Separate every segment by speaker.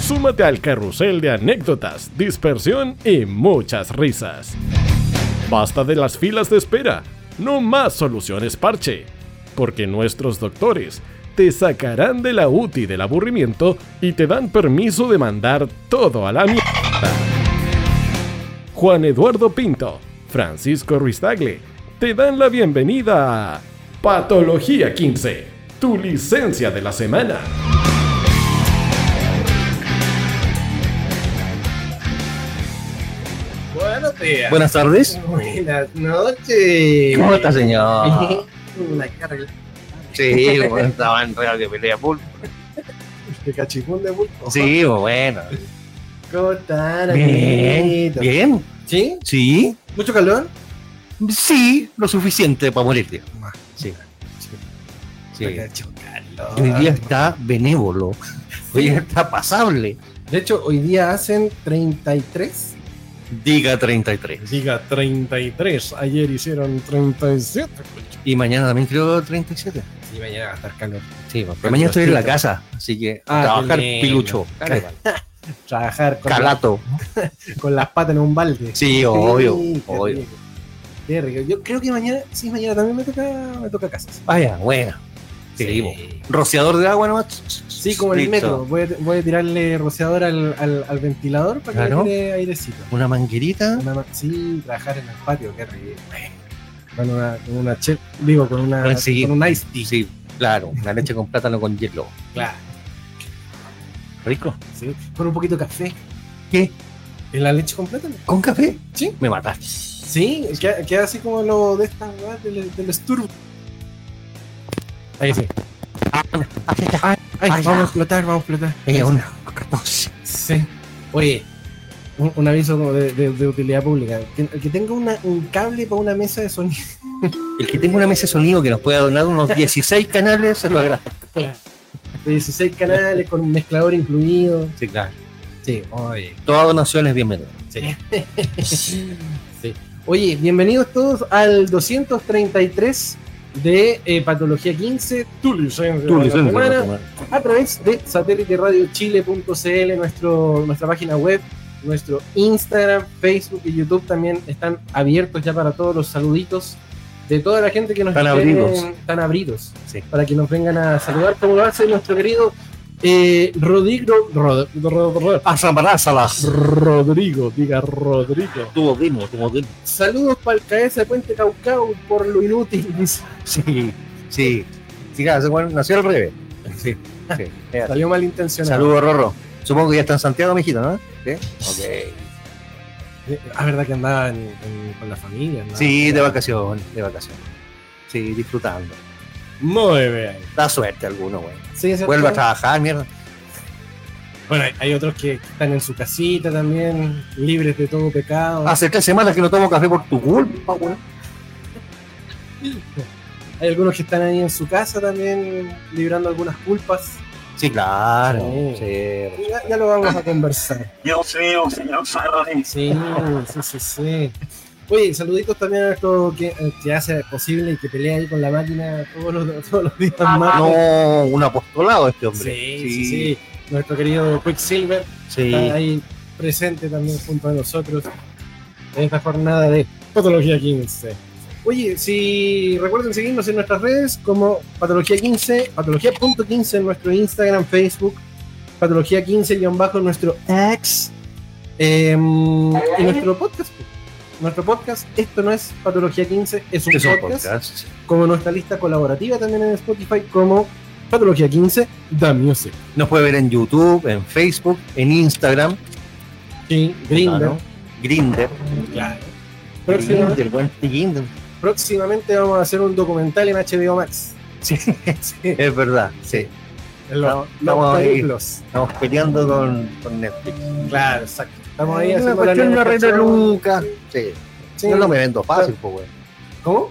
Speaker 1: Súmate al carrusel de anécdotas, dispersión y muchas risas. Basta de las filas de espera, no más soluciones parche, porque nuestros doctores te sacarán de la UTI del aburrimiento y te dan permiso de mandar todo a la mierda. Juan Eduardo Pinto, Francisco Ruiz Tagle, te dan la bienvenida a Patología 15, tu licencia de la semana.
Speaker 2: Buenos días.
Speaker 3: Buenas tardes.
Speaker 2: Buenas noches. Ah,
Speaker 3: ¿Cómo está, señor?
Speaker 2: Una carga.
Speaker 3: Sí, bueno, estaba en real de pelea pulpo.
Speaker 2: Este cachipún de bulto.
Speaker 3: Sí, bueno.
Speaker 2: ¿Cómo están,
Speaker 3: Bien,
Speaker 2: amiguitos?
Speaker 3: bien.
Speaker 2: ¿Sí?
Speaker 3: Sí,
Speaker 2: ¿Mucho calor?
Speaker 3: sí, lo suficiente para morirte. Ah, Sí. Sí.
Speaker 2: Mucho calor.
Speaker 3: Hoy día está benévolo. Hoy día está pasable.
Speaker 2: De hecho, hoy día hacen 33.
Speaker 3: Diga 33.
Speaker 2: Diga 33. Ayer hicieron 37.
Speaker 3: Y mañana también creo 37.
Speaker 2: Y mañana va a estar calor.
Speaker 3: Sí, pero mañana estoy en la casa, así que a
Speaker 2: Ah,
Speaker 3: trabajar
Speaker 2: bien.
Speaker 3: pilucho.
Speaker 2: Caramba. Trabajar con,
Speaker 3: Calato.
Speaker 2: con las patas en un balde.
Speaker 3: Sí, obvio,
Speaker 2: Sí, qué
Speaker 3: obvio.
Speaker 2: rico. Qué rico. Yo creo que mañana, sí, mañana también me toca, me toca casa.
Speaker 3: Vaya, bueno. Seguimos. Rociador de agua nomás.
Speaker 2: Sí, como en el
Speaker 3: Listo.
Speaker 2: metro. Voy a, voy a tirarle rociador al, al, al ventilador para que
Speaker 3: Claro.
Speaker 2: le quede airecito.
Speaker 3: Una manguerita.
Speaker 2: Una ma- sí, trabajar en el patio, qué rico. Con una, con una chel- digo, con una
Speaker 3: Sí.
Speaker 2: con un ice tea.
Speaker 3: Sí, claro. Una leche con plátano con hielo.
Speaker 2: Claro,
Speaker 3: Rico.
Speaker 2: sí. Con un poquito de café.
Speaker 3: ¿Qué?
Speaker 2: ¿En la leche completa?
Speaker 3: ¿Con café?
Speaker 2: Sí.
Speaker 3: Me mataste.
Speaker 2: Sí, queda, queda así como lo de estas weas del, del Sturm.
Speaker 3: Ahí sí.
Speaker 2: Ah, Ay,
Speaker 3: Ay,
Speaker 2: vamos a
Speaker 3: ya.
Speaker 2: explotar, vamos a explotar.
Speaker 3: Eh, una, 14.
Speaker 2: Sí. Oye, un, un aviso como de, de- de utilidad pública. Que- El que tenga una- un cable para una mesa de sonido.
Speaker 3: El que tenga una mesa de sonido que nos pueda donar unos 16 canales, se lo agradezco.
Speaker 2: de 16 canales con un mezclador incluido.
Speaker 3: Sí, claro.
Speaker 2: Sí, oye.
Speaker 3: Toda donación es bienvenida.
Speaker 2: Oye, bienvenidos todos al 233 de eh, Patología 15, tu licencia, de la semana, a través de satéliteradiochile.cl, nuestro, nuestra página web, nuestro Instagram, Facebook y YouTube también están abiertos ya para todos los saluditos de toda la gente que nos
Speaker 3: Están
Speaker 2: esté-
Speaker 3: abridos.
Speaker 2: están abridos,
Speaker 3: Sí.
Speaker 2: para que nos vengan a saludar, como lo hace nuestro querido eh, Rodrigo, Rod- Rod- Rod-
Speaker 3: Asambarázalas.
Speaker 2: Rodrigo, diga Rodrigo.
Speaker 3: Tuvo primo, tuvo primo.
Speaker 2: Saludos para el cabeza de Puente Caucao por lo inútil. dice.
Speaker 3: Sí, sí. Sí, claro, ese bueno, nació al revés. Sí, sí. es así.
Speaker 2: Salió malintencionado.
Speaker 3: Saludos, Rorro. Supongo que ya está en Santiago, mijito, ¿no? Sí.
Speaker 2: Eh, Ah, verdad que andaba en- en- con la familia. Ah, andaba?
Speaker 3: Sí, de vacaciones, de vacaciones. Sí, disfrutando.
Speaker 2: Muy bien.
Speaker 3: Da suerte a alguno, güey.
Speaker 2: Sí, ¿cierto?
Speaker 3: Vuelve a trabajar, mierda.
Speaker 2: Bueno, hay- hay otros que están en su casita también, libres de todo pecado.
Speaker 3: Hace tres semanas que no tomo café por tu culpa, güey.
Speaker 2: Hay algunos que están ahí en su casa también, librando algunas culpas.
Speaker 3: Sí, claro.
Speaker 2: Sí.
Speaker 3: sí.
Speaker 2: Ya, ya lo vamos a conversar.
Speaker 4: Dios mío, señor Ferrari.
Speaker 2: Sí, sí, sí, sí. Oye, saluditos también a nuestro que, eh, que hace posible y que pelea ahí con la máquina todos los, todos los días más.
Speaker 3: Ah, No, un apostolado este hombre.
Speaker 2: Sí, sí, sí. Ah, Nuestro querido Quicksilver
Speaker 3: sí.
Speaker 2: está ahí presente también junto a nosotros en esta jornada de Patología 15. Oye, si recuerden seguirnos en nuestras redes como Patología 15, Patología.15 en nuestro Instagram, Facebook, Patología 15-bajo en nuestro ex em, y nuestro podcast. pues. Nuestro podcast, esto no es Patología 15, es un
Speaker 3: Es un
Speaker 2: podcast
Speaker 3: podcast.
Speaker 2: como nuestra lista colaborativa también en Spotify como Patología 15 The Music.
Speaker 3: Nos puede ver en YouTube, en Facebook, en Instagram,
Speaker 2: Sí, Grindr.
Speaker 3: Claro. Grinder.
Speaker 2: Claro. Próximamente,
Speaker 3: Grinder, buen Grindr.
Speaker 2: próximamente vamos a hacer un documental en HBO Max.
Speaker 3: Sí, es verdad. Sí.
Speaker 2: Los,
Speaker 3: Estamos
Speaker 2: los
Speaker 3: ahí.
Speaker 2: periplos.
Speaker 3: Estamos peleando con, con Netflix.
Speaker 2: Claro, exacto. Estamos ahí
Speaker 3: Es una
Speaker 2: haciendo la
Speaker 3: cuestión de arreglo
Speaker 2: negociación.
Speaker 3: Lucas. Sí.
Speaker 2: Sí.
Speaker 3: Yo no me vendo fácil, pues, weón.
Speaker 2: ¿Cómo?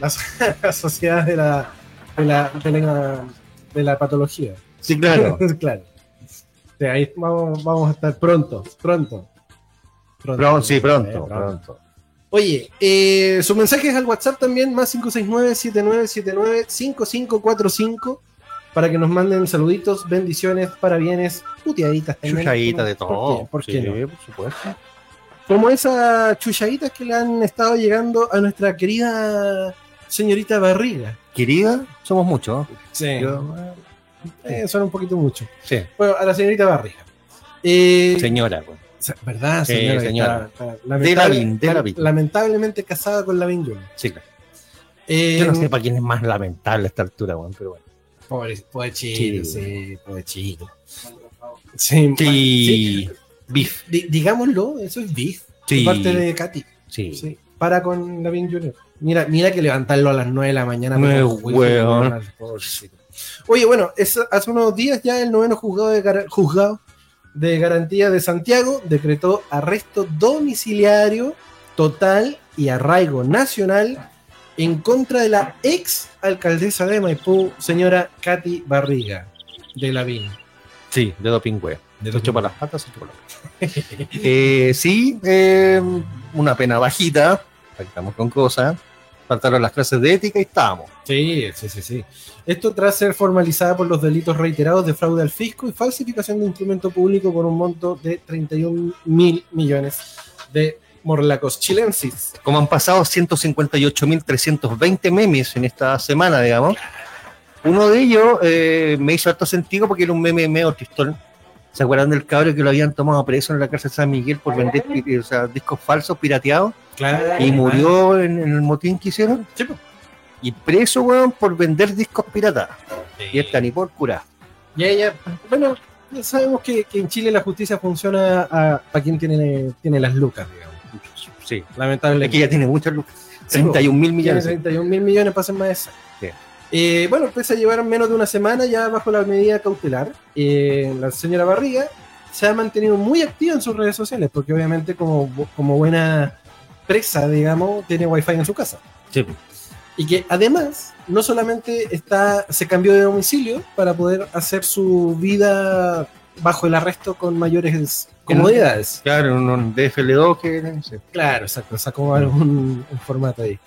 Speaker 2: La, so- la sociedad de la, de la, de la, de la patología.
Speaker 3: Sí, claro.
Speaker 2: claro. O sea, ahí vamos, vamos a estar pronto, pronto. Pronto,
Speaker 3: Pronto, sí,
Speaker 2: Eh,
Speaker 3: pronto, pronto.
Speaker 2: Oye, eh, sus mensajes al WhatsApp también, más 569-7979-5545, para que nos manden saluditos, bendiciones, parabienes, puteaditas también.
Speaker 3: Chuchadita de
Speaker 2: ¿Por qué?
Speaker 3: todo.
Speaker 2: ¿Por qué,
Speaker 3: Sí,
Speaker 2: no?
Speaker 3: por supuesto.
Speaker 2: como esas chuchaditas que le han estado llegando a nuestra querida señorita Barriga.
Speaker 3: Querida, somos muchos.
Speaker 2: Sí.
Speaker 3: Yo-
Speaker 2: suena eh, un poquito mucho.
Speaker 3: Sí,
Speaker 2: Bueno, a la señorita Barriga. Eh,
Speaker 3: señora, weón.
Speaker 2: se- ¿Verdad,
Speaker 3: Sí,
Speaker 2: señora? que
Speaker 3: señora.
Speaker 2: está- está lamentable-
Speaker 3: Lavín, de Lavín.
Speaker 2: Lamentablemente casada con la Junior.
Speaker 3: Sí, claro.
Speaker 2: Eh,
Speaker 3: Yo no sé para quién es más lamentable a esta altura, weón, pero bueno.
Speaker 2: Pobre, pobre
Speaker 3: Sí.
Speaker 2: chico, sí, pobre chico. Sí,
Speaker 3: Sí. Biff.
Speaker 2: di- digámoslo, eso es beef.
Speaker 3: Sí.
Speaker 2: De parte de Katy.
Speaker 3: Sí.
Speaker 2: Sí, Para con la Vin Junior. Mira, mira que levantarlo a las 9 de la mañana.
Speaker 3: No
Speaker 2: para
Speaker 3: es
Speaker 2: los juicios,
Speaker 3: hueón.
Speaker 2: no, pobrecito. Oye, bueno, es- hace unos días ya el noveno juzgado de, gar- juzgado de garantía de Santiago decretó arresto domiciliario total y arraigo nacional en contra de la ex alcaldesa de Maipú, señora Katy Barriga, de la Vin.
Speaker 3: Sí, de doping, weón.
Speaker 2: De
Speaker 3: Ocho para las patas, ocho para las patas. Eh, sí, eh, una pena bajita. Estamos con cosas. Faltaron las clases de ética y estábamos.
Speaker 2: Sí, sí, sí, sí. Esto tras ser formalizada por los delitos reiterados de fraude al fisco y falsificación de instrumento público por un monto de 31 mil millones de morlacos chilensis.
Speaker 3: Como han pasado 158.320 memes en esta semana, digamos. Uno de ellos eh, me hizo harto sentido porque era un meme medio tristón. ¿Se acuerdan del cabro que lo habían tomado preso en la cárcel de San Miguel por vender pi- o sea, discos falsos pirateados?
Speaker 2: Claro.
Speaker 3: Y murió en, en el motín que hicieron.
Speaker 2: Sí, po.
Speaker 3: Y preso, weón, por vender discos piratas. Y esta ni por curar.
Speaker 2: Y ella, bueno, ya sabemos que, que en Chile la justicia funciona para quien tiene, tiene las lucas, digamos.
Speaker 3: Sí. Es que
Speaker 2: Lamentablemente.
Speaker 3: ya tiene muchas lucas.
Speaker 2: Sí, pues.
Speaker 3: 31 mil
Speaker 2: Tiene
Speaker 3: millones.
Speaker 2: 31 mil millones, pasen más esa.
Speaker 3: Sí.
Speaker 2: Eh, bueno, pese a llevar menos de una semana ya bajo la medida cautelar, eh, la señora Barriga se ha mantenido muy activa en sus redes sociales, porque obviamente como, bu- como buena presa, digamos, tiene wifi en su casa.
Speaker 3: Sí.
Speaker 2: Y que además, no solamente está, se cambió de domicilio para poder hacer su vida bajo el arresto con mayores comodidades.
Speaker 3: Claro, un- un DFL2 que no sé.
Speaker 2: Claro, exacto, sacó algún un formato ahí.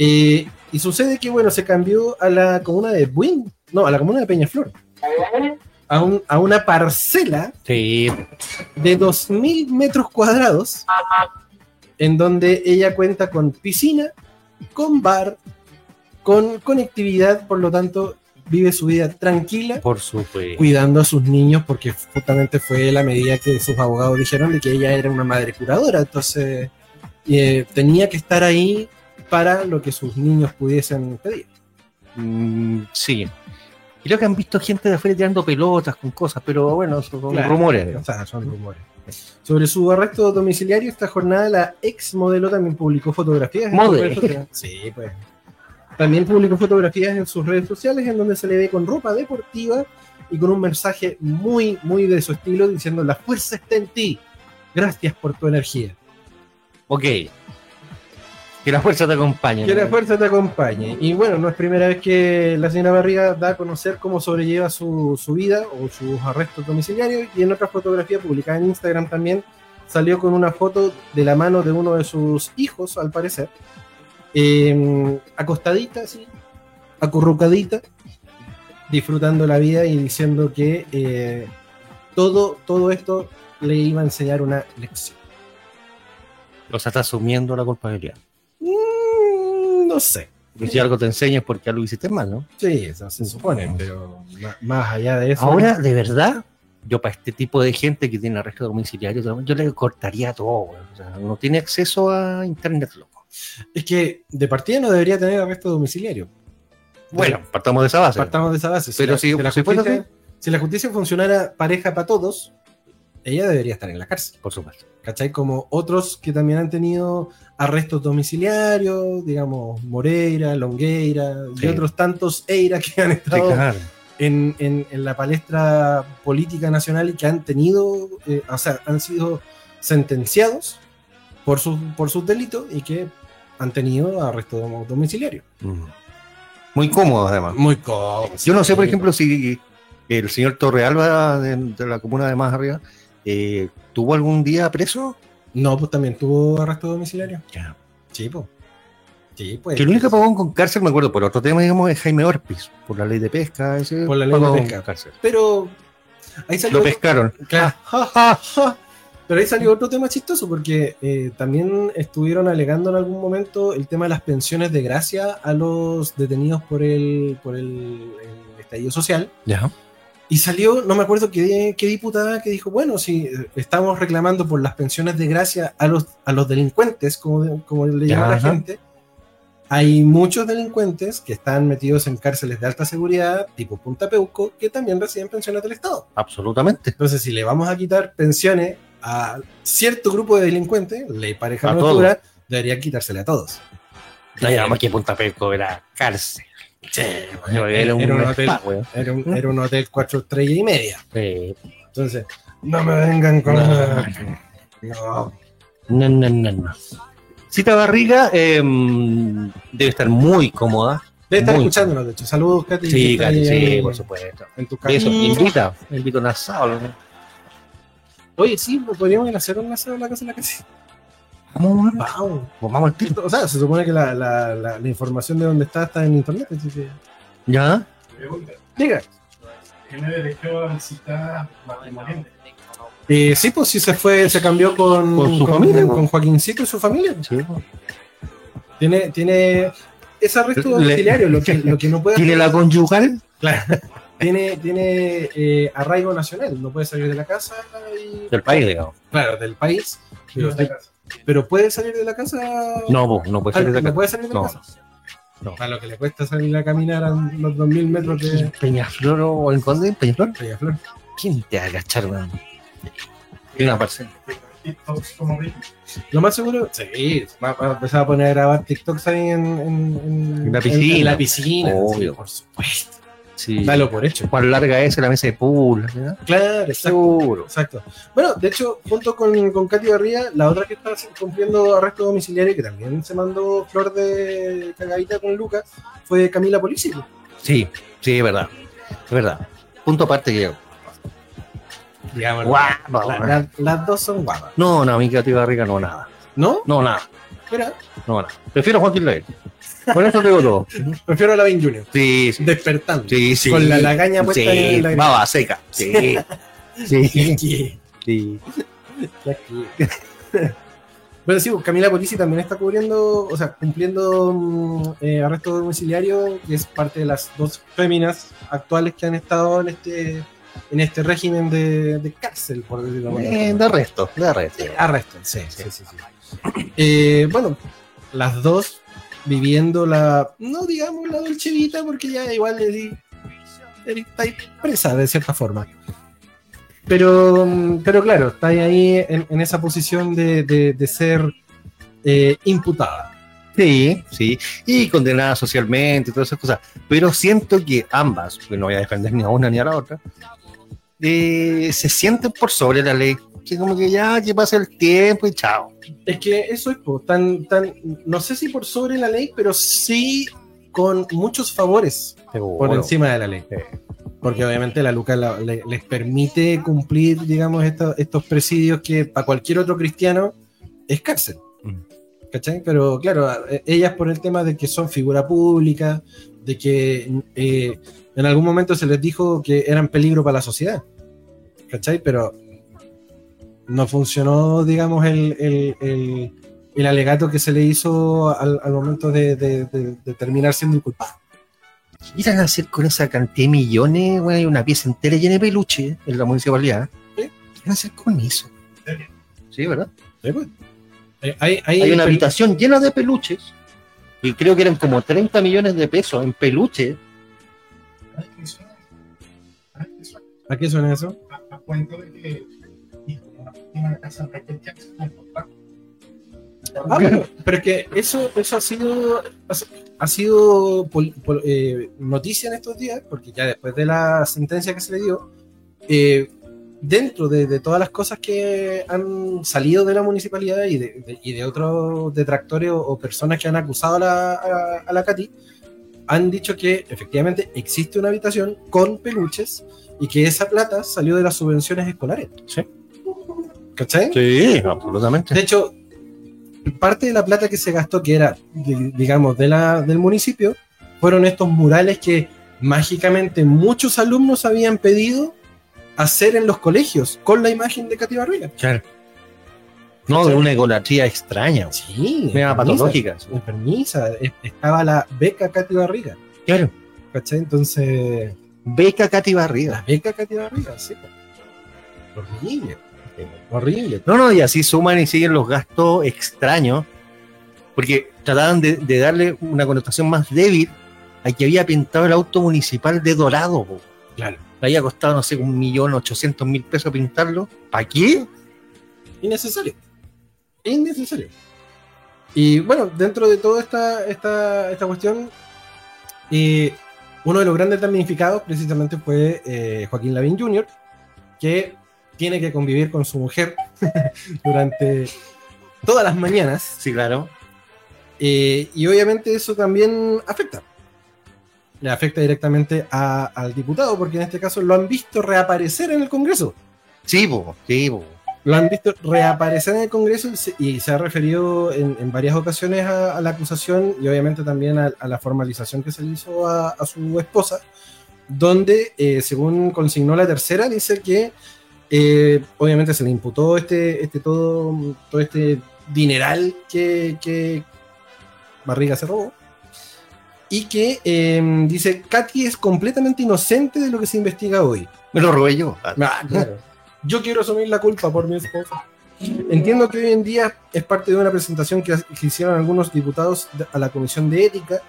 Speaker 2: Eh, y sucede que, bueno, se cambió a la comuna de Buin, no, a la comuna de Peñaflor. A, un- a una parcela
Speaker 3: Sí.
Speaker 2: de 2.000 metros cuadrados, en donde ella cuenta con piscina, con bar, con conectividad, por lo tanto, vive su vida tranquila,
Speaker 3: Por supuesto.
Speaker 2: eh, cuidando a sus niños, porque justamente fue la medida que sus abogados dijeron de que ella era una madre curadora, entonces eh, tenía que estar ahí para lo que sus niños pudiesen pedir.
Speaker 3: Mm, sí. Creo que han visto gente de afuera tirando pelotas con cosas, pero bueno, son
Speaker 2: Claro.
Speaker 3: rumores.
Speaker 2: O
Speaker 3: digamos.
Speaker 2: sea, son rumores. Sobre su arresto domiciliario, esta jornada la ex modelo también publicó fotografías. en sus
Speaker 3: Modelo.
Speaker 2: redes sociales. Sí, pues. También publicó fotografías en sus redes sociales en donde se le ve con ropa deportiva y con un mensaje muy, muy de su estilo diciendo la fuerza está en ti. Gracias por tu energía.
Speaker 3: Ok. Que la fuerza te acompañe.
Speaker 2: Que la fuerza te acompañe. Y bueno, no es primera vez que la señora Barriga da a conocer cómo sobrelleva su, su vida o sus arrestos domiciliarios. Y en otra fotografía publicada en Instagram también salió con una foto de la mano de uno de sus hijos, al parecer. eh, acostadita, así, acurrucadita, disfrutando la vida y diciendo que eh, todo, todo esto le iba a enseñar una lección.
Speaker 3: O sea, está asumiendo la culpabilidad.
Speaker 2: Mm, no sé.
Speaker 3: Porque Si algo te enseñas porque algo hiciste mal, ¿no?
Speaker 2: Sí, eso se supone, pero ma- más allá de eso.
Speaker 3: Ahora, de verdad, yo para este tipo de gente que tiene arresto domiciliario, yo le cortaría todo, weón. O sea, no tiene acceso a internet, loco.
Speaker 2: es que de partida no debería tener arresto domiciliario.
Speaker 3: Bueno, partamos de esa base.
Speaker 2: Partamos de esa base.
Speaker 3: Pero si- si fuera
Speaker 2: justicia, si la justicia funcionara pareja para todos, ella debería estar en la cárcel.
Speaker 3: Por supuesto.
Speaker 2: ¿Cachai? Como otros que también han tenido arrestos domiciliarios, digamos, Moreira, Longueira
Speaker 3: Sí.
Speaker 2: y otros tantos Eira que han estado en, en- en la palestra política nacional y que han tenido, eh, o sea, han sido sentenciados por sus, por sus delitos y que han tenido arresto dom- domiciliario.
Speaker 3: Mm. Muy cómodo, además.
Speaker 2: Muy cómodo.
Speaker 3: Yo no sé, por ejemplo, si el señor Torrealba de, de la comuna de más arriba eh, tuvo algún día preso.
Speaker 2: No, pues también tuvo arresto domiciliario.
Speaker 3: Ya.
Speaker 2: Sí, pues. Sí, pues.
Speaker 3: Que el único pagón con cárcel, me acuerdo, por otro tema, digamos, es Jaime Orpiz, por la ley de pesca. Ese
Speaker 2: Por la ley de
Speaker 3: pagón
Speaker 2: pesca.
Speaker 3: con cárcel.
Speaker 2: Pero ahí salió
Speaker 3: Lo pescaron.
Speaker 2: Claro. Pero ahí salió otro tema chistoso porque eh, también estuvieron alegando en algún momento el tema de las pensiones de gracia a los detenidos por el, por el, el estallido social.
Speaker 3: Ya.
Speaker 2: Y salió, no me acuerdo qué, qué diputada que dijo, bueno, si eh, estamos reclamando por las pensiones de gracia a los, a los delincuentes, como, como le llama la
Speaker 3: Ajá.
Speaker 2: gente, hay muchos delincuentes que están metidos en cárceles de alta seguridad, tipo Punta Peuco, que también reciben pensiones del Estado.
Speaker 3: Absolutamente.
Speaker 2: Entonces, si le vamos a quitar pensiones a cierto grupo de delincuentes, ley pareja
Speaker 3: A
Speaker 2: no
Speaker 3: todos.
Speaker 2: dura, debería quitársela a todos.
Speaker 3: No, ya, más que Punta Peco era cárcel.
Speaker 2: era
Speaker 3: era un,
Speaker 2: un hotel.
Speaker 3: spa, weón.
Speaker 2: Era un, era un hotel cuatro estrellas y media.
Speaker 3: Sí.
Speaker 2: Entonces, no me vengan con... No.
Speaker 3: No, no, no, no. Cita Barriga eh, debe estar muy cómoda.
Speaker 2: Debe estar
Speaker 3: Muy.
Speaker 2: escuchándonos, de hecho. Saludos, Katy.
Speaker 3: Sí,
Speaker 2: Está
Speaker 3: Katy,
Speaker 2: ahí
Speaker 3: sí,
Speaker 2: en-
Speaker 3: por supuesto.
Speaker 2: En tu casa.
Speaker 3: Eso, invita. Invito a un asado. ¿no?
Speaker 2: Oye, sí, podríamos ir a hacer un asado en la casa de la Katy.
Speaker 3: Vamos, vamos,
Speaker 2: Pues Vamos.
Speaker 3: vamos al tiro.
Speaker 2: O sea, se supone que la, la, la, la información de dónde está está en internet. así que-
Speaker 3: ¿Ya?
Speaker 4: Pregunta,
Speaker 2: Diga.
Speaker 4: ¿quién me dirigió a visitar matrimonialmente?
Speaker 2: Eh, sí, pues sí se fue, se cambió con,
Speaker 3: Con su familia,
Speaker 2: con Joaquincito y su familia.
Speaker 3: Sí.
Speaker 2: Tiene, tiene es arresto
Speaker 3: Le-
Speaker 2: domiciliario, lo que, lo que no puede
Speaker 3: ¿Tiene la conyugal?
Speaker 2: tiene, tiene, eh, arraigo nacional, no puede salir de la casa y,
Speaker 3: Del país, digamos.
Speaker 2: claro, del país, pero, pero puede salir de la casa.
Speaker 3: No, vos, no
Speaker 2: Ah,
Speaker 3: puede ser de
Speaker 2: no
Speaker 3: acá.
Speaker 2: puede salir de la
Speaker 3: No.
Speaker 2: casa. A lo que le cuesta salir a caminar a los 2000 metros de
Speaker 3: Peñaflor o el Conde, Peñaflor.
Speaker 2: Peñaflor.
Speaker 3: ¿Quién te va a agachar, weón? Tiene una parcela.
Speaker 2: Lo más seguro, sí, va va a empezar a poner a grabar TikToks ahí en, en- en-
Speaker 3: En la
Speaker 2: en-
Speaker 3: piscina.
Speaker 2: en la piscina,
Speaker 3: Obvio.
Speaker 2: sí, por supuesto.
Speaker 3: Sí.
Speaker 2: Dalo por hecho.
Speaker 3: ¿Cuán larga es la mesa de pool? ¿verdad?
Speaker 2: Claro, exacto.
Speaker 3: Seguro.
Speaker 2: Exacto. Bueno, de hecho, junto con, con Katy Barría, la otra que está cumpliendo arresto domiciliario, que también se mandó flor de cagadita con Lucas, fue Camila Polisi.
Speaker 3: Sí, sí, es verdad. Es verdad. Punto aparte que yo.
Speaker 2: Digamos,
Speaker 3: Guapa,
Speaker 2: la-
Speaker 3: weón.
Speaker 2: la- las dos son guapas.
Speaker 3: No, no, mi creativa rica no, nada.
Speaker 2: ¿No?
Speaker 3: No, nada.
Speaker 2: Espera,
Speaker 3: No, nada. Prefiero Joaquín Lair. Con eso te digo todo.
Speaker 2: prefiero a la Ben Junior.
Speaker 3: Sí, sí.
Speaker 2: Despertando.
Speaker 3: Sí, sí.
Speaker 2: Con la lagaña puesta
Speaker 3: sí,
Speaker 2: en la
Speaker 3: baba seca. Sí. Sí.
Speaker 2: Sí.
Speaker 3: sí.
Speaker 2: Bueno, sí, pues, Camila Polisi también está cubriendo, o sea, cumpliendo mm, eh, arresto domiciliario, que es parte de las dos féminas actuales que han estado en este, en este régimen de, de cárcel, por decirlo de alguna
Speaker 3: Eh,
Speaker 2: forma.
Speaker 3: de resto, de resto.
Speaker 2: Arresto, Ah, sí, sí, sí. sí. Eh, bueno, las dos viviendo la, no digamos la dolce vita, porque ya igual le di- estáis presa de cierta forma. Pero, mm, pero claro, estáis ahí en, en esa posición de, de- de ser eh, imputada.
Speaker 3: Sí, sí. Y condenada socialmente y todas esas cosas. Pero siento que ambas, que no voy a defender ni a una ni a la otra, eh, se sienten por sobre la ley. Que como que ya, que pasa el tiempo y chao.
Speaker 2: Es que eso es po, tan, tan, no sé si por sobre la ley, pero sí con muchos favores por encima de la ley. Porque obviamente la Luca la- le- les permite cumplir, digamos, esto- estos presidios que para cualquier otro cristiano es cárcel.
Speaker 3: Mm.
Speaker 2: ¿Cachai? Pero claro, a- e, ellas por el tema de que son figura pública, de que eh, en algún momento se les dijo que eran peligro para la sociedad. ¿Cachai? Pero no funcionó, digamos, el, el- el- el alegato que se le hizo al, al momento de, de- de- de terminar siendo inculpado.
Speaker 3: Irán a hacer con esa cantidad de millones, güey, una pieza entera llena de peluche en la municipalidad.
Speaker 2: Sí.
Speaker 3: ¿Qué van a hacer con eso? Sí, ¿verdad?
Speaker 2: Sí, pues. Eh, hay, hay-
Speaker 3: Hay una
Speaker 2: pel-
Speaker 3: habitación llena de peluches. Y creo que eran como 30 millones de pesos en peluche.
Speaker 2: ¿A qué suena eso?
Speaker 4: A "Ah, cuento de que hijo, una última casa de Michael Jackson, me contó.
Speaker 2: Ah, bueno, pero es que eso, eso ha sido, ha sido pol- pol- eh, noticia en estos días, porque ya después de la sentencia que se le dio, eh, dentro de, de todas las cosas que han salido de la municipalidad y de, de- y de otros detractores o, o personas que han acusado a la, a, a la Katy, han dicho que efectivamente existe una habitación con peluches y que esa plata salió de las subvenciones escolares. ¿Cachai?
Speaker 3: Sí, absolutamente.
Speaker 2: De hecho, parte de la plata que se gastó, que era, di- digamos, de la, del municipio, fueron estos murales que mágicamente muchos alumnos habían pedido hacer en los colegios con la imagen de Katy Barriga.
Speaker 3: Claro. No, de una egolatría extraña.
Speaker 2: Sí,
Speaker 3: Mega patológica.
Speaker 2: Enfermiza, e- estaba la beca Katy Barriga.
Speaker 3: Claro.
Speaker 2: ¿Cachai? Entonces,
Speaker 3: Beca Katy Barriga.
Speaker 2: la beca Katy Barriga, sí. po. Horrible. Horrible.
Speaker 3: No, no, y así suman y siguen los gastos extraños, porque trataban de, de darle una connotación más débil a que había pintado el auto municipal de dorado. po.
Speaker 2: Claro.
Speaker 3: Le había costado, no sé, un millón ochocientos mil pesos pintarlo. ¿Para qué?
Speaker 2: innecesario. Innecesario. Y bueno, dentro de toda esta, esta, esta cuestión, eh, uno de los grandes damnificados precisamente fue eh, Joaquín Lavín Jr., que tiene que convivir con su mujer durante todas las mañanas.
Speaker 3: Sí, claro.
Speaker 2: Eh, y obviamente eso también afecta. Le afecta directamente a- al diputado, porque en este caso lo han visto reaparecer en el Congreso
Speaker 3: Sí, po, sí, po.
Speaker 2: lo han visto reaparecer en el Congreso y se- y se ha referido en, en varias ocasiones a, a la acusación y obviamente también a, a la formalización que se le hizo a, a su esposa, donde eh, según consignó la tercera, dice que eh, obviamente se le imputó este, este todo, todo este dineral que, que Barriga se robó. Y que eh, dice, Katy es completamente inocente de lo que se investiga hoy.
Speaker 3: Me lo robé yo. Ah,
Speaker 2: Ah, claro. Yo quiero asumir la culpa por mi esposa. Entiendo que hoy en día es parte de una presentación que, que hicieron algunos diputados de- a la Comisión de Ética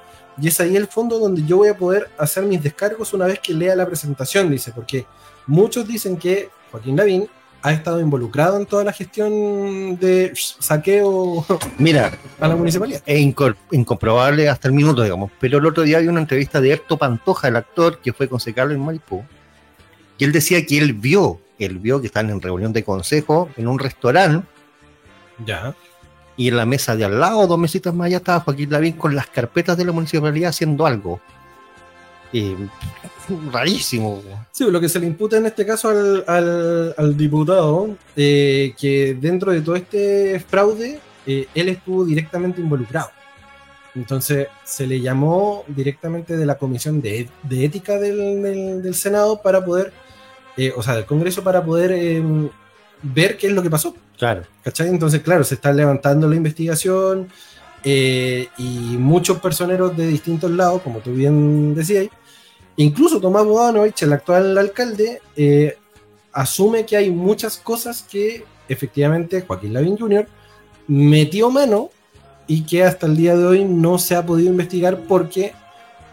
Speaker 2: y es ahí el fondo donde yo voy a poder hacer mis descargos una vez que lea la presentación, dice, porque muchos dicen que Joaquín Lavín ha estado involucrado en toda la gestión de saqueo
Speaker 3: Mira,
Speaker 2: a la municipalidad.
Speaker 3: es incor- incomprobable hasta el minuto, digamos. Pero el otro día había una entrevista de Erto Pantoja, el actor que fue concejal en Maipú, y él decía que él vio, él vio que están en reunión de consejo en un restaurante
Speaker 2: Ya.
Speaker 3: y en la mesa de al lado, dos mesitas más allá, estaba Joaquín Lavín con las carpetas de la municipalidad haciendo algo. Eh, rarísimo.
Speaker 2: Sí, lo que se le imputa en este caso al, al- al diputado, eh, que dentro de todo este fraude, eh, él estuvo directamente involucrado. Entonces, se le llamó directamente de la Comisión de, Ét- de Ética del, del- del Senado para poder, eh, o sea, del Congreso para poder eh, ver qué es lo que pasó.
Speaker 3: Claro.
Speaker 2: ¿Cachai? Entonces, claro, se está levantando la investigación eh, y muchos personeros de distintos lados, como tú bien decías, incluso Tomás Bodanovich, el actual alcalde, eh, asume que hay muchas cosas que efectivamente Joaquín Lavín Jr. metió mano y que hasta el día de hoy no se ha podido investigar porque,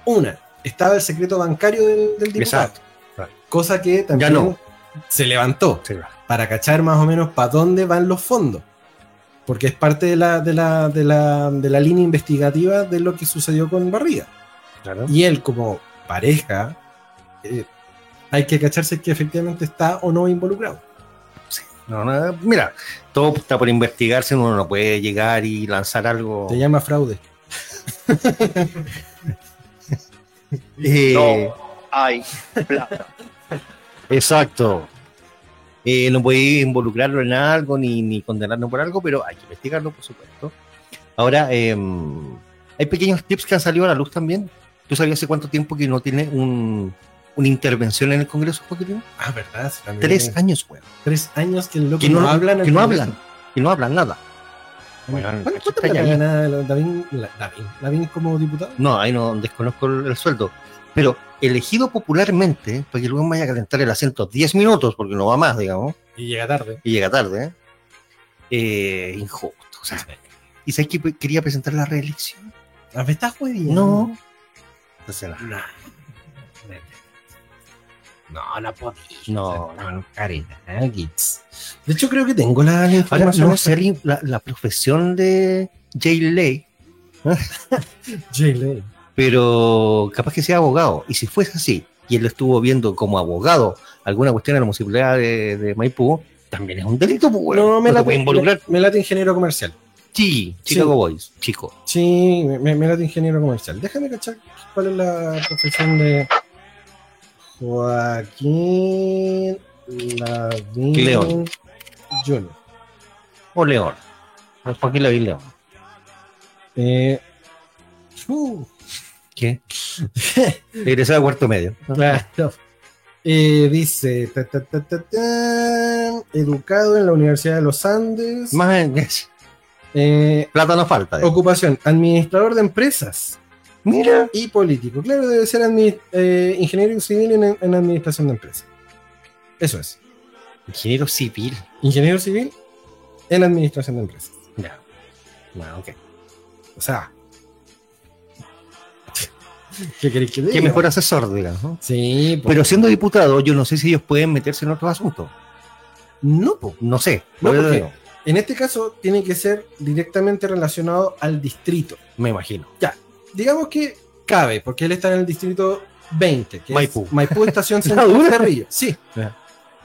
Speaker 2: una, estaba el secreto bancario del, del diputado,
Speaker 3: Exacto. Claro.
Speaker 2: cosa que también
Speaker 3: no.
Speaker 2: se levantó
Speaker 3: Sí,
Speaker 2: para cachar más o menos para dónde van los fondos. Porque es parte de la, de la, de la, de la línea investigativa de lo que sucedió con Barriga.
Speaker 3: claro.
Speaker 2: Y él, como pareja, eh, hay que cacharse que efectivamente está o no involucrado.
Speaker 3: No, no, mira, todo está por investigarse, uno no puede llegar y lanzar algo.
Speaker 2: Se llama fraude.
Speaker 3: Eh,
Speaker 5: No hay plata.
Speaker 3: Exacto. Eh, no podéis involucrarlo en algo ni, ni condenarlo por algo, pero hay que investigarlo, por supuesto. Ahora, eh, hay pequeños tips que han salido a la luz también. ¿Tú sabías hace cuánto tiempo que no tiene un, una intervención en el Congreso, Joaquín?
Speaker 2: Ah, ¿verdad? Sí, también.
Speaker 3: Tres años, weón.
Speaker 2: Tres años que, el loco
Speaker 3: Que no,
Speaker 2: hablan.
Speaker 3: que no hablan. Que no hablan nada. Weón,
Speaker 2: ¿Cuánto
Speaker 3: cacho,
Speaker 2: plata
Speaker 3: está ahí.
Speaker 2: gana la- Lavín, la- Lavín- Lavín como diputado?
Speaker 3: No, ahí no desconozco el, el sueldo. Pero elegido popularmente, para que luego vaya a calentar el asiento 10 minutos, porque no va más, digamos.
Speaker 2: Y llega tarde.
Speaker 3: y llega tarde. ¿eh? Eh, injusto. o sea. ¿Y sabes que pe- quería presentar la reelección?
Speaker 2: ¿Ah, ¿Me estás jodiendo?
Speaker 3: No. Entonces, no,
Speaker 2: No. No, no podía.
Speaker 3: no, no, no, Karen.
Speaker 2: Nuggets. De hecho, creo que tengo la
Speaker 3: Ahora,
Speaker 2: información.
Speaker 3: no sé la- la, la profesión de Jay Lay,
Speaker 2: J-Lay.
Speaker 3: pero capaz que sea abogado. Y si fuese así, y él lo estuvo viendo como abogado, alguna cuestión en la municipalidad de, de Maipú, también es un delito, pues, weón.
Speaker 2: No, me
Speaker 3: te
Speaker 2: late,
Speaker 3: puede involucrar.
Speaker 2: me- me late ingeniero comercial.
Speaker 3: Sí, Chicago Boys, chico.
Speaker 2: Sí, me, me- me late ingeniero comercial. Déjame cachar cuál es la profesión de Joaquín Lavín
Speaker 3: León.
Speaker 2: Jr.
Speaker 3: O León. No es Joaquín Lavín León.
Speaker 2: Eh, uh,
Speaker 3: ¿Qué? Egresado a cuarto medio.
Speaker 2: claro. Eh, dice, ta, ta, ta, ta, ta, educado en la Universidad de los Andes.
Speaker 3: Más en-
Speaker 2: Eh,
Speaker 3: plata no falta. digamos.
Speaker 2: ocupación, administrador de empresas
Speaker 3: Mira,
Speaker 2: y político. Claro, debe ser admi- eh, ingeniero civil en, en administración de empresas. Eso es.
Speaker 3: ingeniero civil.
Speaker 2: Ingeniero civil en administración de empresas.
Speaker 3: Ya. Ah,
Speaker 2: Bueno, ok. O sea. ¿Qué queréis que diga?
Speaker 3: Qué mejor asesor, digamos. ¿no?
Speaker 2: Sí, pues. po.
Speaker 3: Pero siendo diputado, yo no sé si ellos pueden meterse en otros asuntos.
Speaker 2: no, po.
Speaker 3: No sé.
Speaker 2: No,
Speaker 3: Por eso
Speaker 2: porque-
Speaker 3: digo,
Speaker 2: En este caso, tiene que ser directamente relacionado al distrito.
Speaker 3: Me imagino.
Speaker 2: Digamos que cabe, porque él está en el distrito 20, que
Speaker 3: Maipú.
Speaker 2: es Maipú Estación Central de Cerrillo. Sí.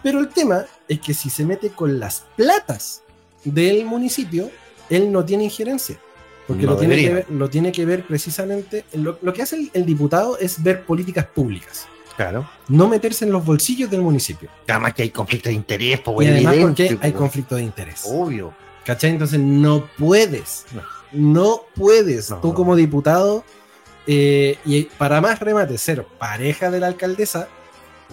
Speaker 2: Pero el tema es que si se mete con las platas del municipio, él no tiene injerencia. Porque
Speaker 3: No
Speaker 2: lo, tiene que
Speaker 3: debería.
Speaker 2: ver, lo tiene que ver precisamente. Lo, lo que hace el- el diputado es ver políticas públicas,
Speaker 3: Claro.
Speaker 2: no meterse en los bolsillos del municipio.
Speaker 3: Además que hay conflicto de interés, pues,
Speaker 2: y
Speaker 3: güey,
Speaker 2: además,
Speaker 3: evidente,
Speaker 2: porque hay
Speaker 3: pues,
Speaker 2: conflicto de interés.
Speaker 3: Obvio.
Speaker 2: ¿Cachai? Entonces no puedes.
Speaker 3: No.
Speaker 2: No, puedes.
Speaker 3: No.
Speaker 2: Tú como diputado, eh, y para más remate, ser pareja de la alcaldesa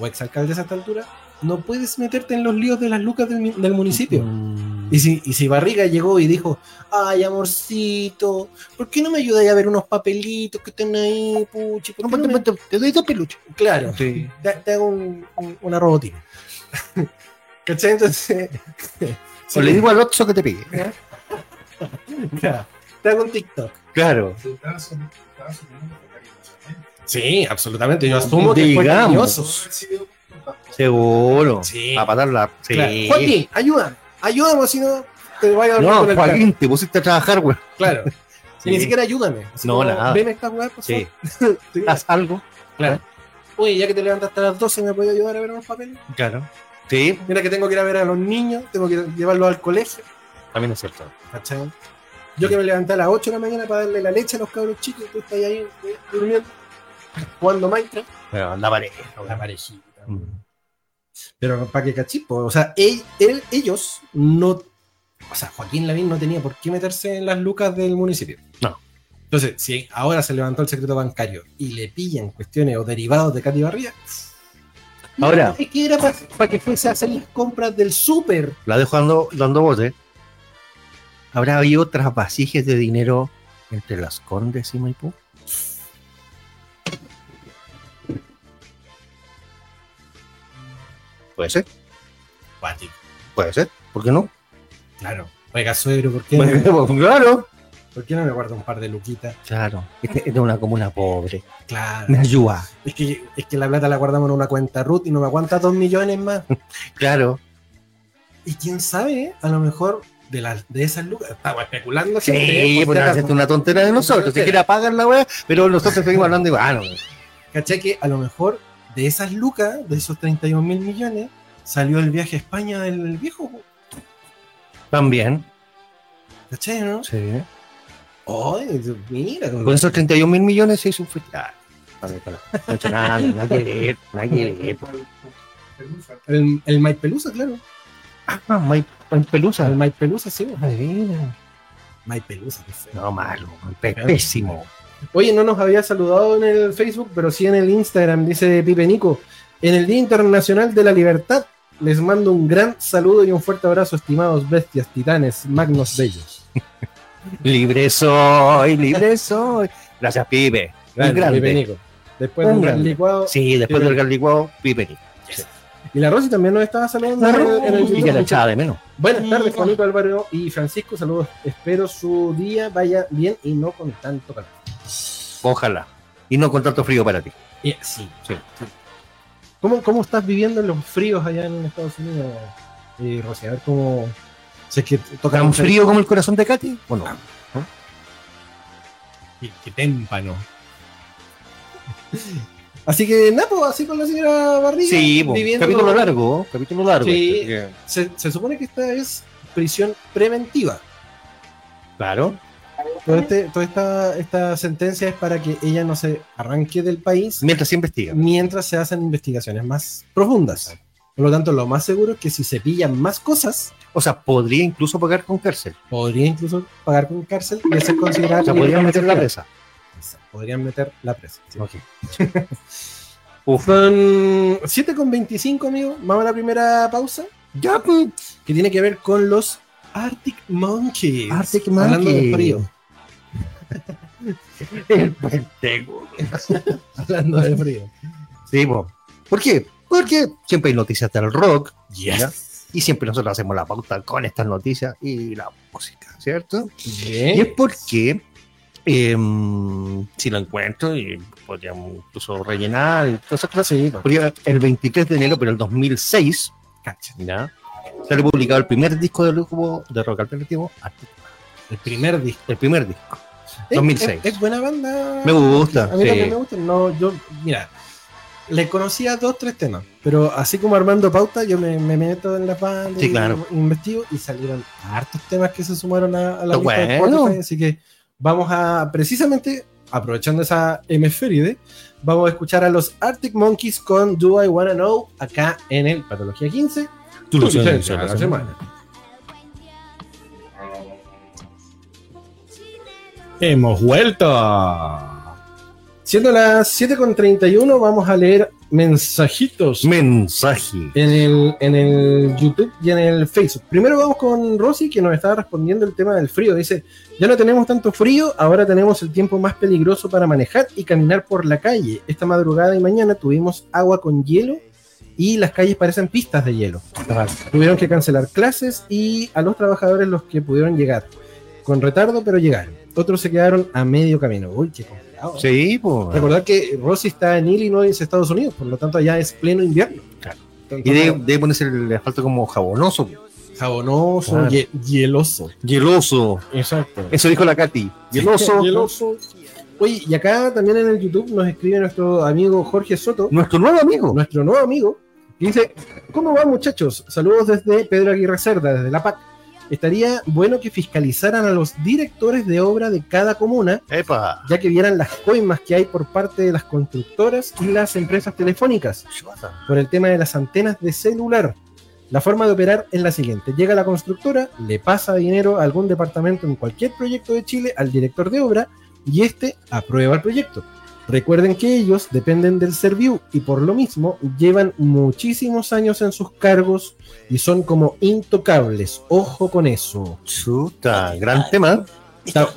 Speaker 2: o exalcaldesa a esta altura, no puedes meterte en los líos de las lucas del, mi- del municipio.
Speaker 3: Mm.
Speaker 2: Y si, y si Barriga llegó y dijo, ay amorcito, ¿por qué no me ayudáis a ver unos papelitos que están ahí, puchi? ¿Por qué no pues, me-"
Speaker 3: pues, Te doy dos peluches.
Speaker 2: Claro,
Speaker 3: Sí.
Speaker 2: te, te hago un- un- una robotina. ¿Cachai? Entonces...
Speaker 3: O le digo al Otso que te pique.
Speaker 2: Ya, Te hago un TikTok.
Speaker 3: Claro.
Speaker 4: Estaba su- estaba subiendo la caricatura.
Speaker 2: Sí, absolutamente. Yo asumo que fue
Speaker 3: Digamos.
Speaker 2: cariñoso.
Speaker 4: Todo ha sido bajo-
Speaker 3: Seguro.
Speaker 2: Sí.
Speaker 3: A patarla. Ah, Sí.
Speaker 2: Claro. Joaquín, ayuda. Ayúdame, si no te vaya a dormir
Speaker 3: No,
Speaker 2: con el
Speaker 3: Joaquín, te pusiste a trabajar, güey.
Speaker 2: carro. Claro.
Speaker 3: Sí.
Speaker 2: Y ni siquiera ayúdame.
Speaker 3: No, nada.
Speaker 2: Ven esta weá, por
Speaker 3: Sí.
Speaker 2: favor. Sí.
Speaker 3: Haz algo.
Speaker 2: Oye, ya que te levantaste a las 12, ¿me puedes ayudar a ver unos papeles?
Speaker 3: Claro. Sí.
Speaker 2: Mira que tengo que ir a ver a los niños, tengo que llevarlos al colegio.
Speaker 3: También es cierto.
Speaker 2: ¿Cachai? Yo que me levanté a las 8 de la mañana para darle la leche a los cabros chicos, y tú estás ahí eh, durmiendo, jugando Minecraft.
Speaker 3: Bueno, la pareja. Mm. güey.
Speaker 2: La parejita. Pero para que cachipo, o sea, él, él- ellos no. O sea, Joaquín Lavín no tenía por qué meterse en las lucas del municipio.
Speaker 3: No.
Speaker 2: Entonces, si ahora se levantó el secreto bancario y le pillan cuestiones o derivados de Katy Barriga.
Speaker 3: Ahora.
Speaker 2: Es que era para que fuese a hacer las compras del súper.
Speaker 3: la dejo dando, dando bote. ¿Habrá habido otras vasijas de dinero entre las Condes y Maipú? Puede ser,
Speaker 2: Pati,
Speaker 3: puede ser. ¿Por qué no?
Speaker 2: claro. Oiga, suegro, ¿por qué, no,
Speaker 3: claro.
Speaker 2: ¿por qué no me guarda un par de luquitas?
Speaker 3: Claro. Este es de una comuna pobre.
Speaker 2: Claro.
Speaker 3: Me ayuda.
Speaker 2: Es que, es que la plata la guardamos en una cuenta Ruth y no me aguanta dos millones más.
Speaker 3: Claro.
Speaker 2: Y quién sabe, a lo mejor de, las de esas lucas. Estamos especulando.
Speaker 3: Sí,
Speaker 2: gente, ¿eh?
Speaker 3: pues
Speaker 2: por si
Speaker 3: no,
Speaker 2: acaso.
Speaker 3: es una tontera de nosotros. Se quiere apagar la weá, pero nosotros seguimos hablando y bueno.
Speaker 2: ¿Cachai? Que a lo mejor de esas lucas, de esos 31 mil millones, salió el viaje a España del viejo. po.
Speaker 3: También.
Speaker 2: ¿Cachai, no?
Speaker 3: Sí.
Speaker 2: Ay, mira. como-
Speaker 3: Oh, Con esos 31 mil millones se hizo un festival. No, no, no, no he hecho nada, nada que ver, nada que ver.
Speaker 4: Pelusa.
Speaker 2: El, el Mike Pelusa, claro.
Speaker 3: Ah, Mike Mike Pelusa.
Speaker 2: El Mike Pelusa, sí. po.
Speaker 3: Adivina.
Speaker 2: Mike Pelusa, qué feo.
Speaker 3: No, malo, pe- pésimo.
Speaker 2: Oye, no nos había saludado en el Facebook, pero sí en el Instagram, dice Pipe Nico. En el Día Internacional de la Libertad, les mando un gran saludo y un fuerte abrazo, estimados bestias, titanes, magnos bellos.
Speaker 3: Libre soy, libre soy. Gracias, Pipe. Un
Speaker 2: Pipe
Speaker 3: grande.
Speaker 2: Nico. Después
Speaker 3: Un
Speaker 2: del gran
Speaker 3: grande.
Speaker 2: licuado.
Speaker 3: Sí, después del gran licuado, Pipe. Nico.
Speaker 2: Y la Rosy también nos estaba saludando en el- en el
Speaker 3: Y que la
Speaker 2: YouTube.
Speaker 3: echaba de menos.
Speaker 2: Buenas tardes, Juanito Álvaro y Francisco. Saludos. Espero su día vaya bien y no con tanto calor.
Speaker 3: Ojalá. Y no con tanto frío para ti.
Speaker 2: Eh, sí.
Speaker 3: Sí.
Speaker 2: ¿Cómo, ¿Cómo estás viviendo los fríos allá en Estados Unidos? Y Rosy, a ver cómo. Si es que toca
Speaker 3: ¿Tan frío como el corazón de Katy? Bueno,
Speaker 2: Qué, qué témpano. Así que, nada, pues, así con la señora Barriga.
Speaker 3: sí, po,
Speaker 2: viviendo-
Speaker 3: capítulo largo, ¿eh? capítulo largo.
Speaker 2: Sí.
Speaker 3: este, que-
Speaker 2: Se, se supone que esta es prisión preventiva.
Speaker 3: Claro.
Speaker 2: Todo este- toda esta, esta sentencia es para que ella no se arranque del país
Speaker 3: Mientras se investiga.
Speaker 2: mientras se hacen investigaciones más profundas. Por lo tanto, lo más seguro es que si se pillan más cosas,
Speaker 3: O sea, podría incluso pagar con cárcel.
Speaker 2: podría incluso pagar con cárcel y ser considerada.
Speaker 3: O
Speaker 2: criminal
Speaker 3: sea, podrían meter la
Speaker 2: sexual.
Speaker 3: presa.
Speaker 2: Exacto, Podrían meter la presa. sí.
Speaker 3: Ok.
Speaker 2: Son 7,25, amigo. Vamos a la primera pausa.
Speaker 3: Ya, pues.
Speaker 2: que tiene que ver con los Arctic Monkeys.
Speaker 3: Arctic
Speaker 2: Hablando de
Speaker 3: Monkeys.
Speaker 2: frío.
Speaker 3: El pendejo.
Speaker 2: Hablando de frío.
Speaker 3: Sí, po. ¿Por qué? Porque siempre hay noticias del rock
Speaker 2: Yes.
Speaker 3: y siempre nosotros hacemos la pauta con estas noticias y la música, ¿cierto? Y es
Speaker 2: Bien.
Speaker 3: porque, em, si lo encuentro, y podríamos incluso rellenar y todas esas cosas,
Speaker 2: Sí,
Speaker 3: podría- el 23 de enero, pero el 2006,
Speaker 2: cacha.
Speaker 3: ¿ya? se ha publicado el primer disco de grupo de rock alternativo, Arctic Monkeys.
Speaker 2: El primer disco.
Speaker 3: el primer disco.
Speaker 2: Es-
Speaker 3: 2006.
Speaker 2: Es, es buena banda.
Speaker 3: Me gusta.
Speaker 2: Ah, A mí
Speaker 3: sí.
Speaker 2: también me gusta. No, yo, mira, le conocía dos, tres temas. Pero así como armando pauta, yo me, me meto en las bandas.
Speaker 3: Sí,
Speaker 2: y
Speaker 3: claro.
Speaker 2: Investigo y salieron hartos temas que se sumaron a, a la
Speaker 3: Está
Speaker 2: lista de
Speaker 3: bueno.
Speaker 2: Spotify, Así que vamos a, precisamente, aprovechando esa hemisféride, vamos a escuchar a los Arctic Monkeys con Do I Wanna Know acá en el Patología 15.
Speaker 3: Tú lo
Speaker 2: Tu
Speaker 3: sabes,
Speaker 2: licencia a la
Speaker 3: sabes.
Speaker 2: semana.
Speaker 6: Hemos vuelto.
Speaker 2: Siendo las 7.31, vamos a leer mensajitos
Speaker 3: Mensaje.
Speaker 2: en el, en el YouTube y en el Facebook. Primero vamos con Rosy, que nos estaba respondiendo el tema del frío. Dice, ya no tenemos tanto frío, ahora tenemos el tiempo más peligroso para manejar y caminar por la calle. Esta madrugada y mañana tuvimos agua con hielo y las calles parecen pistas de hielo. Tuvieron que cancelar clases y a los trabajadores los que pudieron llegar. Con retardo, pero llegaron. Otros se quedaron a medio camino. Uy, qué complicado.
Speaker 3: Sí, pues.
Speaker 2: Recordar que Rosy está en Illinois, Estados Unidos, por lo tanto allá es pleno invierno.
Speaker 3: Claro.
Speaker 2: Entonces,
Speaker 3: Y debe, debe ponerse el asfalto como jabonoso,
Speaker 2: jabonoso,
Speaker 3: Claro.
Speaker 2: hie- hieloso.
Speaker 3: hieloso.
Speaker 2: Exacto.
Speaker 3: Eso dijo la Katy. Hieloso.
Speaker 2: Oye, y acá también en el YouTube nos escribe nuestro amigo Jorge Soto,
Speaker 3: Nuestro nuevo amigo.
Speaker 2: nuestro nuevo amigo, que dice, ¿cómo va muchachos? Saludos desde Pedro Aguirre Cerda, desde La PAC. Estaría bueno que fiscalizaran a los directores de obra de cada comuna,
Speaker 3: Epa.
Speaker 2: ya que vieran las coimas que hay por parte de las constructoras y las empresas telefónicas. por el tema de las antenas de celular. La forma de operar es la siguiente. Llega la constructora, le pasa dinero a algún departamento en cualquier proyecto de Chile al director de obra y este aprueba el proyecto. Recuerden que ellos dependen del Serviu y por lo mismo llevan muchísimos años en sus cargos y son como intocables. Ojo con eso.
Speaker 3: Chuta. Gran tema.
Speaker 2: Está-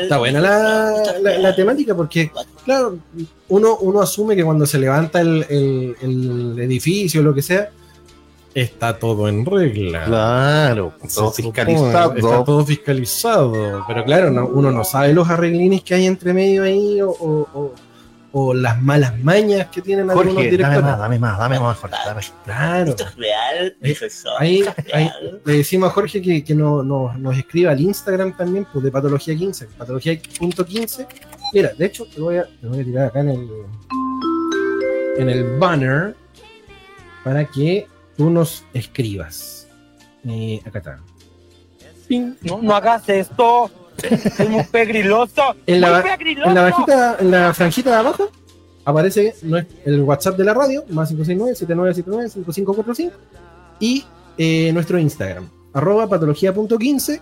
Speaker 2: Está buena la, la- la temática porque, claro, uno, uno asume que cuando se levanta el, el- el edificio o lo que sea, está todo en regla.
Speaker 3: Claro. Todo
Speaker 2: Se supone, Está
Speaker 3: fiscalizado.
Speaker 2: todo fiscalizado. Pero claro, no- uno no sabe los arreglines que hay entre medio ahí o, o- o- o las malas mañas que tienen algunos
Speaker 3: Jorge, dame
Speaker 2: directores.
Speaker 3: más, dame más, dame más. Jorge, dame.
Speaker 2: Claro.
Speaker 7: Esto es real,
Speaker 2: Eh,
Speaker 7: eso es
Speaker 2: Ahí,
Speaker 7: esto es
Speaker 2: ahí
Speaker 7: real.
Speaker 2: le decimos a Jorge que, que no- no- nos escriba al Instagram también, pues de patología 15, patología.15. Mira, de hecho, te voy a, te voy a tirar acá en el, en el banner para que tú nos escribas. Eh, acá está.
Speaker 8: No, no hagas esto. Es muy pegriloso.
Speaker 2: En la-
Speaker 8: muy
Speaker 2: En la
Speaker 8: pegriloso.
Speaker 2: bajita, en la franjita de abajo, aparece nue- el WhatsApp de la radio, más 569-7979-5545, y eh, nuestro Instagram, arroba patología.15.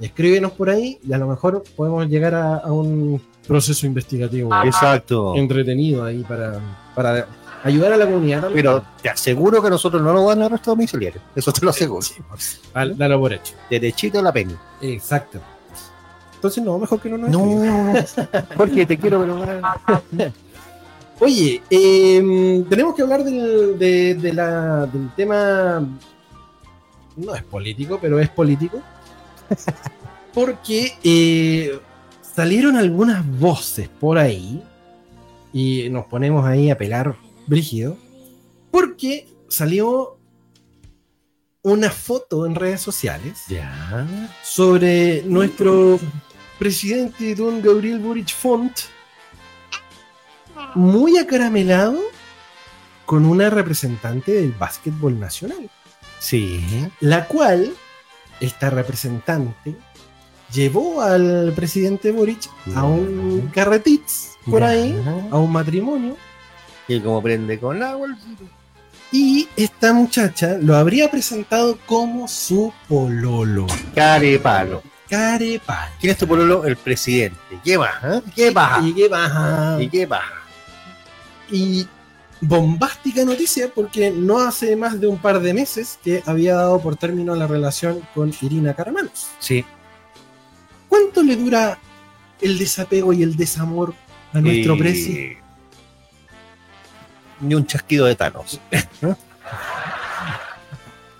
Speaker 2: Escríbenos por ahí y a lo mejor podemos llegar a, a un proceso investigativo
Speaker 3: Ah. Exacto.
Speaker 2: entretenido ahí para, para ayudar a la comunidad. también.
Speaker 3: Pero te aseguro que a nosotros no nos van a arrestar domiciliario. Eso te lo aseguro.
Speaker 2: Dale- dalo por hecho.
Speaker 3: Derechito a la peña.
Speaker 2: Exacto. Entonces, no, mejor que no nos escriban.
Speaker 3: No. Jorge, te quiero, pero.
Speaker 2: Oye, em, tenemos que hablar del, de- de la- del tema. No es político, pero es político. Porque eh, salieron algunas voces por ahí y nos ponemos ahí a pelar brígido. Porque salió una foto en redes sociales
Speaker 3: Ya.
Speaker 2: sobre nuestro presidente don Gabriel Boric Font, muy acaramelado con una representante del básquetbol nacional,
Speaker 3: Sí.
Speaker 2: la cual, esta representante, llevó al presidente Boric a un carretiz por ahí, a un matrimonio,
Speaker 3: Y como prende con la bolsita.
Speaker 2: y esta muchacha lo habría presentado como su pololo,
Speaker 3: Carepalo.
Speaker 2: carepal.
Speaker 3: ¿Quién es tu pololo? El presidente. ¿Qué baja? ¿Qué baja?
Speaker 2: Y qué baja.
Speaker 3: ¿Y qué baja?
Speaker 2: Y bombástica noticia porque no hace más de un par de meses que había dado por término la relación con Irina Caramanos.
Speaker 3: Sí.
Speaker 2: ¿Cuánto le dura el desapego y el desamor a nuestro presi?
Speaker 3: Ni un chasquido de Thanos.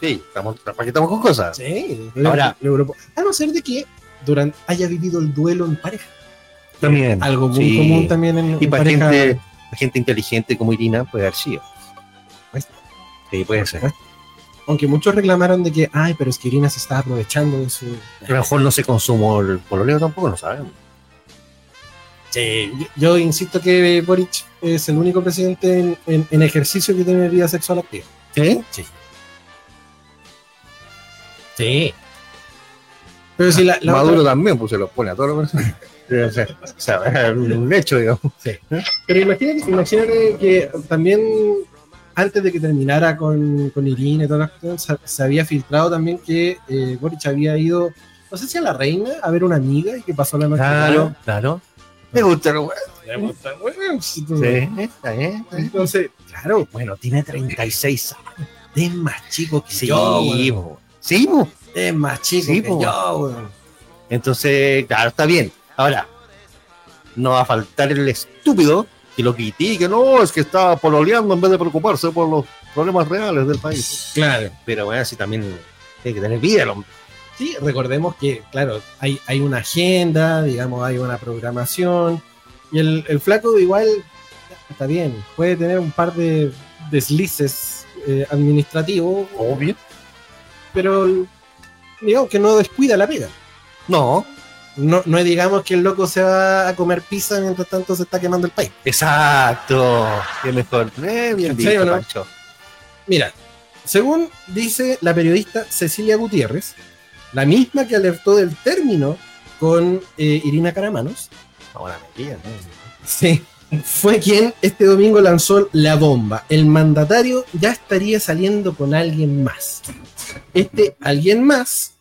Speaker 3: sí, estamos, ¿para qué estamos con cosas?
Speaker 2: Sí,
Speaker 3: Ahora-
Speaker 2: le duró po- a no ser de que durante, haya vivido el duelo en pareja.
Speaker 3: También.
Speaker 2: Algo muy
Speaker 3: Sí.
Speaker 2: común también en,
Speaker 3: Y
Speaker 2: en
Speaker 3: para
Speaker 2: pareja.
Speaker 3: gente, para gente inteligente como Irina puede haber sido.
Speaker 2: Pues-
Speaker 3: Sí, puede ser.
Speaker 2: Aunque muchos reclamaron de que, ay, pero es que Irina se está aprovechando de su...
Speaker 3: A lo mejor no se consumó el pololeo tampoco, no sabemos.
Speaker 2: Sí, yo, yo insisto que Boric es el único presidente en, en- en ejercicio que tiene vida sexual activa.
Speaker 3: ¿Sí?
Speaker 2: Sí. Pero si la, la
Speaker 3: Maduro
Speaker 2: otra-
Speaker 3: también, pues se lo pone a todos los personajes. o sea, o sea, un hecho, digamos.
Speaker 2: pero imagínate, imagínate que también antes de que terminara con, con Irina y todas las cuestiones, se, se había filtrado también que eh, Boric había ido, no sé si a la reina, a ver una amiga y que pasó la noche. con
Speaker 3: claro. Me gusta lo
Speaker 2: ella. Entonces,
Speaker 3: Sí, está bien. está bien.
Speaker 2: Entonces, claro,
Speaker 3: Bueno, tiene 36 años.
Speaker 2: es más chico que
Speaker 3: Sí,
Speaker 2: yo. weón.
Speaker 3: po. sí, po.
Speaker 2: Es más chico
Speaker 3: Sí,
Speaker 2: que
Speaker 3: po.
Speaker 2: yo. weón.
Speaker 3: Entonces, claro, está bien. Ahora, no va a faltar el estúpido que lo critique. No, es que está pololeando en vez de preocuparse por los problemas reales del país.
Speaker 2: Claro.
Speaker 3: Pero bueno, así también tiene que tener vida el hombre.
Speaker 2: Sí, recordemos que, claro, hay, hay una agenda, digamos, hay una programación. Y el, el flaco igual está bien, puede tener un par de deslices eh, administrativos,
Speaker 3: Obvio.
Speaker 2: pero digamos que no descuida la pega.
Speaker 3: No,
Speaker 2: No, no digamos que el loco se va a comer pizza mientras tanto se está quemando el país.
Speaker 3: exacto. Bien mejor. Eh, bien
Speaker 2: ¿Sí
Speaker 3: dicho,
Speaker 2: o no?
Speaker 3: Pancho.
Speaker 2: Mira, según dice la periodista Cecilia Gutiérrez, la misma que alertó del término con eh, Irina Caramanos,
Speaker 3: Ahora me pillan, ¿no?
Speaker 2: Sí. Fue quien este domingo lanzó la bomba. El mandatario ya estaría saliendo con alguien más. Este alguien más,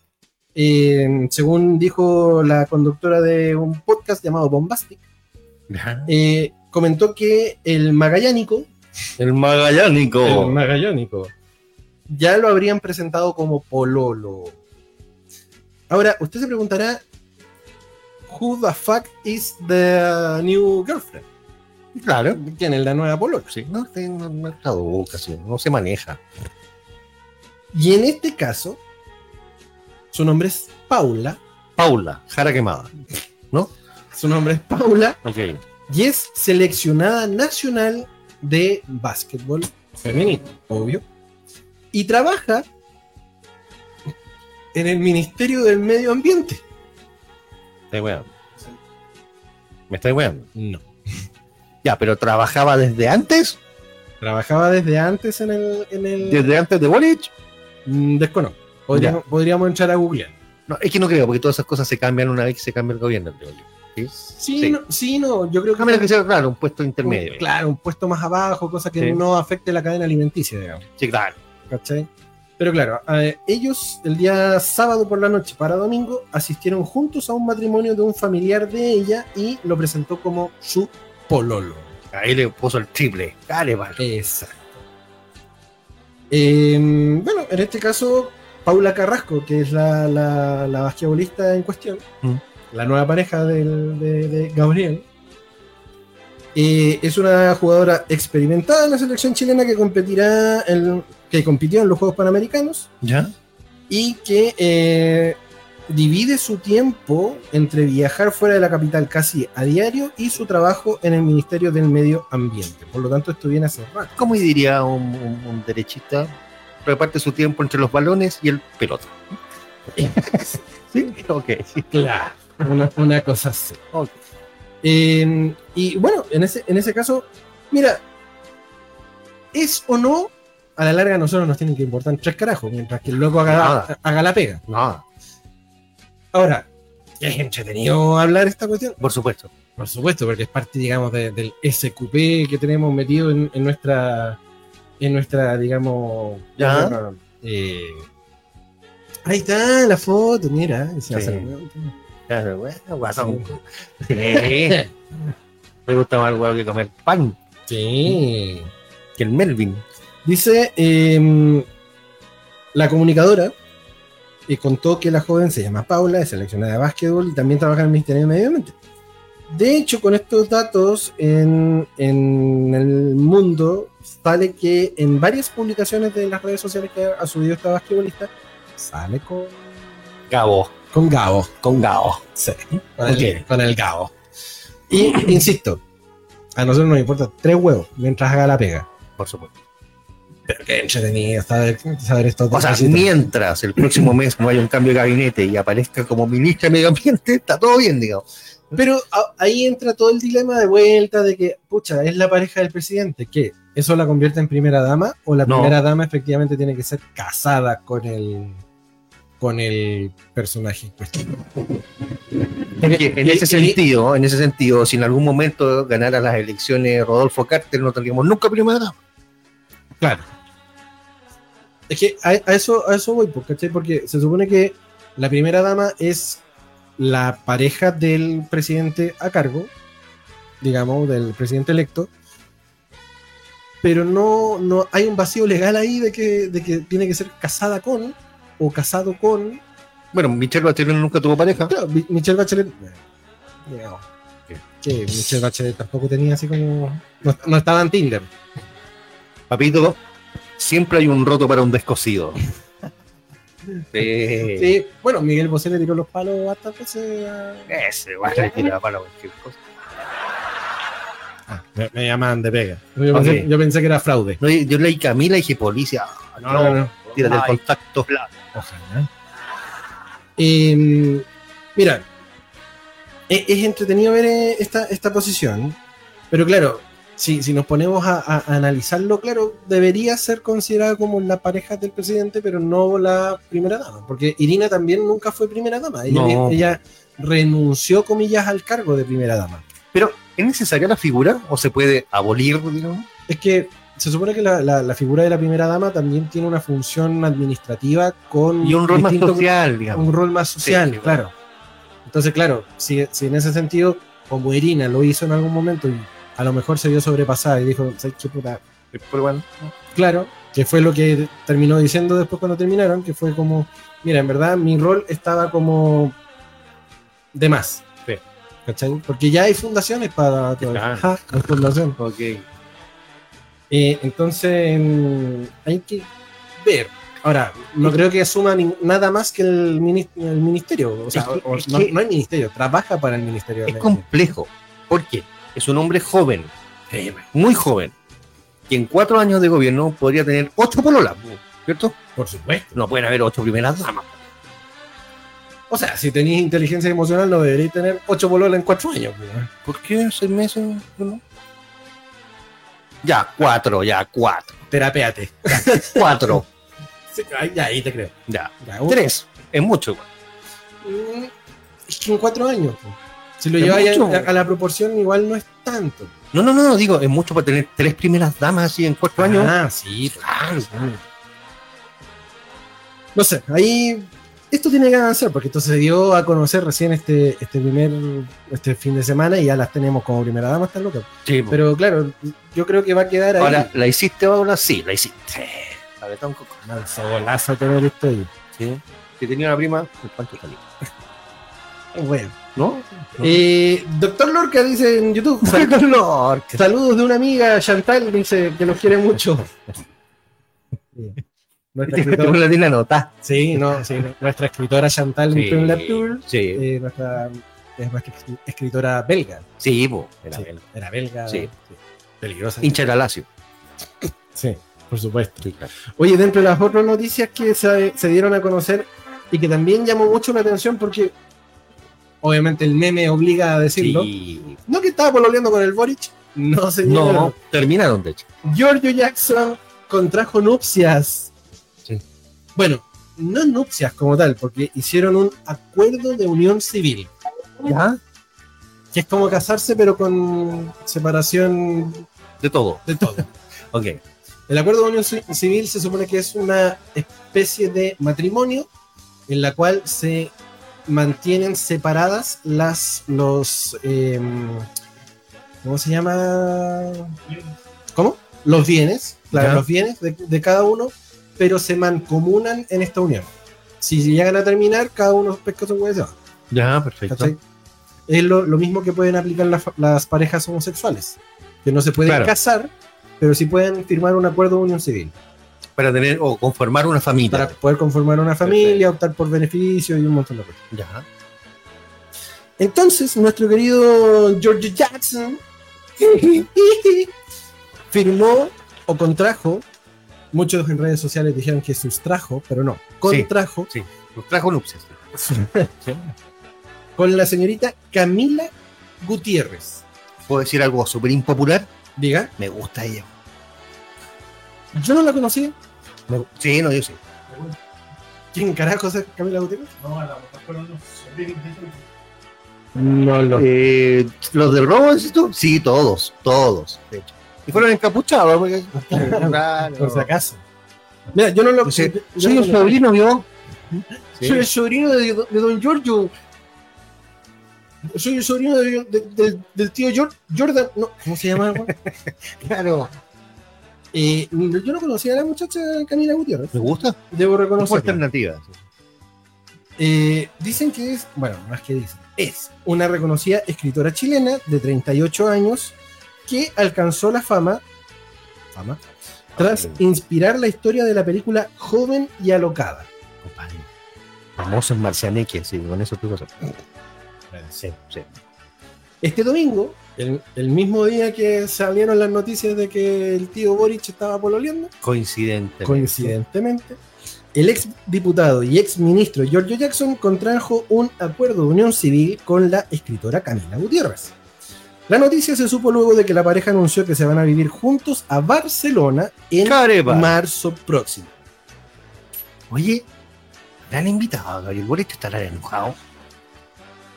Speaker 2: eh, según dijo la conductora de un podcast llamado Bombastic, eh, comentó que el magallánico,
Speaker 3: El magallánico.
Speaker 2: el magallánico, ya lo habrían presentado como Pololo. Ahora, usted se preguntará, ¿Who the fuck is the new girlfriend?
Speaker 3: Claro.
Speaker 2: ¿Quién es la nueva polola?
Speaker 3: Sí, no, te- no, no traduzca, sí, no se maneja.
Speaker 2: Y en este caso, su nombre es Paula.
Speaker 3: Paula, jara quemada.
Speaker 2: Su nombre es Paula
Speaker 3: Ok.
Speaker 2: y es seleccionada nacional de básquetbol femenino, obvio. Y trabaja en el Ministerio del Medio Ambiente.
Speaker 3: Estoy weando. ¿Me estoy weando?
Speaker 2: No.
Speaker 3: Ya, pero trabajaba desde antes,
Speaker 2: Trabajaba desde antes en el. En el
Speaker 3: desde antes de Boric.
Speaker 2: Mm, desconozco. Podríamos, podríamos entrar a googlear.
Speaker 3: No, es que no creo, porque todas esas cosas se cambian una vez que se cambia el gobierno, creo yo. Sí.
Speaker 2: Sí,
Speaker 3: Sí.
Speaker 2: No, sí, no, yo creo
Speaker 3: A menos que
Speaker 2: que.
Speaker 3: sea, claro, un puesto intermedio.
Speaker 2: Claro, un puesto más abajo, cosa que
Speaker 3: Sí.
Speaker 2: no afecte la cadena alimenticia, digamos.
Speaker 3: Sí, claro.
Speaker 2: ¿cachai? Pero claro, eh, ellos el día sábado por la noche para domingo asistieron juntos a un matrimonio de un familiar de ella y lo presentó como su pololo.
Speaker 3: Ahí le puso el triple. Dale, vale.
Speaker 2: Exacto. Eh, bueno, en este caso, Paula Carrasco, que es la, la, la basquetbolista en cuestión,
Speaker 3: Mm.
Speaker 2: la nueva pareja del- de, de Gabriel, eh, es una jugadora experimentada en la selección chilena que competirá en- que compitió en los Juegos Panamericanos
Speaker 3: ¿Ya?
Speaker 2: y que eh, divide su tiempo entre viajar fuera de la capital casi a diario y su trabajo en el Ministerio del Medio Ambiente. Por lo tanto, esto viene hace rato.
Speaker 3: ¿Cómo diría un, un- un derechista? reparte su tiempo entre los balones y el pelota. ¿Sí? Ok.
Speaker 2: Claro, una, una cosa así.
Speaker 3: Ok.
Speaker 2: Eh, y bueno, en ese, en ese caso, mira, es o no, a la larga a nosotros nos tienen que importar tres carajos, mientras que el loco haga,
Speaker 3: Nada.
Speaker 2: haga la pega.
Speaker 3: No,
Speaker 2: Ahora, es entretenido hablar esta cuestión,
Speaker 3: por supuesto.
Speaker 2: por supuesto, porque es parte, digamos, de- del SQP que tenemos metido en, en nuestra, en nuestra, digamos,
Speaker 3: Ya.
Speaker 2: eh, ahí está la foto, mira. se va a
Speaker 3: Sí.
Speaker 2: hacer-
Speaker 3: Claro, bueno, guasón. Sí. Me gusta más el huevo que comer pan
Speaker 2: Sí.
Speaker 3: que el Melvin.
Speaker 2: Dice, eh, la comunicadora eh, contó que la joven se llama Paula, es seleccionada de básquetbol y también trabaja en el Ministerio de Medio Ambiente. De hecho, con estos datos en, en el mundo, sale que en varias publicaciones de las redes sociales que ha subido esta basquetbolista, sale con...
Speaker 3: Gabo.
Speaker 2: Con Gabo.
Speaker 3: Con Gabo.
Speaker 2: Sí, con el,
Speaker 3: Ok.
Speaker 2: con el Gabo. Y, insisto, a nosotros nos importa tres huevos mientras haga la pega.
Speaker 3: Por supuesto.
Speaker 2: Pero qué entretenido saber, saber estos
Speaker 3: O sea,
Speaker 2: datos.
Speaker 3: mientras el próximo mes no haya un cambio de gabinete y aparezca como ministra de Medio Ambiente, está todo bien, digamos.
Speaker 2: Pero a- ahí entra todo el dilema de vuelta de que, pucha, es la pareja del presidente. ¿Qué? ¿Eso la convierte en primera dama? ¿O la
Speaker 3: No.
Speaker 2: primera dama efectivamente tiene que ser casada con el con el personaje en cuestión?
Speaker 3: Porque en
Speaker 2: Y-
Speaker 3: ese
Speaker 2: y-
Speaker 3: sentido, en ese sentido, si en algún momento ganara las elecciones Rodolfo Carter, no tendríamos nunca primera dama.
Speaker 2: Es que a, a eso, a eso voy, po, ¿cachai? Porque se supone que la primera dama es la pareja del presidente a cargo, digamos, del presidente electo, pero no, no hay un vacío legal ahí de que, de que tiene que ser casada con o casado con. Ah,
Speaker 3: Bueno, Michelle Bachelet nunca tuvo pareja.
Speaker 2: Claro, Mi- Michelle Bachelet. digamos, que Michelle Bachelet tampoco tenía así como. No, no estaba en Tinder.
Speaker 3: Papito, siempre hay un roto para un descosido. Eh, Sí.
Speaker 2: Sí, bueno, Miguel Bosé le tiró los palos hasta veces a-
Speaker 3: Ese, bueno, le tiraba para cualquier cosa.
Speaker 2: Me, llamaban de pega. Yo,
Speaker 3: Ok.
Speaker 2: pensé, yo pensé que era fraude.
Speaker 3: No, yo leí Camila y dije policía. No, no, tírate el
Speaker 5: Ay.
Speaker 3: contacto.
Speaker 2: Ojalá. Eh, mira, e- es, entretenido ver eh, esta, esta posición, pero claro, si, si nos ponemos a, a- a analizarlo, claro, debería ser considerada como la pareja del presidente, pero no la primera dama, porque Irina también nunca fue primera dama. Ella,
Speaker 3: No.
Speaker 2: ella renunció, comillas, al cargo de primera dama.
Speaker 3: Pero, ¿es necesaria la figura o se puede abolir, digamos?
Speaker 2: Es que se supone que la, la- la figura de la primera dama también tiene una función administrativa con
Speaker 3: Y un rol más
Speaker 2: distinto-
Speaker 3: social, digamos.
Speaker 2: un rol más social,
Speaker 3: sí,
Speaker 2: claro. Entonces, claro, si, si en ese sentido, como Irina lo hizo en algún momento y a lo mejor se vio sobrepasada y dijo, "¿Sabes qué puta?
Speaker 3: Pero bueno,
Speaker 2: Claro, que fue lo que terminó diciendo después cuando terminaron, que fue como, mira, en verdad mi rol estaba como de más.
Speaker 3: Sí.
Speaker 2: ¿Cachai? Porque ya hay fundaciones para todo
Speaker 3: Claro.
Speaker 2: Ajá, hay fundación.
Speaker 3: ok.
Speaker 2: Eh, entonces, mm, hay que ver. Ahora, no creo que asuma ni- nada más que el, minis- el ministerio. O sea,
Speaker 3: Es que-
Speaker 2: o-
Speaker 3: es
Speaker 2: no,
Speaker 3: que-
Speaker 2: no el ministerio, trabaja para el ministerio.
Speaker 3: Es
Speaker 2: de-
Speaker 3: complejo, porque es un hombre joven, muy joven, que en cuatro años de gobierno podría tener ocho pololas, ¿cierto?
Speaker 2: Por supuesto.
Speaker 3: No pueden haber ocho primeras damas.
Speaker 2: O sea, si tenéis inteligencia emocional, no deberéis tener ocho bololas en cuatro años. pues, ¿eh?
Speaker 3: ¿Por qué seis meses? no? Ya, cuatro, ya, cuatro.
Speaker 2: Terapéate.
Speaker 3: Cuatro,
Speaker 2: Sí, ahí- ya, ahí te creo.
Speaker 3: ya.
Speaker 2: Ya, un-
Speaker 3: Tres, es mucho igual.
Speaker 2: Mm, Es que en cuatro años. pues. Si lo
Speaker 3: Es
Speaker 2: lleváis
Speaker 3: mucho.
Speaker 2: a, a la proporción, igual no es tanto.
Speaker 3: No, no, no, digo, es mucho para tener tres primeras damas así en cuatro años.
Speaker 2: Ah, sí. No sé, ahí. Esto tiene que avanzar, porque esto se dio a conocer recién este, este primer este fin de semana y ya las tenemos como primera dama, están locas.
Speaker 3: Sí, po.
Speaker 2: Pero claro, yo creo que va a quedar ahí.
Speaker 3: ahora, ¿la hiciste ahora? Sí, la hiciste. Cabetón coco.
Speaker 2: Manso golazo que me diste ahí.
Speaker 3: Sí. Si tenía una prima, el pancho salió.
Speaker 2: Bueno.
Speaker 3: ¿No?
Speaker 2: Eh, Doctor Lorca dice en YouTube. Doctor Lorca. Saludos de una amiga, Chantal, dice que nos quiere mucho. Bien. Nuestra
Speaker 3: Tú
Speaker 2: escritora,
Speaker 3: la tienes anotada.
Speaker 2: sí, no, sí, no. nuestra escritora Chantal
Speaker 3: Sí,
Speaker 2: Prem Latour,
Speaker 3: sí,
Speaker 2: eh, nuestra, es nuestra escri- escritora belga.
Speaker 3: sí, po, era
Speaker 2: Sí,
Speaker 3: él.
Speaker 2: Era belga.
Speaker 3: Sí.
Speaker 2: Peligrosa.
Speaker 3: Hincha de la Lazio.
Speaker 2: Sí. por supuesto. Oye, dentro de las otras noticias que se, se dieron a conocer y que también llamó mucho la atención porque obviamente el meme obliga a decirlo.
Speaker 3: Sí.
Speaker 2: No que estaba pololeando con el Boric. No, señor.
Speaker 3: No, terminaron de hecho.
Speaker 2: Giorgio Jackson contrajo nupcias.
Speaker 3: Sí.
Speaker 2: Bueno, no nupcias como tal, porque hicieron un acuerdo de unión civil,
Speaker 3: ¿Ya?
Speaker 2: que es como casarse pero con separación
Speaker 3: De todo.
Speaker 2: de todo.
Speaker 3: Ok.
Speaker 2: El acuerdo de unión ci- civil se supone que es una especie de matrimonio en la cual se mantienen separadas las los em, ¿cómo se llama? ¿Cómo? Los bienes, claro,
Speaker 3: Ya.
Speaker 2: los bienes de, de cada uno, pero se mancomunan en esta unión. Si llegan a terminar, cada uno pesca su huevo.
Speaker 3: Ya, perfecto.
Speaker 2: ¿cachai? Es lo, lo mismo que pueden aplicar las, fa- las parejas homosexuales, que no se pueden
Speaker 3: Claro.
Speaker 2: casar, pero sí pueden firmar un acuerdo de unión civil
Speaker 3: Para tener o conformar una
Speaker 2: para
Speaker 3: familia.
Speaker 2: poder conformar una familia, optar por beneficios y un montón de cosas.
Speaker 3: Ya.
Speaker 2: Entonces, nuestro querido George Jackson firmó o contrajo, muchos en redes sociales dijeron que sustrajo, pero no, contrajo
Speaker 3: Nos trajo nupcias.
Speaker 2: con la señorita Camila Gutiérrez.
Speaker 3: Puedo decir algo súper impopular.
Speaker 2: Diga,
Speaker 3: Me gusta ella.
Speaker 2: yo no la conocía.
Speaker 3: Me- Sí, no, yo sí.
Speaker 2: ¿Quién carajo es Camila Gutiérrez?
Speaker 4: No, a la boca fueron los socialistas.
Speaker 3: No, Eh, ¿Los del robo decís tú? Sí, todos, todos, de hecho. Y fueron encapuchados, porque. Claro.
Speaker 2: Por si acaso. Mira, yo no lo
Speaker 3: Sí,
Speaker 2: yo- yo
Speaker 3: Soy
Speaker 2: no
Speaker 3: el
Speaker 2: lo-
Speaker 3: sobrino, ¿vio?
Speaker 2: Soy el sobrino de, de Don Giorgio. Soy el sobrino de- de- de- del tío Jor- Jordan. No, ¿Cómo se llama? güey?
Speaker 3: Claro.
Speaker 2: Eh, yo no conocía a la muchacha Camila Gutiérrez.
Speaker 3: Me gusta.
Speaker 2: Debo
Speaker 3: No fue
Speaker 2: reconocerla.
Speaker 3: alternativa.
Speaker 2: Eh, dicen que es, bueno, más que dicen, es una reconocida escritora chilena de 38 años que alcanzó la fama, fama
Speaker 3: Ah,
Speaker 2: tras
Speaker 3: Fama.
Speaker 2: inspirar la historia de la película Joven y Alocada.
Speaker 3: Compadre. Famoso en Marcianeque, sí, con eso tú vas Sí, sí.
Speaker 2: Este domingo, el, el mismo día que salieron las noticias de que el tío Boric estaba pololeando,
Speaker 3: Coincidente.
Speaker 2: coincidentemente, el ex diputado y ex ministro Giorgio Jackson contrajo un acuerdo de unión civil con la escritora Camila Gutiérrez. La noticia se supo luego de que la pareja anunció que se van a vivir juntos a Barcelona en
Speaker 3: Carepa.
Speaker 2: marzo próximo.
Speaker 3: Oye, ¿la han invitado a Gabriel Boric? ¿Estará enojado?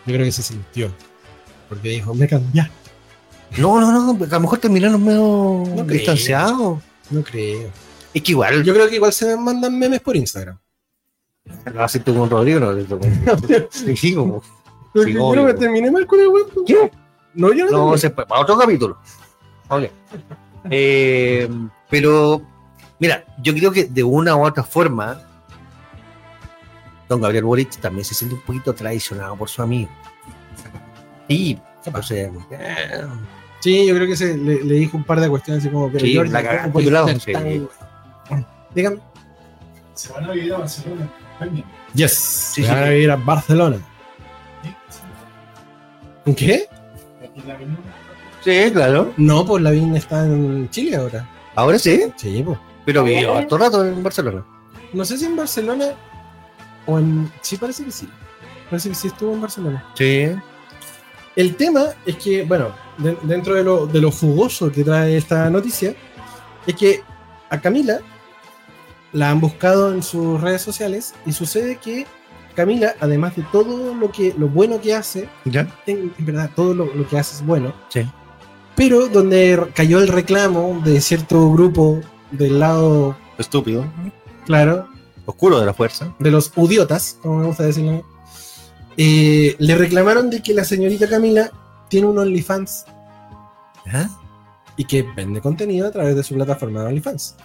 Speaker 2: Yo creo que se sintió. Porque dijo, me cambiaste.
Speaker 3: No, no, no, a lo mejor terminaron medio
Speaker 2: No creo.
Speaker 3: distanciados.
Speaker 2: No creo.
Speaker 3: Es que igual,
Speaker 2: Yo creo que igual se mandan memes por Instagram.
Speaker 3: lo haces tú con Rodrigo, no lo haces tú con... Sí, como-
Speaker 2: Yo
Speaker 3: Sí,
Speaker 2: creo
Speaker 3: obvio.
Speaker 2: que terminé mal con el web.
Speaker 3: ¿Qué?
Speaker 2: No, yo no.
Speaker 3: No,
Speaker 2: terminé.
Speaker 3: ese fue para otro capítulo. Ok. Eh, pero, mira, yo creo que de una u otra forma, don Gabriel Boric también se siente un poquito traicionado por su amigo. Y, entonces, eh,
Speaker 2: Sí, yo creo que se, le, le dijo un par de cuestiones así como, pero
Speaker 3: Sí,
Speaker 2: Jordi,
Speaker 3: la
Speaker 2: ¿cómo
Speaker 3: cagaste,
Speaker 2: puedes
Speaker 3: pelado?
Speaker 2: ser
Speaker 3: Sí.
Speaker 2: tan- Dígame.
Speaker 4: Se van a vivir a Barcelona. Ven, bien.
Speaker 2: Yes.
Speaker 3: Sí, sí,
Speaker 2: van a
Speaker 3: sí.
Speaker 2: vivir a Barcelona.
Speaker 4: Sí, sí.
Speaker 2: ¿Qué?
Speaker 4: Aquí en la avenida.
Speaker 3: sí, claro.
Speaker 2: No, pues la Lavín está en Chile ahora.
Speaker 3: Ahora sí,
Speaker 2: Sí, pues.
Speaker 3: pero vivió harto rato en Barcelona.
Speaker 2: No sé si en Barcelona o en... Sí, parece que sí. Parece que sí estuvo en Barcelona.
Speaker 3: Sí.
Speaker 2: El tema es que, bueno, de- dentro de lo, de lo jugoso que trae esta noticia, es que a Camila la han buscado en sus redes sociales y sucede que Camila, además de todo lo que lo bueno que hace,
Speaker 3: ¿Ya?
Speaker 2: en, en verdad todo lo, lo que hace es bueno,
Speaker 3: Sí.
Speaker 2: pero donde r- cayó el reclamo de cierto grupo del lado,
Speaker 3: Estúpido.
Speaker 2: claro,
Speaker 3: Oscuro de la fuerza.
Speaker 2: de los udiotas, como me gusta decirlo, a mí, eh, le reclamaron de que la señorita Camila tiene un OnlyFans
Speaker 3: ¿Ah?
Speaker 2: y que vende contenido a través de su plataforma de OnlyFans.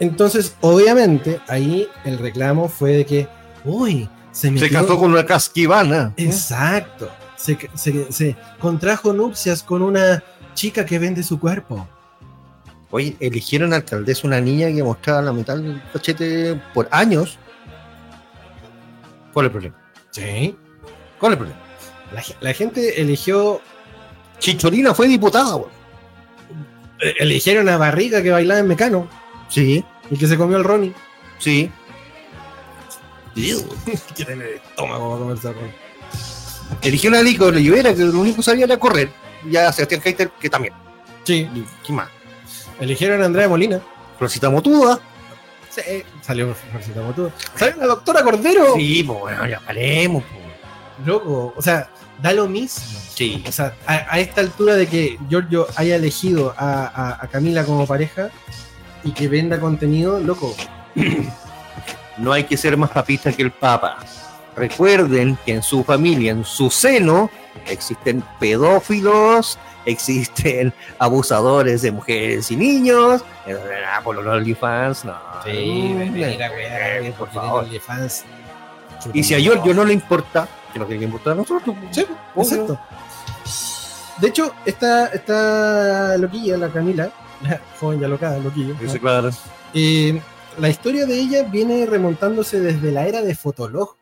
Speaker 2: Entonces, obviamente, ahí el reclamo fue de que, uy, se metió...
Speaker 3: Se casó con una casquivana.
Speaker 2: Exacto. Se, ca- se- se contrajo nupcias con una chica que vende su cuerpo.
Speaker 3: Oye, eligieron alcaldesa una niña que mostraba la mitad del cachete por años. ¿Cuál es el problema?
Speaker 2: Sí.
Speaker 3: ¿Cuál es el problema?
Speaker 2: La, ge- la gente eligió...
Speaker 3: Chicholina fue diputada, weón.
Speaker 2: eh, eligieron a Barriga que bailaba en Mecano
Speaker 3: Sí,
Speaker 2: y que se comió el Ronnie.
Speaker 3: sí.
Speaker 2: que tiene el estómago para comerse al Ronnie.
Speaker 3: Eligió a Lico Olivera, que lo único que sabía era correr. Y a Sebastián Keitel, que también.
Speaker 2: Sí.
Speaker 3: Y, ¿Qué más?
Speaker 2: Eligieron a Andrea Molina.
Speaker 3: Rosita Motuda.
Speaker 2: Sí, salió Rosita Motuda. ¿Salió la doctora Cordero?
Speaker 3: Sí, pues bueno, ya paremos. pues. po.
Speaker 2: Loco, o sea, da lo mismo.
Speaker 3: Sí.
Speaker 2: O sea, a, a esta altura de que Giorgio haya elegido a, a- a Camila como pareja y que venda contenido, loco.
Speaker 3: No hay que ser más papista que el Papa. Recuerden que en su familia, en su seno, existen pedófilos, existen abusadores de mujeres y niños. Eh, Ah, por los OnlyFans, no. Eh, por favor. Y si a Giorgio no le importa, que no tiene que importar a nosotros.
Speaker 2: Sí,
Speaker 3: obvio.
Speaker 2: exacto. De hecho, esta, esta loquilla, la Camila, la joven y alocada loquilla, ¿no?
Speaker 3: Dice, claro.
Speaker 2: Eh, la historia de ella viene remontándose desde la era de Fotolog,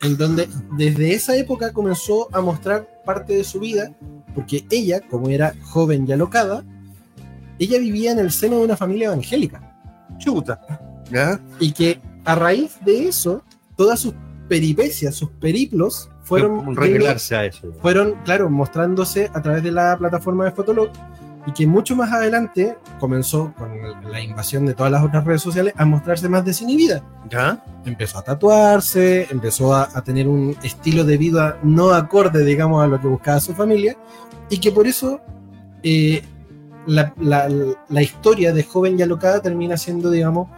Speaker 2: en donde desde esa época comenzó a mostrar parte de su vida, porque ella, como era joven y alocada, ella vivía en el seno de una familia evangélica
Speaker 3: Chuta. ¿Ya?
Speaker 2: y que a raíz de eso, todas sus peripecias, sus periplos, fueron,
Speaker 3: revelarse a eso.
Speaker 2: fueron claro, mostrándose a través de la plataforma de Fotolog y que mucho más adelante comenzó con el- la invasión de todas las otras redes sociales a mostrarse más desinhibida.
Speaker 3: ¿Ya?
Speaker 2: Empezó a tatuarse, empezó a, a tener un estilo de vida no acorde, digamos, a lo que buscaba su familia y que por eso eh, la, la- la historia de joven y alocada termina siendo, digamos,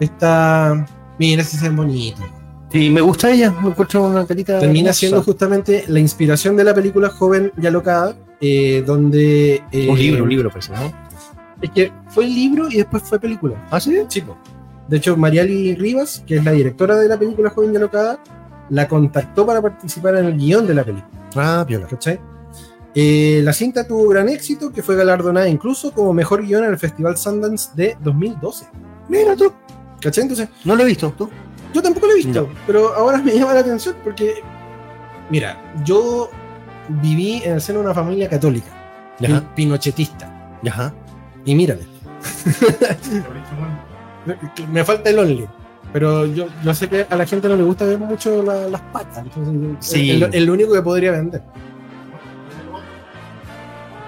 Speaker 2: esta... Mira, si se ven bonitos.
Speaker 3: Sí, me gusta ella. Me encuentro una carita.
Speaker 2: Termina
Speaker 3: hermosa.
Speaker 2: siendo justamente la inspiración de la película Joven y Alocada, eh, donde... eh,
Speaker 3: Un libro, un libro, parece, ¿no?
Speaker 2: Es que fue libro y después fue película.
Speaker 3: ¿Ah, sí?
Speaker 2: Chico. De hecho, Mariali Rivas, que es la directora de la película Joven y Alocada, la contactó para participar en el guión de la película.
Speaker 3: Ah, piola.
Speaker 2: ¿cachai? Eh, la cinta tuvo gran éxito, que fue galardonada incluso como mejor guión en el Festival Sundance de 2012.
Speaker 3: Mira tú.
Speaker 2: ¿Cachai? Entonces,
Speaker 3: No lo he visto, tú.
Speaker 2: Yo tampoco lo he visto, pero ahora me llama la atención porque, mira, yo viví en el seno de una familia católica,
Speaker 3: Ajá.
Speaker 2: pin- pinochetista,
Speaker 3: Ajá.
Speaker 2: y mírame, me falta el only, pero yo, yo sé que a la gente no le gusta ver mucho la- las patas, entonces eh,
Speaker 3: Sí.
Speaker 2: es, lo- es lo único que podría vender.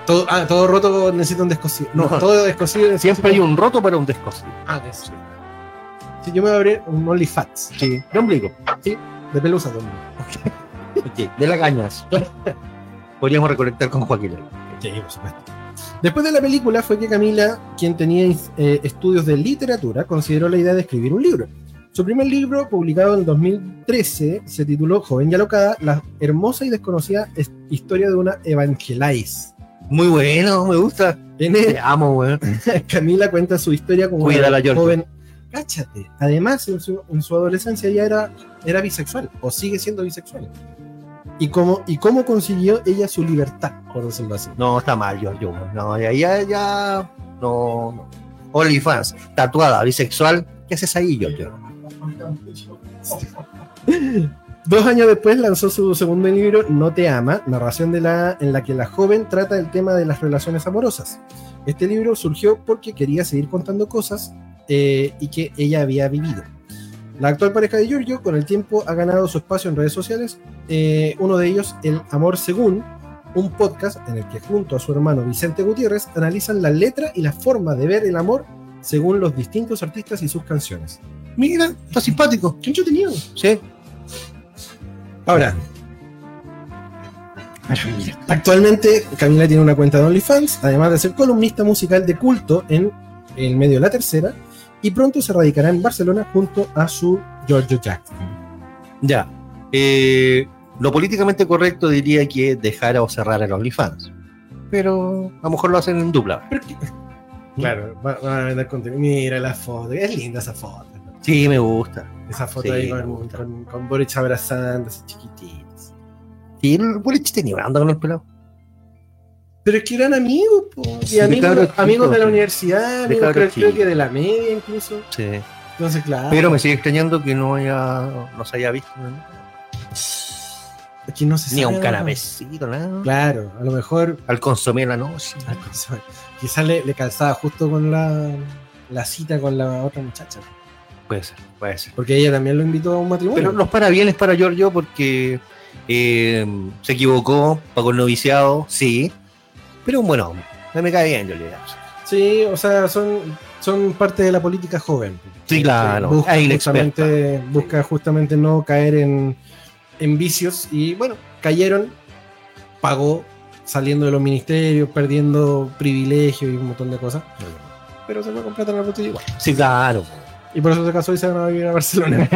Speaker 2: Todo, ah, todo roto necesita un descosido. No,
Speaker 3: No.
Speaker 2: todo descosido necesita
Speaker 3: Siempre hay un roto para un descosido.
Speaker 2: Ah, de eso. Sí, yo me voy a abrir un only fats,
Speaker 3: Sí. De ombligo.
Speaker 2: de pelusa también.
Speaker 3: Ok, De la cañas. Podríamos recolectar con Joaquín.
Speaker 2: Sí, por supuesto. Después de la película fue que Camila, quien tenía eh, estudios de literatura, consideró la idea de escribir un libro. Su primer libro, publicado en 2013, se tituló Joven y Alocada, la hermosa y desconocida es- historia de una evangelize.
Speaker 3: Muy bueno, me gusta.
Speaker 2: En él,
Speaker 3: Te amo, weón.
Speaker 2: Camila cuenta su historia como
Speaker 3: Cuídala, Giorgio.
Speaker 2: joven. Cáchate. Además, en su, en su adolescencia ya era, era bisexual, o sigue siendo bisexual. Y cómo, y cómo consiguió ella su libertad, por decirlo así.
Speaker 3: No, está mal, yo, yo. weón. No, ya, ya, ya. No, no. OnlyFans, tatuada, bisexual. ¿Qué haces ahí, yo, yo?
Speaker 2: Dos años después lanzó su segundo libro, No te ama, narración de la, en la que la joven trata el tema de las relaciones amorosas. Este libro surgió porque quería seguir contando cosas eh, y que ella había vivido. La actual pareja de Giorgio con el tiempo ha ganado su espacio en redes sociales, eh, uno de ellos El Amor Según, un podcast en el que junto a su hermano Vicente Gutiérrez analizan la letra y la forma de ver el amor según los distintos artistas y sus canciones.
Speaker 3: Mira, está simpático.
Speaker 2: ¿Qué yo tenía?
Speaker 3: Sí.
Speaker 2: Ahora. Actualmente Camila tiene una cuenta de OnlyFans, además de ser columnista musical de culto en el medio La Tercera, y pronto se radicará en Barcelona junto a su Giorgio Jackson.
Speaker 3: Ya. Eh, lo políticamente correcto diría que es dejar o cerrar el OnlyFans. Pero a lo mejor lo hacen en dupla.
Speaker 2: Claro, va- van a vender contenido. Mira la foto, es linda esa foto. ¿no?
Speaker 3: Sí, me gusta.
Speaker 2: Esa foto
Speaker 3: Sí,
Speaker 2: ahí
Speaker 3: me
Speaker 2: con,
Speaker 3: gusta.
Speaker 2: con, con Boric abrazándose, chiquititos.
Speaker 3: Sí, el boliche tenía anda con el pelado.
Speaker 2: Pero es que eran amigos, po, y
Speaker 3: De
Speaker 2: amigos,
Speaker 3: cabros
Speaker 2: amigos de la
Speaker 3: chicos.
Speaker 2: universidad, amigos
Speaker 3: cabros
Speaker 2: creo, creo
Speaker 3: chicos.
Speaker 2: que de la media incluso.
Speaker 3: Sí. Ah,
Speaker 2: Entonces, claro.
Speaker 3: Pero me sigue extrañando que no haya, no se haya visto. ¿no?
Speaker 2: Es que no se
Speaker 3: Ni a
Speaker 2: sabe,
Speaker 3: un
Speaker 2: ¿verdad?
Speaker 3: canapecito, nada.
Speaker 2: Claro, a lo mejor
Speaker 3: Al consomé en la noche.
Speaker 2: al console. quizás le, le calzaba justo con la, la cita con la otra muchacha.
Speaker 3: Puede ser, puede ser.
Speaker 2: Porque ella también lo invitó a un matrimonio.
Speaker 3: Pero los parabienes para Giorgio porque eh, se equivocó, pagó el noviciado, sí. Pero un buen hombre. A mí me cae bien, Giorgio. Jackson.
Speaker 2: Sí, o sea, son, son parte de la política joven.
Speaker 3: Sí, claro,
Speaker 2: Busca,
Speaker 3: es inexperta.
Speaker 2: justamente, busca justamente no caer en, en vicios y bueno, cayeron, pagó saliendo de los ministerios, perdiendo privilegios y un montón de cosas. Pero se fue con plata en la botella igual.
Speaker 3: Sí, claro.
Speaker 2: Y por eso se casó y se van a vivir a Barcelona.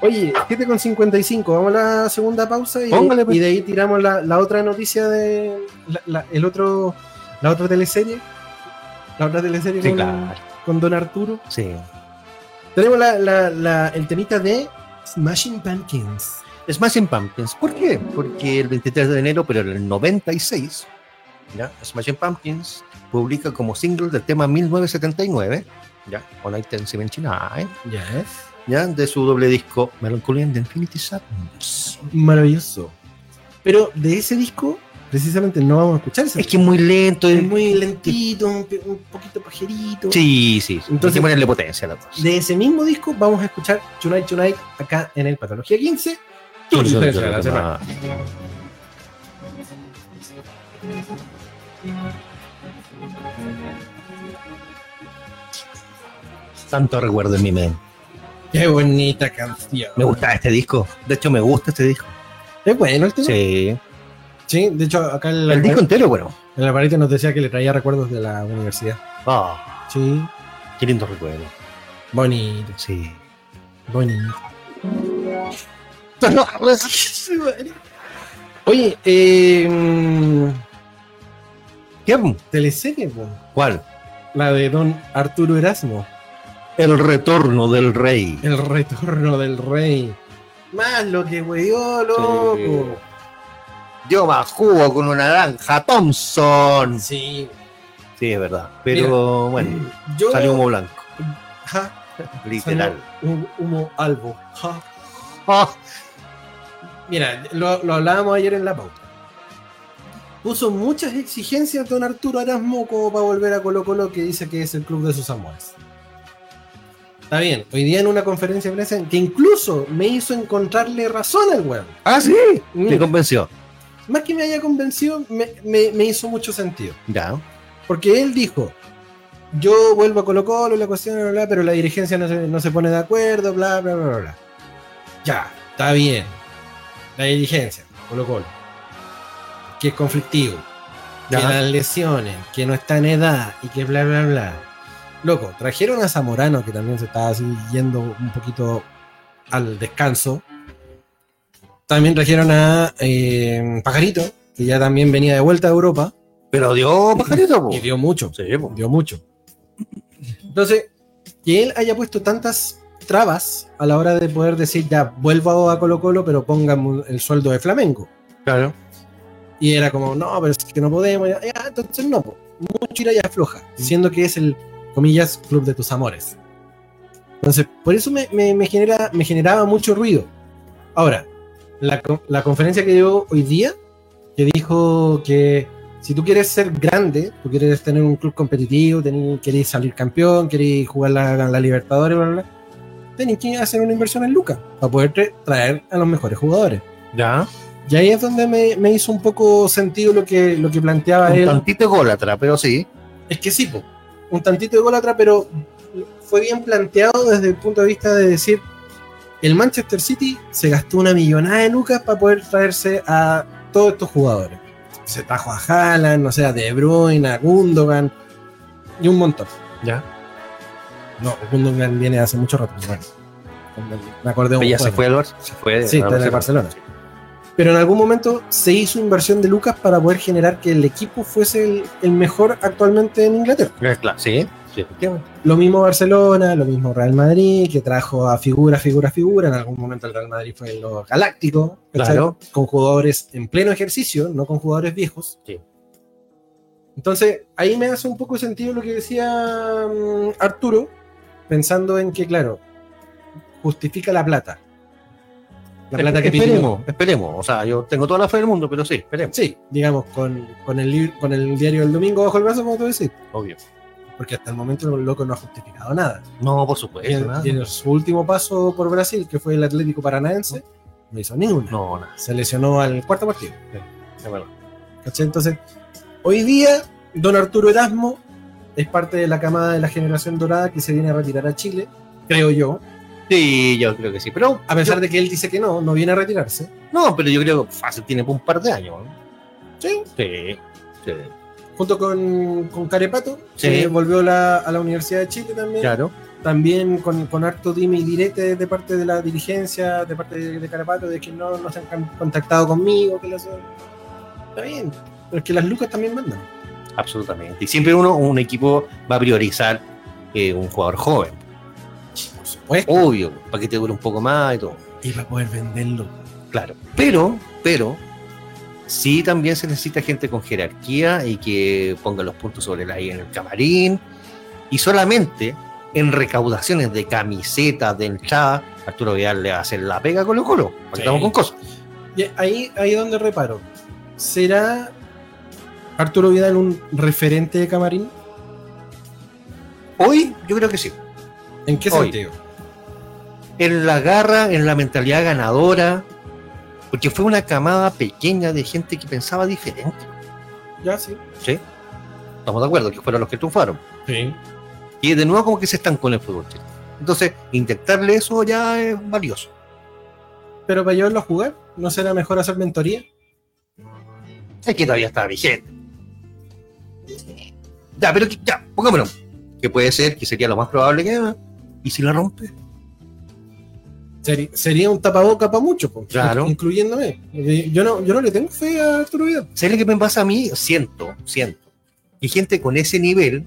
Speaker 2: Oye, 7.55, vamos a la segunda pausa y,
Speaker 3: Póngale, pues.
Speaker 2: y de ahí tiramos la, la otra noticia de la, la- el otro, la otra teleserie. La otra teleserie
Speaker 3: Sí,
Speaker 2: con,
Speaker 3: claro.
Speaker 2: con Don Arturo.
Speaker 3: Sí.
Speaker 2: Tenemos la, la- la- el temita de Smashing Pumpkins.
Speaker 3: Smashing Pumpkins. ¿Por qué? Porque el 23 de enero, pero en el 96, ¿ya? Smashing Pumpkins publica como single del tema 1979, ¿ya? On Night in 79,
Speaker 2: Ya
Speaker 3: ¿eh? ¿ya? De su doble disco Melancholy and the Infinity Sadness.
Speaker 2: Maravilloso. Pero de ese disco, precisamente no vamos a escuchar ese
Speaker 3: Es que es muy lento.
Speaker 2: disco.
Speaker 3: Es
Speaker 2: es muy lentito, un, pe- un poquito pajerito.
Speaker 3: Sí, sí. sí.
Speaker 2: Entonces-
Speaker 3: Hay que ponerle potencia a la cosa.
Speaker 2: De ese mismo disco vamos a escuchar Tonight Tonight acá en el Patología 15.
Speaker 3: Tanto recuerdo en mi mente.
Speaker 2: Qué bonita canción.
Speaker 3: Me gusta este disco. De hecho, me gusta este disco.
Speaker 2: Es bueno el tema. Sí.
Speaker 3: Sí.
Speaker 2: de hecho acá el,
Speaker 3: El disco entero, bueno.
Speaker 2: el Alvarito nos decía que le traía recuerdos de la universidad.
Speaker 3: Ah,
Speaker 2: Sí,
Speaker 3: qué lindo recuerdo.
Speaker 2: bonito,
Speaker 3: Sí.
Speaker 2: bonito. Oye, eh, mm,
Speaker 3: ¿Qué?
Speaker 2: teleserie, po.
Speaker 3: ¿Cuál?
Speaker 2: la de Don Arturo Erasmo,
Speaker 3: El retorno del rey.
Speaker 2: El retorno del rey. Más lo que huevió, loco.
Speaker 3: Dio más jugo con una naranja Thompson.
Speaker 2: Sí.
Speaker 3: Sí, es verdad. Pero bueno,
Speaker 2: Yo,
Speaker 3: salió humo blanco.
Speaker 2: Ja,
Speaker 3: Literal.
Speaker 2: un humo albo. Ja.
Speaker 3: Ah,
Speaker 2: Mira, lo, lo hablábamos ayer en la pauta. Puso muchas exigencias don Arturo Arasmo como para volver a Colo Colo que dice que es el club de sus amores. Está bien, hoy día en una conferencia de prensa en que incluso me hizo encontrarle razón al weón.
Speaker 3: ah, sí.
Speaker 2: Mm.
Speaker 3: Te convenció.
Speaker 2: Más que me haya convencido, me, me- me hizo mucho sentido.
Speaker 3: Ya.
Speaker 2: Porque él dijo, yo vuelvo a Colo Colo, la cuestión, bla, bla, pero la dirigencia no se, no se pone de acuerdo, bla, bla, bla, bla, bla. Ya, está bien. La dirigencia, Colo Colo. Que es conflictivo.
Speaker 3: Ya.
Speaker 2: Que las lesiones, que no está en edad y que bla, bla, bla. Loco, trajeron a Zamorano, que también se estaba así yendo un poquito al descanso. También trajeron a eh, Pajarito, que ya también venía de vuelta a Europa
Speaker 3: Pero dio pajarito, po.
Speaker 2: y dio mucho
Speaker 3: Sí, po.
Speaker 2: dio mucho. Entonces, que él haya puesto tantas trabas a la hora de poder decir, ya, vuelvo a Colo Colo, pero pongan el sueldo de Flamengo.
Speaker 3: Claro.
Speaker 2: Y era como, no, pero es que no podemos. Ya, ya, entonces no, po. mucho ira y afloja, siendo que es el, comillas, club de tus amores. Entonces, por eso me, me- me genera, me generaba mucho ruido. Ahora, la, co- la conferencia que dio hoy día, que dijo que si tú quieres ser grande, tú quieres tener un club competitivo, tenés- querés salir campeón, querés jugar la, la Libertadores, bla, bla, bla, tenés que hacer una inversión en Lucas para poder tra- traer a los mejores jugadores.
Speaker 3: Ya.
Speaker 2: Y ahí es donde me, me hizo un poco sentido lo que, lo que planteaba
Speaker 3: Un
Speaker 2: él.
Speaker 3: tantito ególatra, pero sí.
Speaker 2: Es que sí, po, un tantito de golatra, pero fue bien planteado desde el punto de vista de decir, el Manchester City se gastó una millonada de lucas para poder traerse a todos estos jugadores. Se trajo a Haaland, no sé, a De Bruyne, a Gundogan y un montón.
Speaker 3: Ya.
Speaker 2: No, Gundogan viene hace mucho rato. pero bueno. me acordé un
Speaker 3: Pero ya se
Speaker 2: juego.
Speaker 3: fue, Albert. Se fue.
Speaker 2: Sí,
Speaker 3: a
Speaker 2: está en el Barcelona. Pero en algún momento se hizo inversión de Lucas para poder generar que el equipo fuese el, el mejor actualmente en Inglaterra.
Speaker 3: Eh, claro, Sí, sí, efectivamente.
Speaker 2: Lo mismo Barcelona, lo mismo Real Madrid, que trajo a figura, figura, figura. En algún momento el Real Madrid fue lo galáctico, ¿cachai?
Speaker 3: Claro.
Speaker 2: con jugadores en pleno ejercicio, no con jugadores viejos.
Speaker 3: Sí.
Speaker 2: Entonces, ahí me hace un poco sentido lo que decía mm, Arturo, pensando en que, claro, justifica la plata.
Speaker 3: La plata que
Speaker 2: Esperemos.
Speaker 3: esperemos, esperemos. O sea, yo tengo toda la fe del mundo, pero sí, esperemos.
Speaker 2: Sí, digamos, con, con, el, lib- con el diario del domingo bajo el brazo, como tú decís.
Speaker 3: Obvio.
Speaker 2: Porque hasta el momento el loco no ha justificado nada.
Speaker 3: No, por
Speaker 2: Y en,
Speaker 3: supuesto. nada.
Speaker 2: y en su último paso por Brasil, que fue el Atlético Paranaense, no hizo ninguna.
Speaker 3: No, nada.
Speaker 2: Se lesionó al cuarto partido.
Speaker 3: de verdad.
Speaker 2: ¿cachai? Entonces, hoy día, don Arturo Erasmo es parte de la camada de la generación dorada que se viene a retirar a Chile, creo yo.
Speaker 3: Sí, yo creo que sí. Pero
Speaker 2: A pesar de que él dice que no, no viene a retirarse.
Speaker 3: No, pero yo creo que fácil tiene por un par de años. ¿no?
Speaker 2: Sí.
Speaker 3: Sí. sí,
Speaker 2: Junto con, con Carepato,
Speaker 3: Sí.
Speaker 2: que volvió la- a la Universidad de Chile también.
Speaker 3: Claro.
Speaker 2: también con, con harto dime y direte de parte de la dirigencia, de parte de, de Carapato, de que no, no se han can- contactado conmigo, que la so- Está bien, pero es que las lucas también mandan.
Speaker 3: Absolutamente. Y siempre uno, un equipo va a priorizar eh, un jugador joven.
Speaker 2: Por supuesto.
Speaker 3: Obvio, para que te dure un poco más y todo.
Speaker 2: Y para poder venderlo.
Speaker 3: Claro. Pero, pero, sí también se necesita gente con jerarquía y que ponga los puntos sobre la I en el camarín. Y solamente en recaudaciones de camisetas, de entrada, Arturo Vidal le va a hacer la pega con los colos.
Speaker 2: Sí.
Speaker 3: Estamos con cosas.
Speaker 2: Y ahí, ahí donde reparo. ¿Será Arturo Vidal un referente de camarín?
Speaker 3: Hoy yo creo que sí.
Speaker 2: ¿En qué
Speaker 3: Hoy.
Speaker 2: sentido?
Speaker 3: en la garra, en la mentalidad ganadora, porque fue una camada pequeña de gente que pensaba diferente.
Speaker 2: Ya, sí.
Speaker 3: ¿sí? Estamos de acuerdo, que fueron los que triunfaron.
Speaker 2: Sí.
Speaker 3: Y de nuevo como que se están con el fútbol. chileno. Entonces, inyectarle eso ya es valioso.
Speaker 2: Pero para llevarlo a jugar, ¿no será mejor hacer mentoría?
Speaker 3: Es que todavía está vigente. Ya, pero que- ya, pongámoslo. Que puede ser, que sería lo más probable que... haga. ¿Y si la rompe?
Speaker 2: Seri- sería un tapaboca para mucho, po.
Speaker 3: Claro.
Speaker 2: incluyéndome. Eh, Yo no, yo no le tengo fe a Arturo Vidal.
Speaker 3: ¿Sabes lo que me pasa a mí? Siento, siento. Y gente con ese nivel,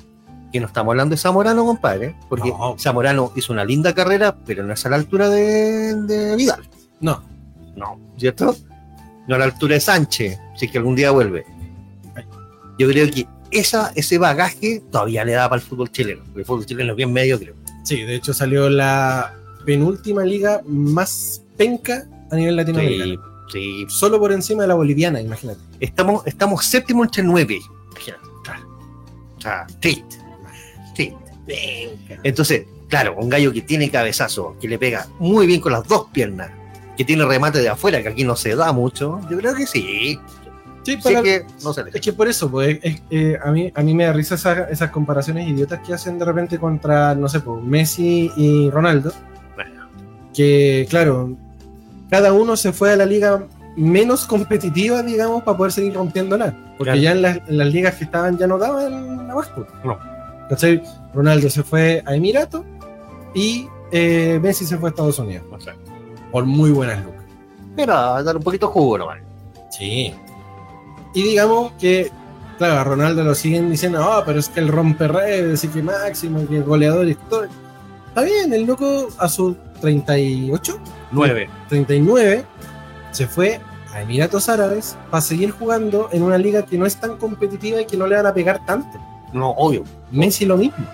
Speaker 3: que no estamos hablando de Zamorano, compadre, porque
Speaker 2: No.
Speaker 3: Zamorano hizo una linda carrera, pero no es a la altura de, de Vidal.
Speaker 2: No.
Speaker 3: No, ¿cierto? No a la altura de Sánchez, si es que algún día vuelve. Yo creo que esa, ese bagaje todavía le da para el fútbol chileno, porque el fútbol chileno es bien medio, creo.
Speaker 2: Sí, de hecho salió la penúltima liga más penca a nivel latinoamericano.
Speaker 3: Sí, sí.
Speaker 2: Solo por encima de la boliviana, imagínate.
Speaker 3: Estamos, estamos séptimo entre nueve. Imagínate. O sea, triste. Triste. Entonces, claro, un gallo que tiene cabezazo, que le pega muy bien con las dos piernas, que tiene remate de afuera, que aquí no se da mucho, yo creo que sí.
Speaker 2: Sí,
Speaker 3: Sé que no se
Speaker 2: Es
Speaker 3: le
Speaker 2: que por eso, pues, es- eh, a, mí, a mí me da risa esa- esas comparaciones idiotas que hacen de repente contra, no sé, pues, Messi y Ronaldo. Que, claro, cada uno se fue a la liga menos competitiva, digamos, para poder seguir rompiéndola. Porque
Speaker 3: Claro.
Speaker 2: ya en las, en las ligas que estaban ya no daban abasto.
Speaker 3: No.
Speaker 2: ¿Cachai? Ronaldo se fue a Emirato y eh, Messi se fue a Estados Unidos. Por muy buenas lucas.
Speaker 3: Era dar un poquito de jugo nomás.
Speaker 2: Sí. Y digamos que, claro, a Ronaldo lo siguen diciendo, ah, pero es que el rompe redes y que máximo, que goleador y todo. Está bien, el loco a sus 38,
Speaker 3: Nueve.
Speaker 2: 39, se fue a Emiratos Árabes para seguir jugando en una liga que no es tan competitiva y que no le van a pegar tanto.
Speaker 3: No, obvio.
Speaker 2: Messi lo mismo.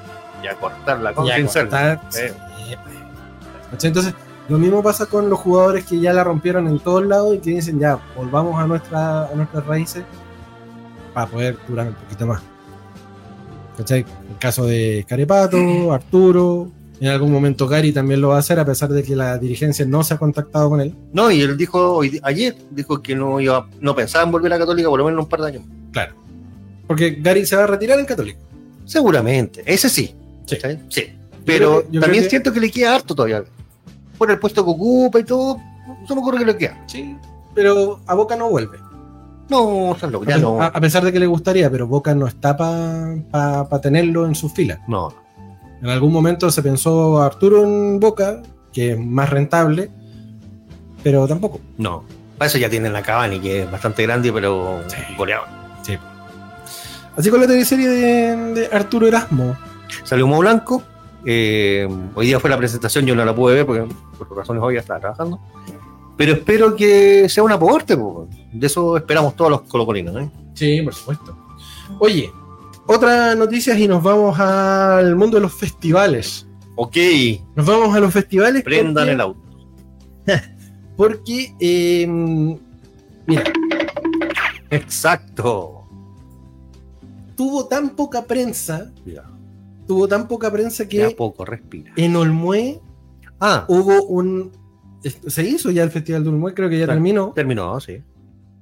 Speaker 3: Ya cortarla,
Speaker 2: Ya,
Speaker 3: compensarla.
Speaker 2: cortar,
Speaker 3: Eh.
Speaker 2: sí, pues. ¿Cachai? Entonces, lo mismo pasa con los jugadores que ya la rompieron en todos lados y que dicen, ya, volvamos a, nuestra, a nuestras raíces para poder durar un poquito más. ¿Cachai? El caso de Carepato, Arturo, en algún momento Gary también lo va a hacer, a pesar de que la dirigencia no se ha contactado con él.
Speaker 3: No, y él dijo hoy- ayer, dijo que no iba, no pensaba en volver a Católica por lo menos en un par de años.
Speaker 2: Porque Gary se va a retirar en Católico.
Speaker 3: Seguramente, ese sí.
Speaker 2: Sí.
Speaker 3: ¿Sabes? Sí. Pero
Speaker 2: creo que- yo creo
Speaker 3: también
Speaker 2: que-
Speaker 3: siento que le queda harto todavía. Por el puesto que ocupa y todo, yo me ocurre que le queda.
Speaker 2: Sí. Pero a Boca no vuelve.
Speaker 3: No, estás loco,
Speaker 2: A,
Speaker 3: ya no.
Speaker 2: a- a pesar de que le gustaría, pero Boca no está para tenerlo en sus filas.
Speaker 3: No,
Speaker 2: En algún momento se pensó Arturo en Boca, que es más rentable, pero tampoco.
Speaker 3: no. Para eso ya tienen la Cavani, que es bastante grande, pero goleador.
Speaker 2: Así con la teleserie de, de Arturo Erasmo.
Speaker 3: Salió Humo Blanco. eh, hoy día fue la presentación, yo no la pude ver porque por razones obvias estaba trabajando. Pero espero que sea un aporte, po. de eso esperamos todos los colocolinos. ¿eh?
Speaker 2: Sí, por supuesto. Oye, otra noticia y nos vamos al mundo de los festivales.
Speaker 3: Ok,
Speaker 2: Nos vamos a los festivales.
Speaker 3: prendan
Speaker 2: porque
Speaker 3: el auto.
Speaker 2: Porque, eh, mira,
Speaker 3: Exacto.
Speaker 2: tuvo tan poca prensa,
Speaker 3: Ya.
Speaker 2: tuvo tan poca prensa
Speaker 3: De a
Speaker 2: que
Speaker 3: poco, respira.
Speaker 2: en Olmué
Speaker 3: Ah,
Speaker 2: hubo un. est- Se hizo ya el Festival de Olmué, creo que ya
Speaker 3: Claro.
Speaker 2: terminó,
Speaker 3: terminó, sí.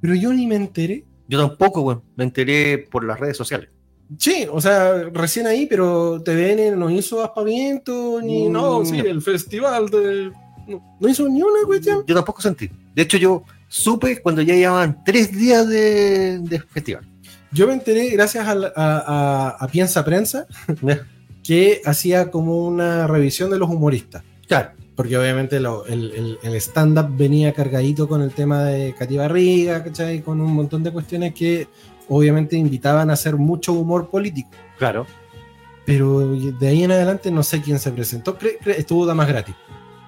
Speaker 2: pero yo ni me enteré.
Speaker 3: Yo tampoco, weón. Me enteré por las redes sociales.
Speaker 2: Sí, o sea, recién ahí, pero TVN no hizo aspaviento, ni
Speaker 3: Mm,
Speaker 2: no, sí,
Speaker 3: no.
Speaker 2: el festival de. No, no hizo ni una cuestión.
Speaker 3: Yo tampoco sentí. De hecho, yo supe cuando ya llevaban tres días de, de festival.
Speaker 2: Yo me enteré gracias a, la- a, a- a Piensa Prensa,
Speaker 3: Ya.
Speaker 2: que hacía como una revisión de los humoristas.
Speaker 3: Claro.
Speaker 2: Porque obviamente lo- el, el- el stand-up venía cargadito con el tema de Cati Barriga, ¿cachai? Con un montón de cuestiones que obviamente invitaban a hacer mucho humor político.
Speaker 3: Claro.
Speaker 2: Pero de ahí en adelante no sé quién se presentó. Cre- cre- estuvo Damas Gratis.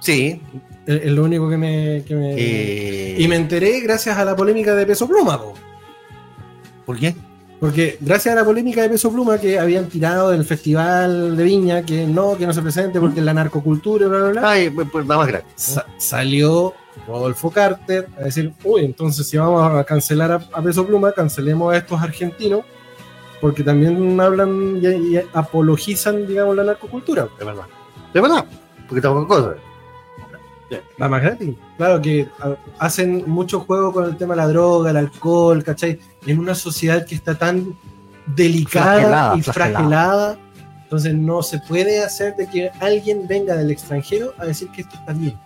Speaker 3: Sí.
Speaker 2: Es es lo único que me. que me-
Speaker 3: eh,
Speaker 2: Y me enteré gracias a la polémica de Peso Pluma, po.
Speaker 3: ¿Por qué?
Speaker 2: Porque gracias a la polémica de Peso Pluma que habían tirado del festival de Viña, que no, que no se presente porque es la narcocultura, bla, bla, bla.
Speaker 3: Ay, pues pues nada más gratis.
Speaker 2: sa- salió Rodolfo Carter a decir, uy, entonces si vamos a cancelar a, a Peso Pluma, cancelemos a estos argentinos, porque también hablan y, y apologizan, digamos, la narcocultura.
Speaker 3: De verdad. De verdad. Porque tampoco cosas.
Speaker 2: La más gratis. Claro que a- hacen mucho juego con el tema de la droga, el alcohol, ¿cachai? En una sociedad que está tan delicada
Speaker 3: Flagelada,
Speaker 2: y
Speaker 3: flagelada.
Speaker 2: fragelada. Entonces no se puede hacer de que alguien venga del extranjero a decir que esto está bien.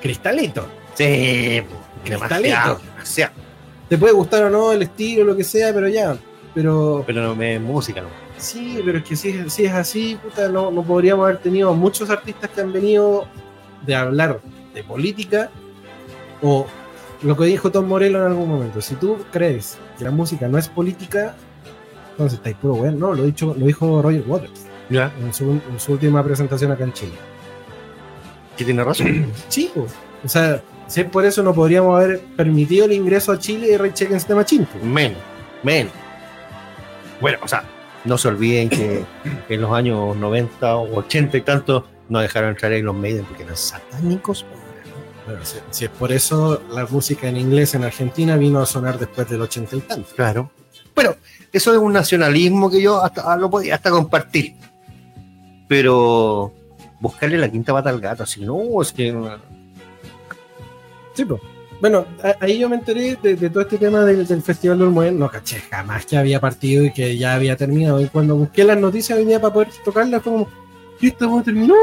Speaker 2: Cristalito.
Speaker 3: Sí.
Speaker 2: Cristalito.
Speaker 3: Demasiado. demasiado.
Speaker 2: Te puede gustar o no el estilo, lo que sea, pero ya. Pero
Speaker 3: Pero no me música, no.
Speaker 2: Sí, pero es que si, es- si es así, puta, no, no podríamos haber tenido a muchos artistas que han venido de hablar de política o lo que dijo Tom Morello en algún momento. Si tú crees que la música no es política, entonces estáis puro weón. No, lo, dicho, lo dijo Roger Waters
Speaker 3: Ya.
Speaker 2: en su, en su última presentación acá en Chile.
Speaker 3: Que tiene razón.
Speaker 2: Chico, o sea, si es por eso no podríamos haber permitido el ingreso a Chile de Ray Check en tema chimpo.
Speaker 3: Men, men. Bueno, o sea, no se olviden que en los años 90 o 80 y tanto no dejaron entrar en los medios porque eran satánicos. pues.
Speaker 2: Bueno, si, si es por eso la música en inglés en Argentina vino a sonar después del ochenta y tanto.
Speaker 3: Claro. Bueno, eso es un nacionalismo que yo hasta ah, lo podía hasta compartir. Pero buscarle la quinta pata al gato, si no, es que
Speaker 2: Sí, po. Bueno, a- ahí yo me enteré de, de todo este tema del, del Festival de Olmué. No caché jamás que había partido y que ya había terminado. Y cuando busqué las noticias hoy día para poder tocarlas, fue como, ¿y esto cómo terminó?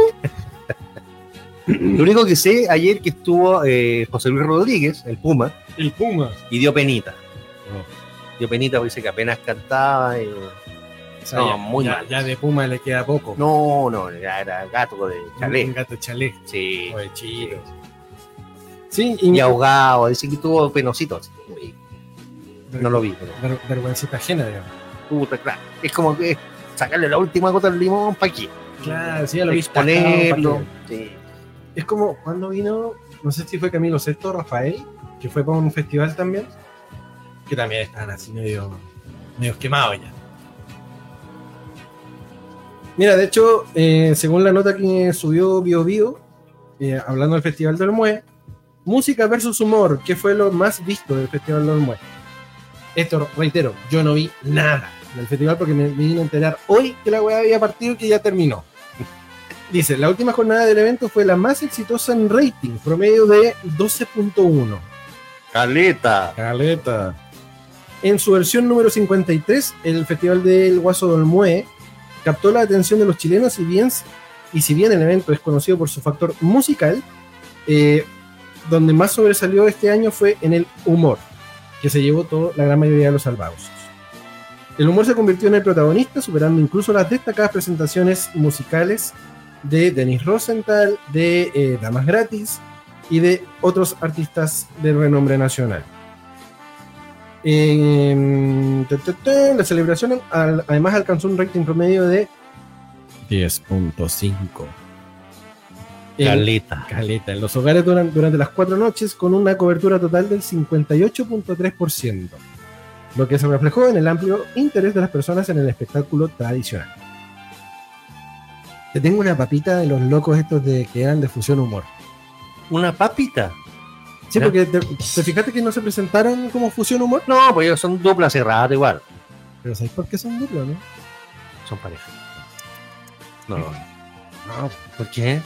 Speaker 3: lo único que sé ayer que estuvo eh, José Luis Rodríguez, el Puma,
Speaker 2: El Puma.
Speaker 3: y dio penita. Dio penita porque dice que apenas cantaba. eh, y- No, muy
Speaker 2: ya,
Speaker 3: mal.
Speaker 2: ya de Puma le queda poco.
Speaker 3: No, no, era, Mm. era gato de
Speaker 2: Un
Speaker 3: chalet.
Speaker 2: gato chalé.
Speaker 3: Sí.
Speaker 2: Oye, chido. Sí, y,
Speaker 3: Y ahogado, dicen que tuvo penositos. No lo vi, pero
Speaker 2: Ver- vergüencita ajena, digamos.
Speaker 3: puta, claro. Es como que sacarle la última gota del limón para aquí.
Speaker 2: Claro, sí, ya lo vi.
Speaker 3: Exponerlo. Sí.
Speaker 2: Es como cuando vino, no sé si fue Camilo Sesto, Rafael, que fue para un festival también, que también estaban así medio, medio quemados ya. Mira, de hecho, eh, según la nota que subió Bio Bio, eh, hablando del Festival del Mue, música versus humor, que fue lo más visto del Festival del Mue. Esto, reitero, yo no vi nada del festival porque me, me vine a enterar hoy que la weá había partido y que ya terminó. Dice, la última jornada del evento fue la más exitosa en rating, promedio de 12.1.
Speaker 3: Caleta.
Speaker 2: Caleta. En su versión número 53, el Festival del Guaso del Mue captó la atención de los chilenos y, bien, y si bien el evento es conocido por su factor musical, eh, donde más sobresalió este año fue en el humor, que se llevó todo, la gran mayoría de los salvados. El humor se convirtió en el protagonista, superando incluso las destacadas presentaciones musicales de Denis Rosenthal, de eh, Damas Gratis y de otros artistas de renombre nacional. Eh, ta, ta, ta, la celebración al- además alcanzó un rating promedio de
Speaker 6: 10.5.
Speaker 2: en,
Speaker 3: Caleta.
Speaker 2: caleta, en los hogares duran- durante las cuatro noches con una cobertura total del 58.3%, lo que se reflejó en el amplio interés de las personas en el espectáculo tradicional. Te tengo una papita de los locos estos de que eran de fusión humor.
Speaker 3: Una papita.
Speaker 2: Sí,
Speaker 3: Ya.
Speaker 2: porque te, te fijaste que no se presentaron como fusión humor.
Speaker 3: No, pues ellos son dupla cerrada igual.
Speaker 2: Pero ¿sabéis por qué son duplos, no?
Speaker 3: Son pareja. No. No, ¿por qué?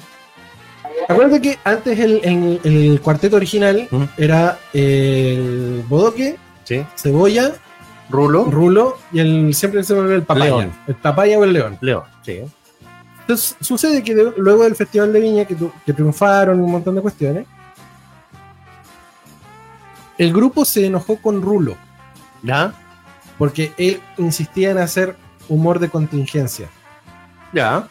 Speaker 2: Acuérdate que antes el, en- el cuarteto original
Speaker 3: ¿Mm?
Speaker 2: era el Bodoque,
Speaker 3: Sí.
Speaker 2: Cebolla,
Speaker 3: Rulo.
Speaker 2: Rulo y el siempre se me olvida el papaya.
Speaker 3: León.
Speaker 2: El papaya o el león.
Speaker 3: Leo. Sí.
Speaker 2: Entonces sucede que de- luego del Festival de Viña, que, tu- que triunfaron un montón de cuestiones, el grupo se enojó con Rulo,
Speaker 3: Ya.
Speaker 2: porque él insistía en hacer humor de contingencia,
Speaker 3: Ya.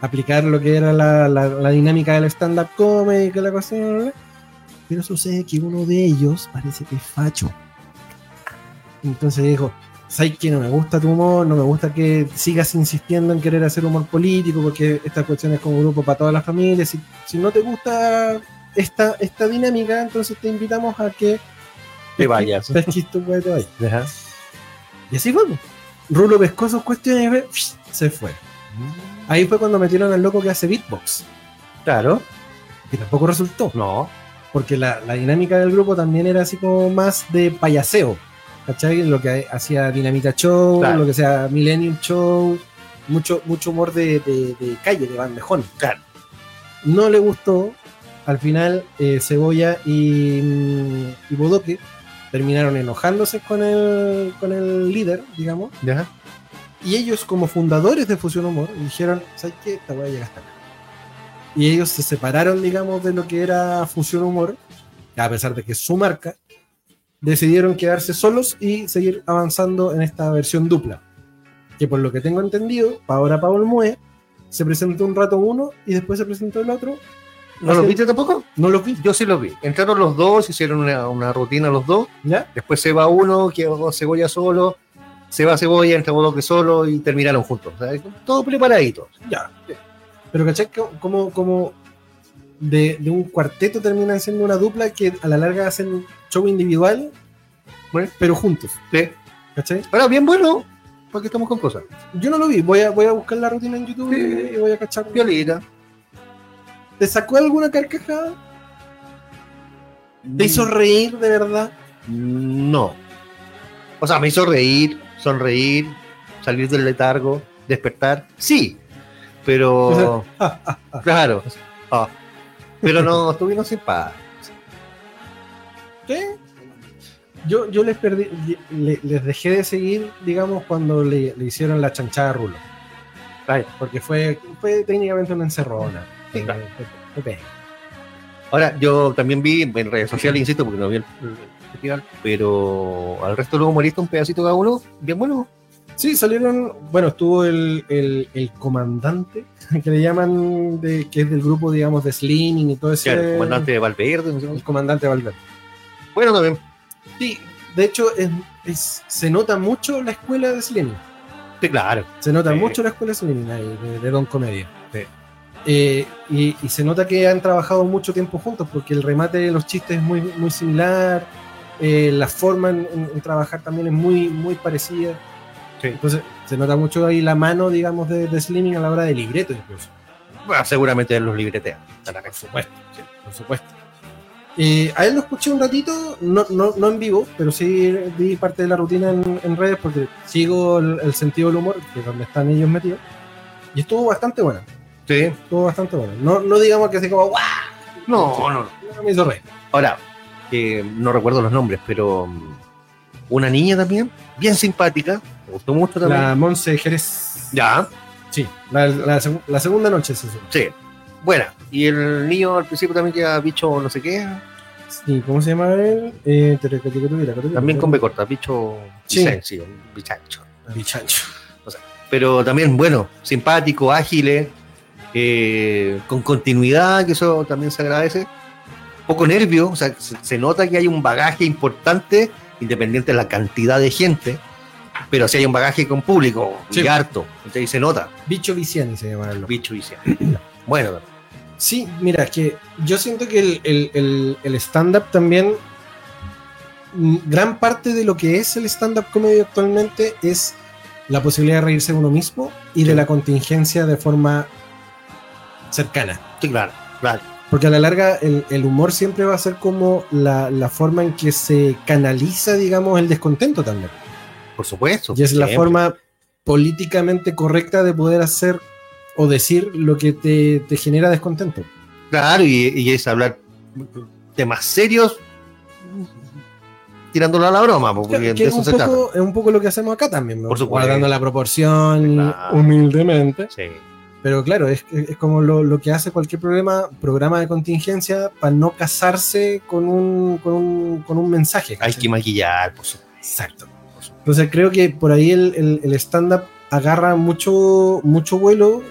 Speaker 2: aplicar lo que era la, la- la dinámica del stand-up comedy, que la cosa... bla, bla, bla. Pero sucede que uno de ellos parece que es facho. Entonces dijo, ¿sabes que no me gusta tu humor? No me gusta que sigas insistiendo en querer hacer humor político, porque estas cuestiones como grupo para todas las familias. Si, si no te gusta esta, esta dinámica, entonces te invitamos a que
Speaker 3: Te vayas.
Speaker 2: pesquis tu hueá y te vayas.
Speaker 3: Ya.
Speaker 2: Y así fue. po. Rulo pescó sus cuestiones y ve, se fue. Ahí fue cuando metieron al loco que hace beatbox,
Speaker 3: Claro.
Speaker 2: que tampoco resultó,
Speaker 3: No.
Speaker 2: porque la, la dinámica del grupo también era así como más de payaseo. ¿Cachai? Lo que hacía Dinamita Show,
Speaker 3: Claro.
Speaker 2: lo que sea Millennium Show, mucho, mucho humor de, de- de calle, de bandejón.
Speaker 3: Claro.
Speaker 2: No le gustó. Al final, eh, Cebolla y, mm, y Bodoque terminaron enojándose con el, con el líder, digamos.
Speaker 3: Ya.
Speaker 2: Y ellos, como fundadores de Fusión Humor, dijeron, ¿sabes qué? Esta voy a llegar hasta acá. Y ellos se separaron, digamos, de lo que era Fusión Humor, a pesar de que es su marca, decidieron quedarse solos y seguir avanzando en esta versión dupla. Que por lo que tengo entendido, pa' ahora Paul Mue se presentó un rato uno y después se presentó el otro.
Speaker 3: ¿No los viste tampoco?
Speaker 2: No los vi,
Speaker 3: Yo sí los vi. Entraron los dos, hicieron una, una rutina los dos.
Speaker 2: ¿ya?
Speaker 3: Después se va uno, quedó cebolla solo. Se va cebolla, entra que solo y terminaron juntos. O sea, todo preparadito.
Speaker 2: Ya. Pero ¿cachai? Como, como de, de un cuarteto terminan siendo una dupla que a la larga hacen show individual,
Speaker 3: Bueno.
Speaker 2: pero juntos.
Speaker 3: Sí.
Speaker 2: ¿Cachai?
Speaker 3: Ahora, bien bueno, porque estamos con cosas.
Speaker 2: Yo no lo vi, voy a, voy a buscar la rutina en YouTube
Speaker 3: Sí.
Speaker 2: y voy a cachar.
Speaker 3: Violita.
Speaker 2: ¿Te sacó alguna carcajada? ¿Te
Speaker 3: Mm.
Speaker 2: hizo reír de verdad?
Speaker 3: No. O sea, me hizo reír, sonreír, salir del letargo, despertar. Sí, pero. claro. Ah. Pero no, estuvieron sin paz.
Speaker 2: ¿Qué? Yo, yo les perdí, le- les dejé de seguir, digamos, cuando le, le hicieron la chanchada a Rulo.
Speaker 3: Vaya.
Speaker 2: Porque fue, fue técnicamente una encerrona.
Speaker 3: Sí, claro.
Speaker 2: Eh, fue- fue pena.
Speaker 3: Ahora, yo también vi en redes sociales, insisto, porque no vi el el festival, pero al resto de los humoristas, un pedacito cada uno, bien bueno.
Speaker 2: Sí, salieron. Bueno, estuvo el, el- el comandante, que le llaman, de, que es del grupo, digamos, de Slimming y todo ese.
Speaker 3: Claro, el comandante de Valverde, no sé
Speaker 2: El
Speaker 3: cómo.
Speaker 2: comandante Valverde.
Speaker 3: Bueno, también.
Speaker 2: Sí, de hecho, es- es- se nota mucho la escuela de Slimming.
Speaker 3: Sí, claro.
Speaker 2: Se nota
Speaker 3: Sí.
Speaker 2: mucho la escuela de Slimming ahí, de, de Don Comedia. Eh, y, y se nota que han trabajado mucho tiempo juntos, porque el remate de los chistes es muy, muy similar. eh, la forma en, en- en trabajar también es muy, muy parecida.
Speaker 3: Sí.
Speaker 2: Entonces, se nota mucho ahí la mano, digamos, de, de Slimming a la hora de libreto, incluso.
Speaker 3: Bueno, seguramente los libretea. Por
Speaker 2: supuesto. por supuesto. Eh, a él lo escuché un ratito, no, no, no en vivo, pero sí vi parte de la rutina en, en redes porque sigo el, el sentido del humor, que es donde están ellos metidos. Y estuvo bastante buena,
Speaker 3: Sí.
Speaker 2: estuvo bastante buena. No, no digamos que así como, ¡guau!
Speaker 3: No, no, no.
Speaker 2: No me hizo reír.
Speaker 3: Ahora, eh, no recuerdo los nombres, pero mm, una niña también, bien simpática, me gustó mucho también.
Speaker 2: La Monse Jerez.
Speaker 3: Ya,
Speaker 2: Sí, la, la segu- la segunda noche se subió.
Speaker 3: sí, buena. Y el niño al principio también queda bicho no sé qué,
Speaker 2: Sí, ¿cómo se llama él? Eh, tere- tere- tere- tere- tere-
Speaker 3: también con B corta, bicho
Speaker 2: Sí.
Speaker 3: Vicencio, bichacho.
Speaker 2: Bichancho.
Speaker 3: Pero también, bueno, simpático, ágil, eh, con continuidad, que eso también se agradece. Poco nervio, o sea, se, se nota que hay un bagaje importante, independiente de la cantidad de gente, pero sí hay un bagaje con público,
Speaker 2: Sí.
Speaker 3: y harto, entonces se nota.
Speaker 2: Bicho Viciani se llama el
Speaker 3: bicho y sea. Bueno,
Speaker 2: Sí, mira, que yo siento que el, el- el- el stand-up también, mm, gran parte de lo que es el stand-up comedy actualmente es la posibilidad de reírse de uno mismo y de la contingencia de forma cercana.
Speaker 3: Sí, claro, claro.
Speaker 2: Porque a la larga el, el humor siempre va a ser como la, la forma en que se canaliza, digamos, el descontento también.
Speaker 3: Por supuesto.
Speaker 2: Y es la
Speaker 3: siempre.
Speaker 2: forma políticamente correcta de poder hacer o decir lo que te, te genera descontento.
Speaker 3: Claro, y, y es hablar temas serios tirándolo a la broma, porque
Speaker 2: Que
Speaker 3: de
Speaker 2: es,
Speaker 3: eso
Speaker 2: un
Speaker 3: se trata.
Speaker 2: poco, es un poco lo que hacemos acá también, ¿no?
Speaker 3: Por supuesto.
Speaker 2: guardando la proporción
Speaker 3: Claro.
Speaker 2: humildemente.
Speaker 3: Sí.
Speaker 2: Pero claro, es, es como lo, lo que hace cualquier programa, programa de contingencia para no casarse con un, con un, con un mensaje.
Speaker 3: Hay
Speaker 2: ¿cachai?
Speaker 3: que maquillar, por supuesto.
Speaker 2: Exacto. Entonces creo que por ahí el, el- el stand-up agarra mucho, mucho vuelo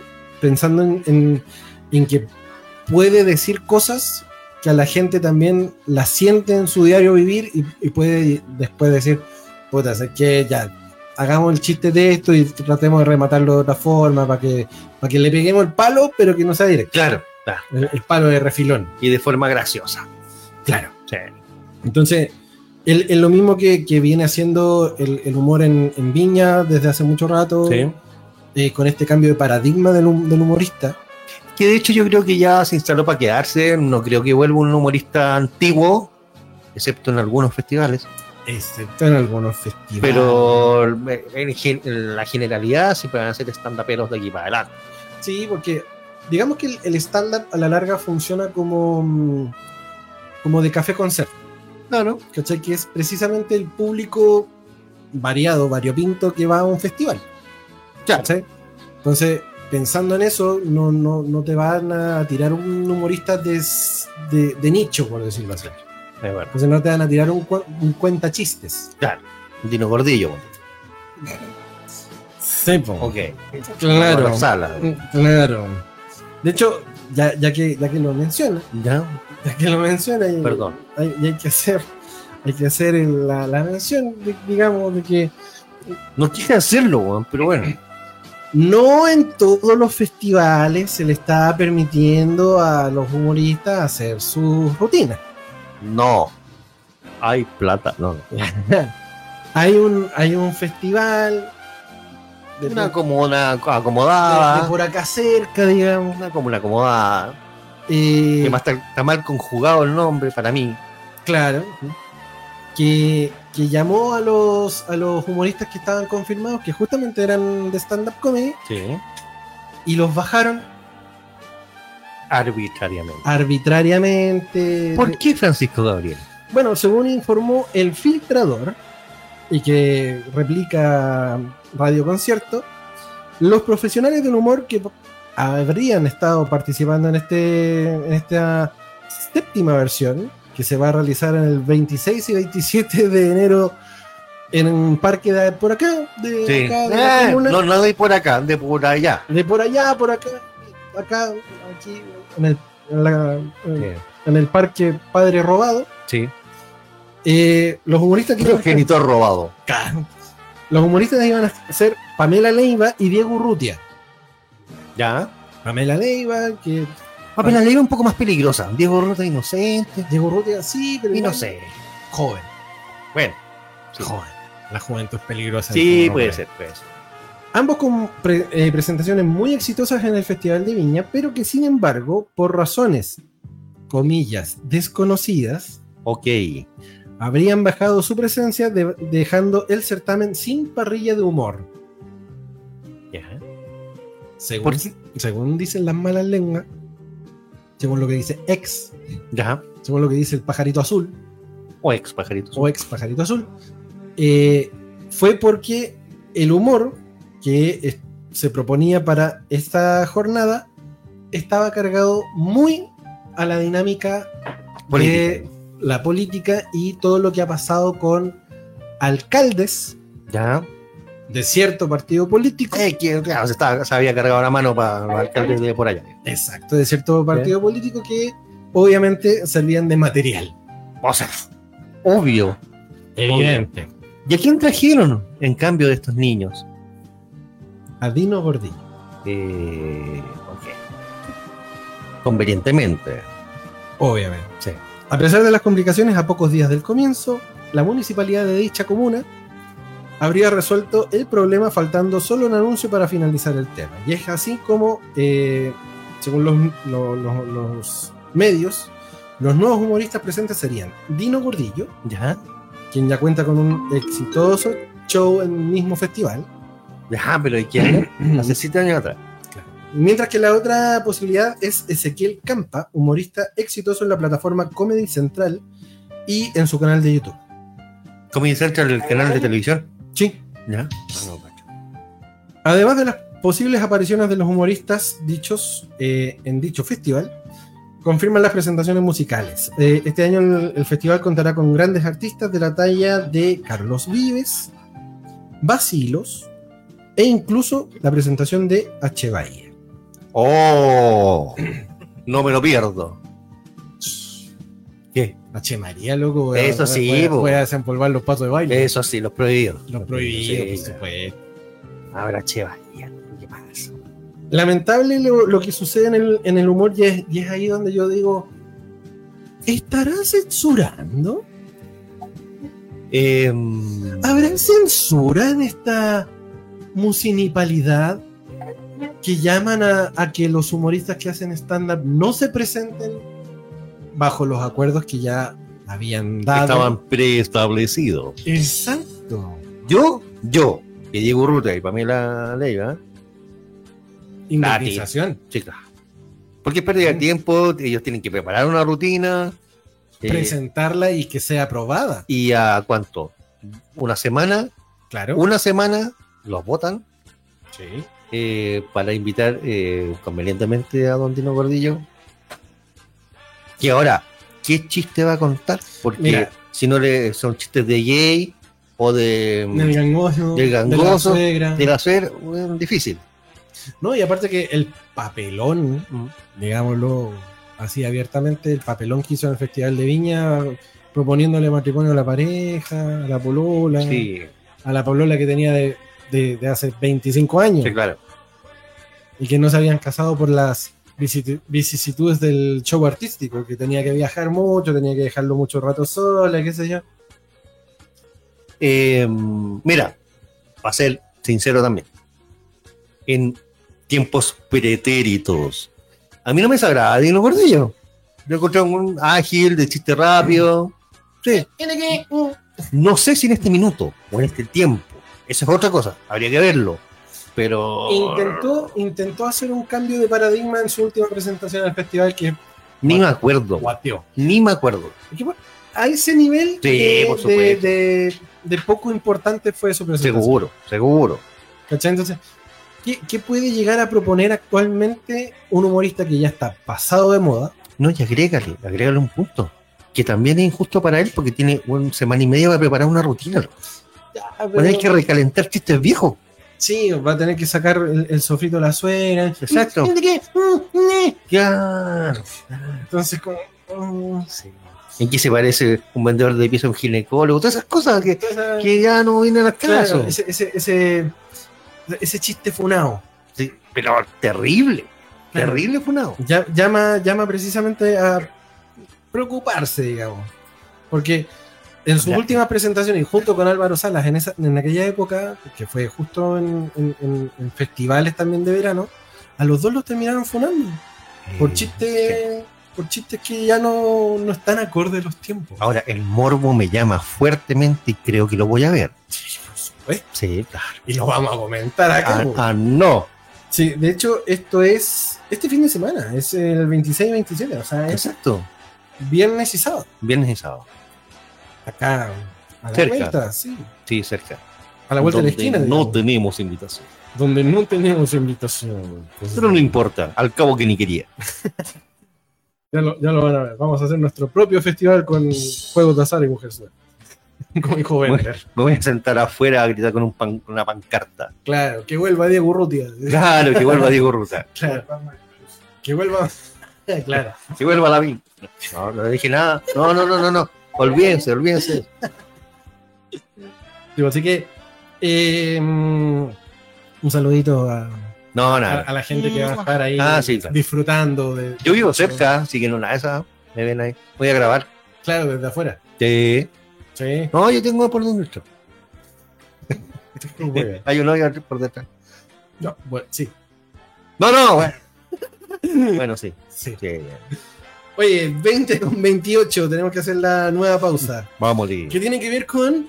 Speaker 2: pensando en, en- en que puede decir cosas que a la gente también la siente en su diario vivir y, y puede después decir, puta, sé que ya, hagamos el chiste de esto y tratemos de rematarlo de otra forma para que, para que le peguemos el palo, pero que no sea directo,
Speaker 3: Claro, claro.
Speaker 2: el, el palo de refilón.
Speaker 3: Y de forma graciosa.
Speaker 2: Claro.
Speaker 3: Sí.
Speaker 2: Entonces, es es lo mismo que, que viene haciendo el, el humor en, en Viña desde hace mucho rato, eh, con este cambio de paradigma del, hum- del humorista.
Speaker 3: Que de hecho yo creo que ya se instaló para quedarse. No creo que vuelva un humorista antiguo, excepto en algunos festivales.
Speaker 2: Excepto en algunos festivales.
Speaker 3: Pero en, gen- en la generalidad siempre van a ser stand-uperos de aquí para adelante.
Speaker 2: Sí, porque digamos que el, el stand-up a la larga funciona como, mm, como de café concert,
Speaker 3: Claro.
Speaker 2: ¿cachai? Que es precisamente el público variado, variopinto que va a un festival.
Speaker 3: Claro.
Speaker 2: ¿cachai? Entonces, pensando en eso, no, no, no te van a tirar un humorista de, s- de- de nicho, por decirlo así.
Speaker 3: Es verdad.
Speaker 2: Entonces no te van a tirar un, cuen- un cuenta chistes.
Speaker 3: Dino Gordillo.
Speaker 2: Sepo.
Speaker 3: Ok.
Speaker 2: Claro.
Speaker 3: Sala.
Speaker 2: Claro. De hecho, ya, ya, que, ya que lo menciona,
Speaker 3: Ya,
Speaker 2: ya que lo menciona, y-
Speaker 3: perdón.
Speaker 2: Hay, y hay que hacer, hay que hacer el- la, la mención, de- digamos, de que
Speaker 3: No quise hacerlo, weón, pero bueno.
Speaker 2: no en todos los festivales se le está permitiendo a los humoristas hacer sus rutinas.
Speaker 3: No. Hay plata. No, no.
Speaker 2: hay un hay un festival de,
Speaker 3: Una Ah.
Speaker 2: por-
Speaker 3: como una
Speaker 2: de- de
Speaker 3: acomodada.
Speaker 2: por acá eh, cerca digamos
Speaker 3: Una como una acomodada.
Speaker 2: eh,
Speaker 3: Que más está, está mal conjugado el nombre para mí.
Speaker 2: claro que, que llamó a los a los humoristas que estaban confirmados que justamente eran de stand up comedy
Speaker 3: Sí.
Speaker 2: y los bajaron
Speaker 3: Arbitrariamente.
Speaker 2: arbitrariamente
Speaker 3: ¿Por qué Francisco Gabriel?
Speaker 2: Bueno, según informó el filtrador, y que replica Radio Concierto, los profesionales del humor que habrían estado participando en, este, en esta séptima versión, que se va a realizar en el 26 y 27 de enero en un parque de por acá, de,
Speaker 3: Sí.
Speaker 2: acá, de la
Speaker 3: Eh,
Speaker 2: comuna,
Speaker 3: no, no de por acá, de por allá.
Speaker 2: de por allá, por acá, acá, aquí, en el, en la- en- en el parque Padre Robado.
Speaker 3: Sí.
Speaker 2: Eh, los humoristas que
Speaker 3: Progenitor robado.
Speaker 2: los humoristas iban a ser Pamela Leiva y Diego Urrutia.
Speaker 3: Ya.
Speaker 2: Pamela Leiva, que
Speaker 3: Ah, pero la ley era un poco más peligrosa. Diego Rota inocente.
Speaker 2: Diego Urrutia sí, pero
Speaker 3: Y no
Speaker 2: igual
Speaker 3: sé.
Speaker 2: joven,
Speaker 3: Bueno. Sí,
Speaker 2: joven. La juventud es peligrosa.
Speaker 3: Sí,
Speaker 2: Entonces,
Speaker 3: puede
Speaker 2: no,
Speaker 3: ser, puede ser.
Speaker 2: Ambos con pre- eh, presentaciones muy exitosas en el Festival de Viña, pero que sin embargo, por razones, comillas, desconocidas,
Speaker 3: Ok.
Speaker 2: habrían bajado su presencia de- dejando el certamen sin parrilla de humor.
Speaker 3: Ya.
Speaker 2: Según,
Speaker 3: ¿Por qué?
Speaker 2: según dicen las malas lenguas, según lo que dice ex
Speaker 3: Ya.
Speaker 2: según lo que dice el pajarito azul,
Speaker 3: O ex pajaritos.
Speaker 2: o ex pajarito azul, eh, fue porque el humor que es- se proponía para esta jornada estaba cargado muy a la dinámica de
Speaker 3: Eh, Política.
Speaker 2: la política y todo lo que ha pasado con alcaldes
Speaker 3: Ya.
Speaker 2: de cierto partido político.
Speaker 3: Eh, que, claro, se, estaba- se había cargado la mano para los alcaldes de por allá.
Speaker 2: Exacto, de cierto partido
Speaker 3: Eh.
Speaker 2: político que obviamente servían de material.
Speaker 3: O sea, obvio.
Speaker 2: Evidente.
Speaker 3: ¿Y a quién trajeron en cambio de estos niños?
Speaker 2: A Dino Gordillo.
Speaker 3: Eh, ok. Convenientemente.
Speaker 2: Obviamente.
Speaker 3: Sí.
Speaker 2: A pesar de las complicaciones, a pocos días del comienzo, la municipalidad de dicha comuna habría resuelto el problema faltando solo un anuncio para finalizar el tema. Y es así como eh, según los, lo- lo- los medios, los nuevos humoristas presentes serían Dino Gordillo,
Speaker 3: Ya,
Speaker 2: quien ya cuenta con un exitoso show en el mismo festival,
Speaker 3: ya, pero ¿de quién? Hace siete años atrás.
Speaker 2: mientras que la otra posibilidad es Ezequiel Campa, humorista exitoso en la plataforma Comedy Central y en su canal de YouTube.
Speaker 3: Comedy Central, el canal de televisión.
Speaker 2: Sí,
Speaker 3: Ya.
Speaker 2: Además de las posibles apariciones de los humoristas dichos eh, en dicho festival, confirman las presentaciones musicales. Eh, este año el, el festival contará con grandes artistas de la talla de Carlos Vives, Basilos e incluso la presentación de H. Bahía.
Speaker 3: Oh, no me lo pierdo. ¿Qué?
Speaker 2: H. María, loco. voy a-
Speaker 3: Eso sí,
Speaker 2: voy a-
Speaker 3: po.
Speaker 2: voy a desempolvar los pasos de baile.
Speaker 3: Eso sí, los prohibidos.
Speaker 2: los prohibidos, por
Speaker 3: Sí.
Speaker 2: supuesto.
Speaker 3: Ahora, che, vaya, ¿qué pasa?
Speaker 2: lamentable lo, lo que sucede en el, en el humor y es, y es ahí donde yo digo, ¿estará censurando?
Speaker 3: Eh,
Speaker 2: ¿Habrá censura en esta municipalidad que llaman a, a que los humoristas que hacen stand-up no se presenten bajo los acuerdos que ya habían dado?
Speaker 3: estaban preestablecidos.
Speaker 2: Exacto.
Speaker 3: Yo, yo, que llevo ruta y Pamela Leiva,
Speaker 2: Indemnización.
Speaker 3: chicas. Porque es pérdida de tiempo, ellos tienen que preparar una rutina. eh,
Speaker 2: Presentarla y que sea aprobada.
Speaker 3: y a cuánto? Una semana,
Speaker 2: Claro.
Speaker 3: una semana los votan
Speaker 2: Sí.
Speaker 3: eh, para invitar eh, convenientemente a Don Dino Gordillo. Y ahora, ¿qué chiste va a contar? Porque
Speaker 2: Mira.
Speaker 3: si no le son chistes de gay o
Speaker 2: Del
Speaker 3: de,
Speaker 2: gangoso.
Speaker 3: Del
Speaker 2: De la
Speaker 3: gangoso,
Speaker 2: suegra.
Speaker 3: de hacer, bueno, difícil.
Speaker 2: No, y aparte que el papelón,
Speaker 3: Mm.
Speaker 2: digámoslo así abiertamente, el papelón que hizo en el Festival de Viña, proponiéndole matrimonio a la pareja, a la polola,
Speaker 3: Sí,
Speaker 2: a la polola que tenía de, de- de hace 25 años
Speaker 3: sí, claro.
Speaker 2: y que no se habían casado por las vicisi- vicisitudes del show artístico, que tenía que viajar mucho, tenía que dejarlo mucho rato sola, qué sé yo.
Speaker 3: Eh, mira, para ser sincero también, en tiempos pretéritos, a mí no me desagrada Dino Gordillo. Yo encontré un ágil, de chiste rápido. Sí. No sé si en este minuto o en este tiempo. Eso es otra cosa, habría que verlo. Pero.
Speaker 2: Intentó, intentó hacer un cambio de paradigma en su última presentación al festival que
Speaker 3: Ni me acuerdo.
Speaker 2: guateó.
Speaker 3: Ni me acuerdo.
Speaker 2: Porque, bueno, a ese nivel
Speaker 3: Sí,
Speaker 2: de,
Speaker 3: por
Speaker 2: de-
Speaker 3: supuesto.
Speaker 2: de- de poco importante fue su presentación.
Speaker 3: Seguro, seguro.
Speaker 2: ¿cachai? Entonces, ¿qué, qué puede llegar a proponer actualmente un humorista que ya está pasado de moda?
Speaker 3: No, y agrégale, agrégale un punto. Que también es injusto para él porque tiene una semana y media para preparar una rutina.
Speaker 2: Ya, pero-
Speaker 3: Bueno, Ah, hay que recalentar chistes viejos.
Speaker 2: sí, va a tener que sacar el, el sofrito a la suegra.
Speaker 3: Exacto.
Speaker 2: Mm,
Speaker 3: Claro.
Speaker 2: Entonces, como, mm,
Speaker 3: ¿En qué se parece un vendedor de pies a un ginecólogo? Todas esas cosas que,
Speaker 2: esa-
Speaker 3: que ya no vienen al
Speaker 2: claro,
Speaker 3: caso.
Speaker 2: ese, ese, ese, ese chiste funado.
Speaker 3: Sí, pero terrible. Terrible funado.
Speaker 2: Ya- llama, llama precisamente a preocuparse, digamos. Porque en sus
Speaker 3: Ya.
Speaker 2: últimas presentaciones, y junto con Álvaro Salas, en, esa, en aquella época, que fue justo en, en- en- en festivales también de verano, a los dos los terminaron funando. Por
Speaker 3: Eh,
Speaker 2: chistes, por chistes que ya no, no están acorde a los tiempos.
Speaker 3: Ahora, el morbo me llama fuertemente y creo que lo voy a ver.
Speaker 2: Por supuesto.
Speaker 3: Sí, claro.
Speaker 2: Y lo vamos a comentar acá. po.
Speaker 3: Ah, ah, no.
Speaker 2: Sí, de hecho, esto es este fin de semana, es el 26 y 27, o sea, es
Speaker 3: Exacto.
Speaker 2: viernes y sábado.
Speaker 3: Viernes y sábado.
Speaker 2: Acá, a la
Speaker 3: Cerca.
Speaker 2: vuelta, sí.
Speaker 3: Sí, cerca.
Speaker 2: A la vuelta de la
Speaker 3: Donde
Speaker 2: esquina.
Speaker 3: No
Speaker 2: digamos.
Speaker 3: tenemos invitación.
Speaker 2: Donde no tenemos invitación. Entonces,
Speaker 3: Pero no importa. Al cabo que ni quería.
Speaker 2: ya, lo, ya lo van a ver. Vamos a hacer nuestro propio festival con juegos de azar y mujer suelta. Con mi joven.
Speaker 3: Me voy a sentar afuera a gritar con, un pan- con una pancarta.
Speaker 2: Claro, que vuelva Diego Urrutia.
Speaker 3: Claro, que vuelva Diego Ruta.
Speaker 2: Claro. Que vuelva. claro.
Speaker 3: Que vuelva la vi. No, no dije nada. No, no, no, no, no. Olvídense, olvídense.
Speaker 2: Digo, así que. eh, un saludito a,
Speaker 3: No,
Speaker 2: a-
Speaker 3: nada.
Speaker 2: a la gente que va a estar ahí
Speaker 3: Ah, sí, claro.
Speaker 2: disfrutando. De,
Speaker 3: Yo vivo cerca, así que no nada esa. Me ven ahí. Voy a grabar.
Speaker 2: Claro, desde afuera.
Speaker 3: Sí.
Speaker 2: Sí.
Speaker 3: No, yo tengo por donde estoy.
Speaker 2: Muy bien.
Speaker 3: Hay un hoyo por detrás.
Speaker 2: No, bueno, sí.
Speaker 3: No, no, güey. Bueno, sí.
Speaker 2: Sí.
Speaker 3: sí.
Speaker 2: Oye, 20 con 28, tenemos que hacer la nueva pausa.
Speaker 3: Vamos a morir.
Speaker 2: Que tiene que ver con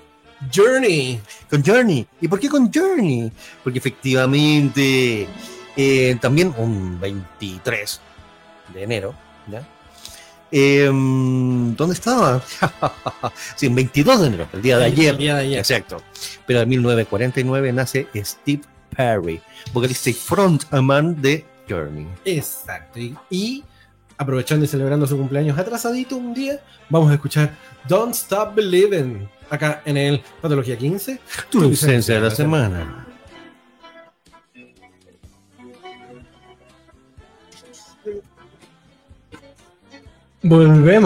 Speaker 2: Journey.
Speaker 3: Con Journey. ¿Y por qué con Journey? Porque efectivamente, eh, también un 23 de enero, ¿ya? Eh, ¿Dónde estaba? sí, el 22 de enero, el día de ayer.
Speaker 2: El día de ayer.
Speaker 3: Exacto. Pero en 1949 nace Steve Perry, vocalista y frontman de Journey.
Speaker 2: Exacto. Y, y aprovechando y celebrando su cumpleaños atrasadito un día, vamos a escuchar Don't Stop Believing. Acá en el Patología 15.
Speaker 3: Tu licencia de la semana.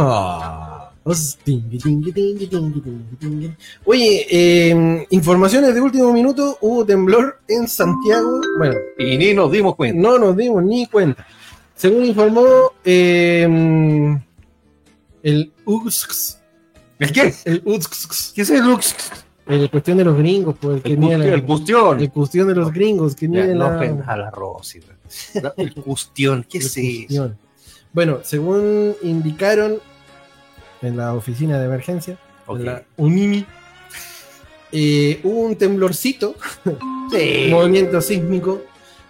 Speaker 2: Volvemos. Tingui, tingui, tingui, tingui, tingui, tingui. Oye, eh, informaciones de último minuto. Hubo temblor en Santiago. Bueno,
Speaker 3: Y ni nos dimos cuenta.
Speaker 2: no nos dimos ni cuenta. Según informó eh, el USCS,
Speaker 3: ¿El qué?
Speaker 2: el USCS,
Speaker 3: ¿Qué es el Lux?
Speaker 2: el cuestión de los gringos, pues, que
Speaker 3: El,
Speaker 2: mide
Speaker 3: custión,
Speaker 2: la-
Speaker 3: el custión.
Speaker 2: el cuestión de los gringos, que
Speaker 3: Ya,
Speaker 2: mide
Speaker 3: no pues,
Speaker 2: la-
Speaker 3: ofendas a la Rosy. ¿verdad? El custión, ¿qué
Speaker 2: la
Speaker 3: es eso?
Speaker 2: cuestión. Bueno, según indicaron en la oficina de emergencia,
Speaker 3: Ok.
Speaker 2: en la UNIMI, eh, hubo un temblorcito,
Speaker 3: Sí,
Speaker 2: movimiento sísmico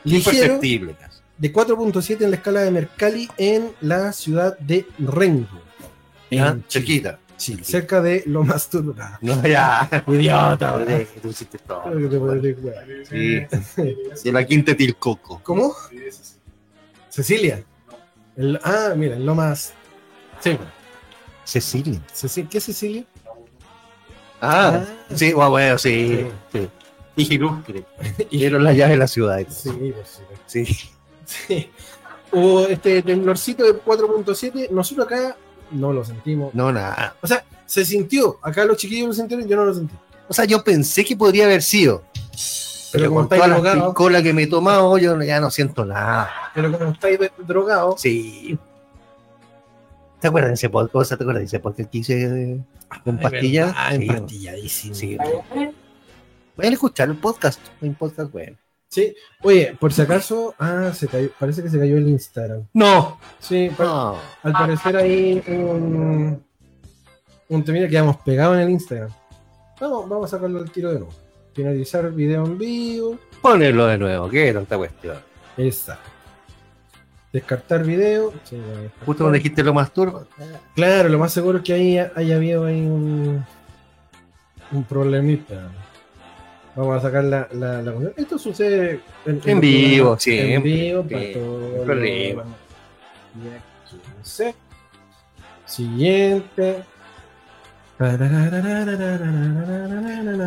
Speaker 2: ligero
Speaker 3: imperceptible. casi.
Speaker 2: de 4.7 en la escala de Mercalli en la ciudad de Rengo.
Speaker 3: ¿Ya?
Speaker 2: en Chile.
Speaker 3: Cerquita.
Speaker 2: Sí, cerca de lo más turbado.
Speaker 3: No, ya. Idiota, ¿verdad? Tú hiciste todo. Sí. De la quinta Tilcoco.
Speaker 2: ¿Cómo? Cecilia. El- ah, mira, en lo más. Sí,
Speaker 3: Cecilia.
Speaker 2: Ceci- ¿qué es Cecilia?
Speaker 3: Ah, sí, bueno, bueno, sí. sí. Y Girúscule. Dieron las llaves de la ciudad.
Speaker 2: Sí, pues sí.
Speaker 3: Sí.
Speaker 2: Sí. O este temblorcito de 4.7, nosotros acá no lo sentimos.
Speaker 3: No, nada.
Speaker 2: O sea, se sintió. Acá los chiquillos lo sintieron, yo no lo sentí.
Speaker 3: O sea, yo pensé que podría haber sido. Pero,
Speaker 2: Pero como
Speaker 3: con
Speaker 2: estáis
Speaker 3: todas las
Speaker 2: drogados.
Speaker 3: piscolas que me he tomado, yo ya no siento nada.
Speaker 2: Pero como estáis de- drogados,
Speaker 3: Sí. ¿Te acuerdas de ese podcast? ¿Te acuerdas de ese podcast que hice eh, con pastillas?
Speaker 2: Ah,
Speaker 3: Sí,
Speaker 2: empastilladísimo.
Speaker 3: Sí. Vayan a escuchar el podcast. Un podcast bueno.
Speaker 2: Sí. Oye, por si acaso, ah, se cayó, parece que se cayó el Instagram.
Speaker 3: No.
Speaker 2: Sí, pa-
Speaker 3: No.
Speaker 2: al parecer ahí un, un temita que habíamos pegado en el Instagram. Vamos, vamos a sacarlo al tiro de nuevo. Finalizar video en vivo.
Speaker 3: Ponerlo de nuevo. ¿Qué tanta cuestión?
Speaker 2: Exacto. Descartar video. Sí, ya descartar.
Speaker 3: Justo cuando dijiste lo más turbo.
Speaker 2: Claro, lo más seguro es que ahí haya habido ahí un, un problemita. Vamos a sacar la, la, la cuestión. Esto sucede en,
Speaker 3: En vivo,
Speaker 2: en
Speaker 3: siempre,
Speaker 2: vivo,
Speaker 3: sí,
Speaker 2: para todos
Speaker 3: sin
Speaker 2: los-
Speaker 3: problema.
Speaker 2: Ya 15. Siguiente.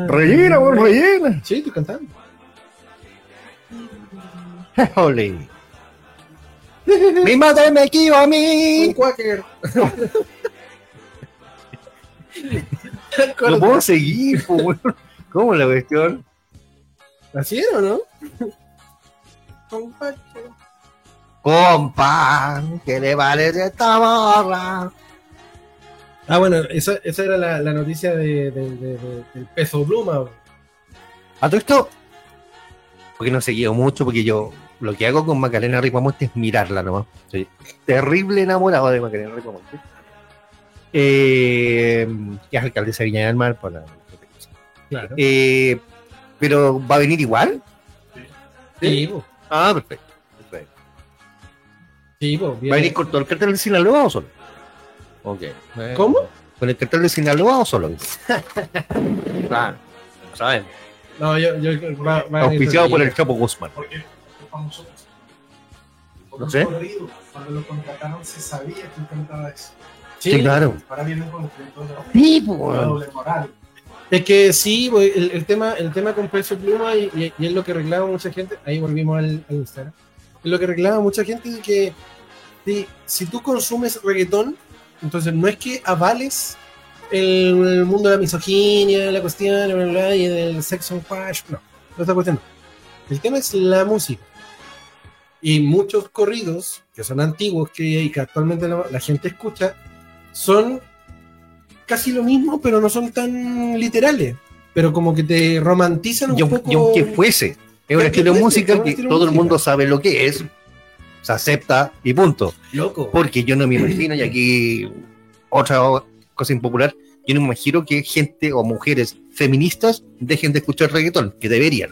Speaker 2: Rellena,
Speaker 3: vos, rellena.
Speaker 2: Sí, estoy cantando.
Speaker 3: Jolín. Mi madre me equivo a mí.
Speaker 2: Un quaker.
Speaker 3: No puedo seguir, po, weón. ¿Cómo la cuestión?
Speaker 2: ¿Así era o no? Un quaker.
Speaker 3: Compa, que le vale esta borra.
Speaker 2: Ah, bueno, esa, esa era la, la noticia de, de- de- de- del peso pluma.
Speaker 3: A todo esto, porque no he seguido mucho, porque yo lo que hago con Macarena Ripamonte es mirarla nomás. Soy terrible enamorado de Macarena Ripamonte. Eh, que es alcaldesa de Viña del Mar, por la-
Speaker 2: Claro.
Speaker 3: Eh, pero va a venir igual.
Speaker 2: Sí, po.
Speaker 3: Ah, perfecto. perfecto.
Speaker 2: sí, po, viene-
Speaker 3: ¿Va a venir con todo el cartel de Sinaloa o solo? Ok.
Speaker 2: ¿Cómo?
Speaker 3: ¿Con el cartel de Sinaloa o solo? claro, saben.
Speaker 2: No, yo, yo va, va a venir
Speaker 3: Auspiciado
Speaker 2: Cecilia.
Speaker 3: por el Chapo Guzmán.
Speaker 4: Porque para nosotros. Porque
Speaker 3: No sé.
Speaker 4: un corrido, Cuando lo contrataron se sabía que cantaba eso.
Speaker 2: Sí,
Speaker 3: Sí, claro.
Speaker 4: Ahora viene un conflicto de
Speaker 3: Sí,
Speaker 4: una
Speaker 3: pues.
Speaker 4: doble moral.
Speaker 2: Es que sí, po, el, el tema, el tema con peso pluma y, y- y es lo que arreglaba mucha gente. Ahí volvimos al, al Instagram. Es lo que arreglaba mucha gente es que si, si tú consumes reggaetón, entonces no es que avales el, el mundo de la misoginia, la cuestión, bla, bla, bla, y del sexo en wash, no, no está cuestión. no. El tema es la música. Y muchos corridos que son antiguos que, y que actualmente la, la gente escucha son casi lo mismo, pero no son tan literales. Pero como que te romantizan un
Speaker 3: Y aunque-
Speaker 2: poco.
Speaker 3: y aunque fuese, es
Speaker 2: Aunque
Speaker 3: un estilo de
Speaker 2: fuese,
Speaker 3: música
Speaker 2: es un
Speaker 3: que
Speaker 2: estilo de
Speaker 3: todo el
Speaker 2: música.
Speaker 3: mundo sabe lo que es, se acepta y punto.
Speaker 2: Loco.
Speaker 3: Porque yo no me imagino, y aquí otra o- cosa impopular, yo no me imagino que gente o mujeres feministas dejen de escuchar reggaetón, que deberían.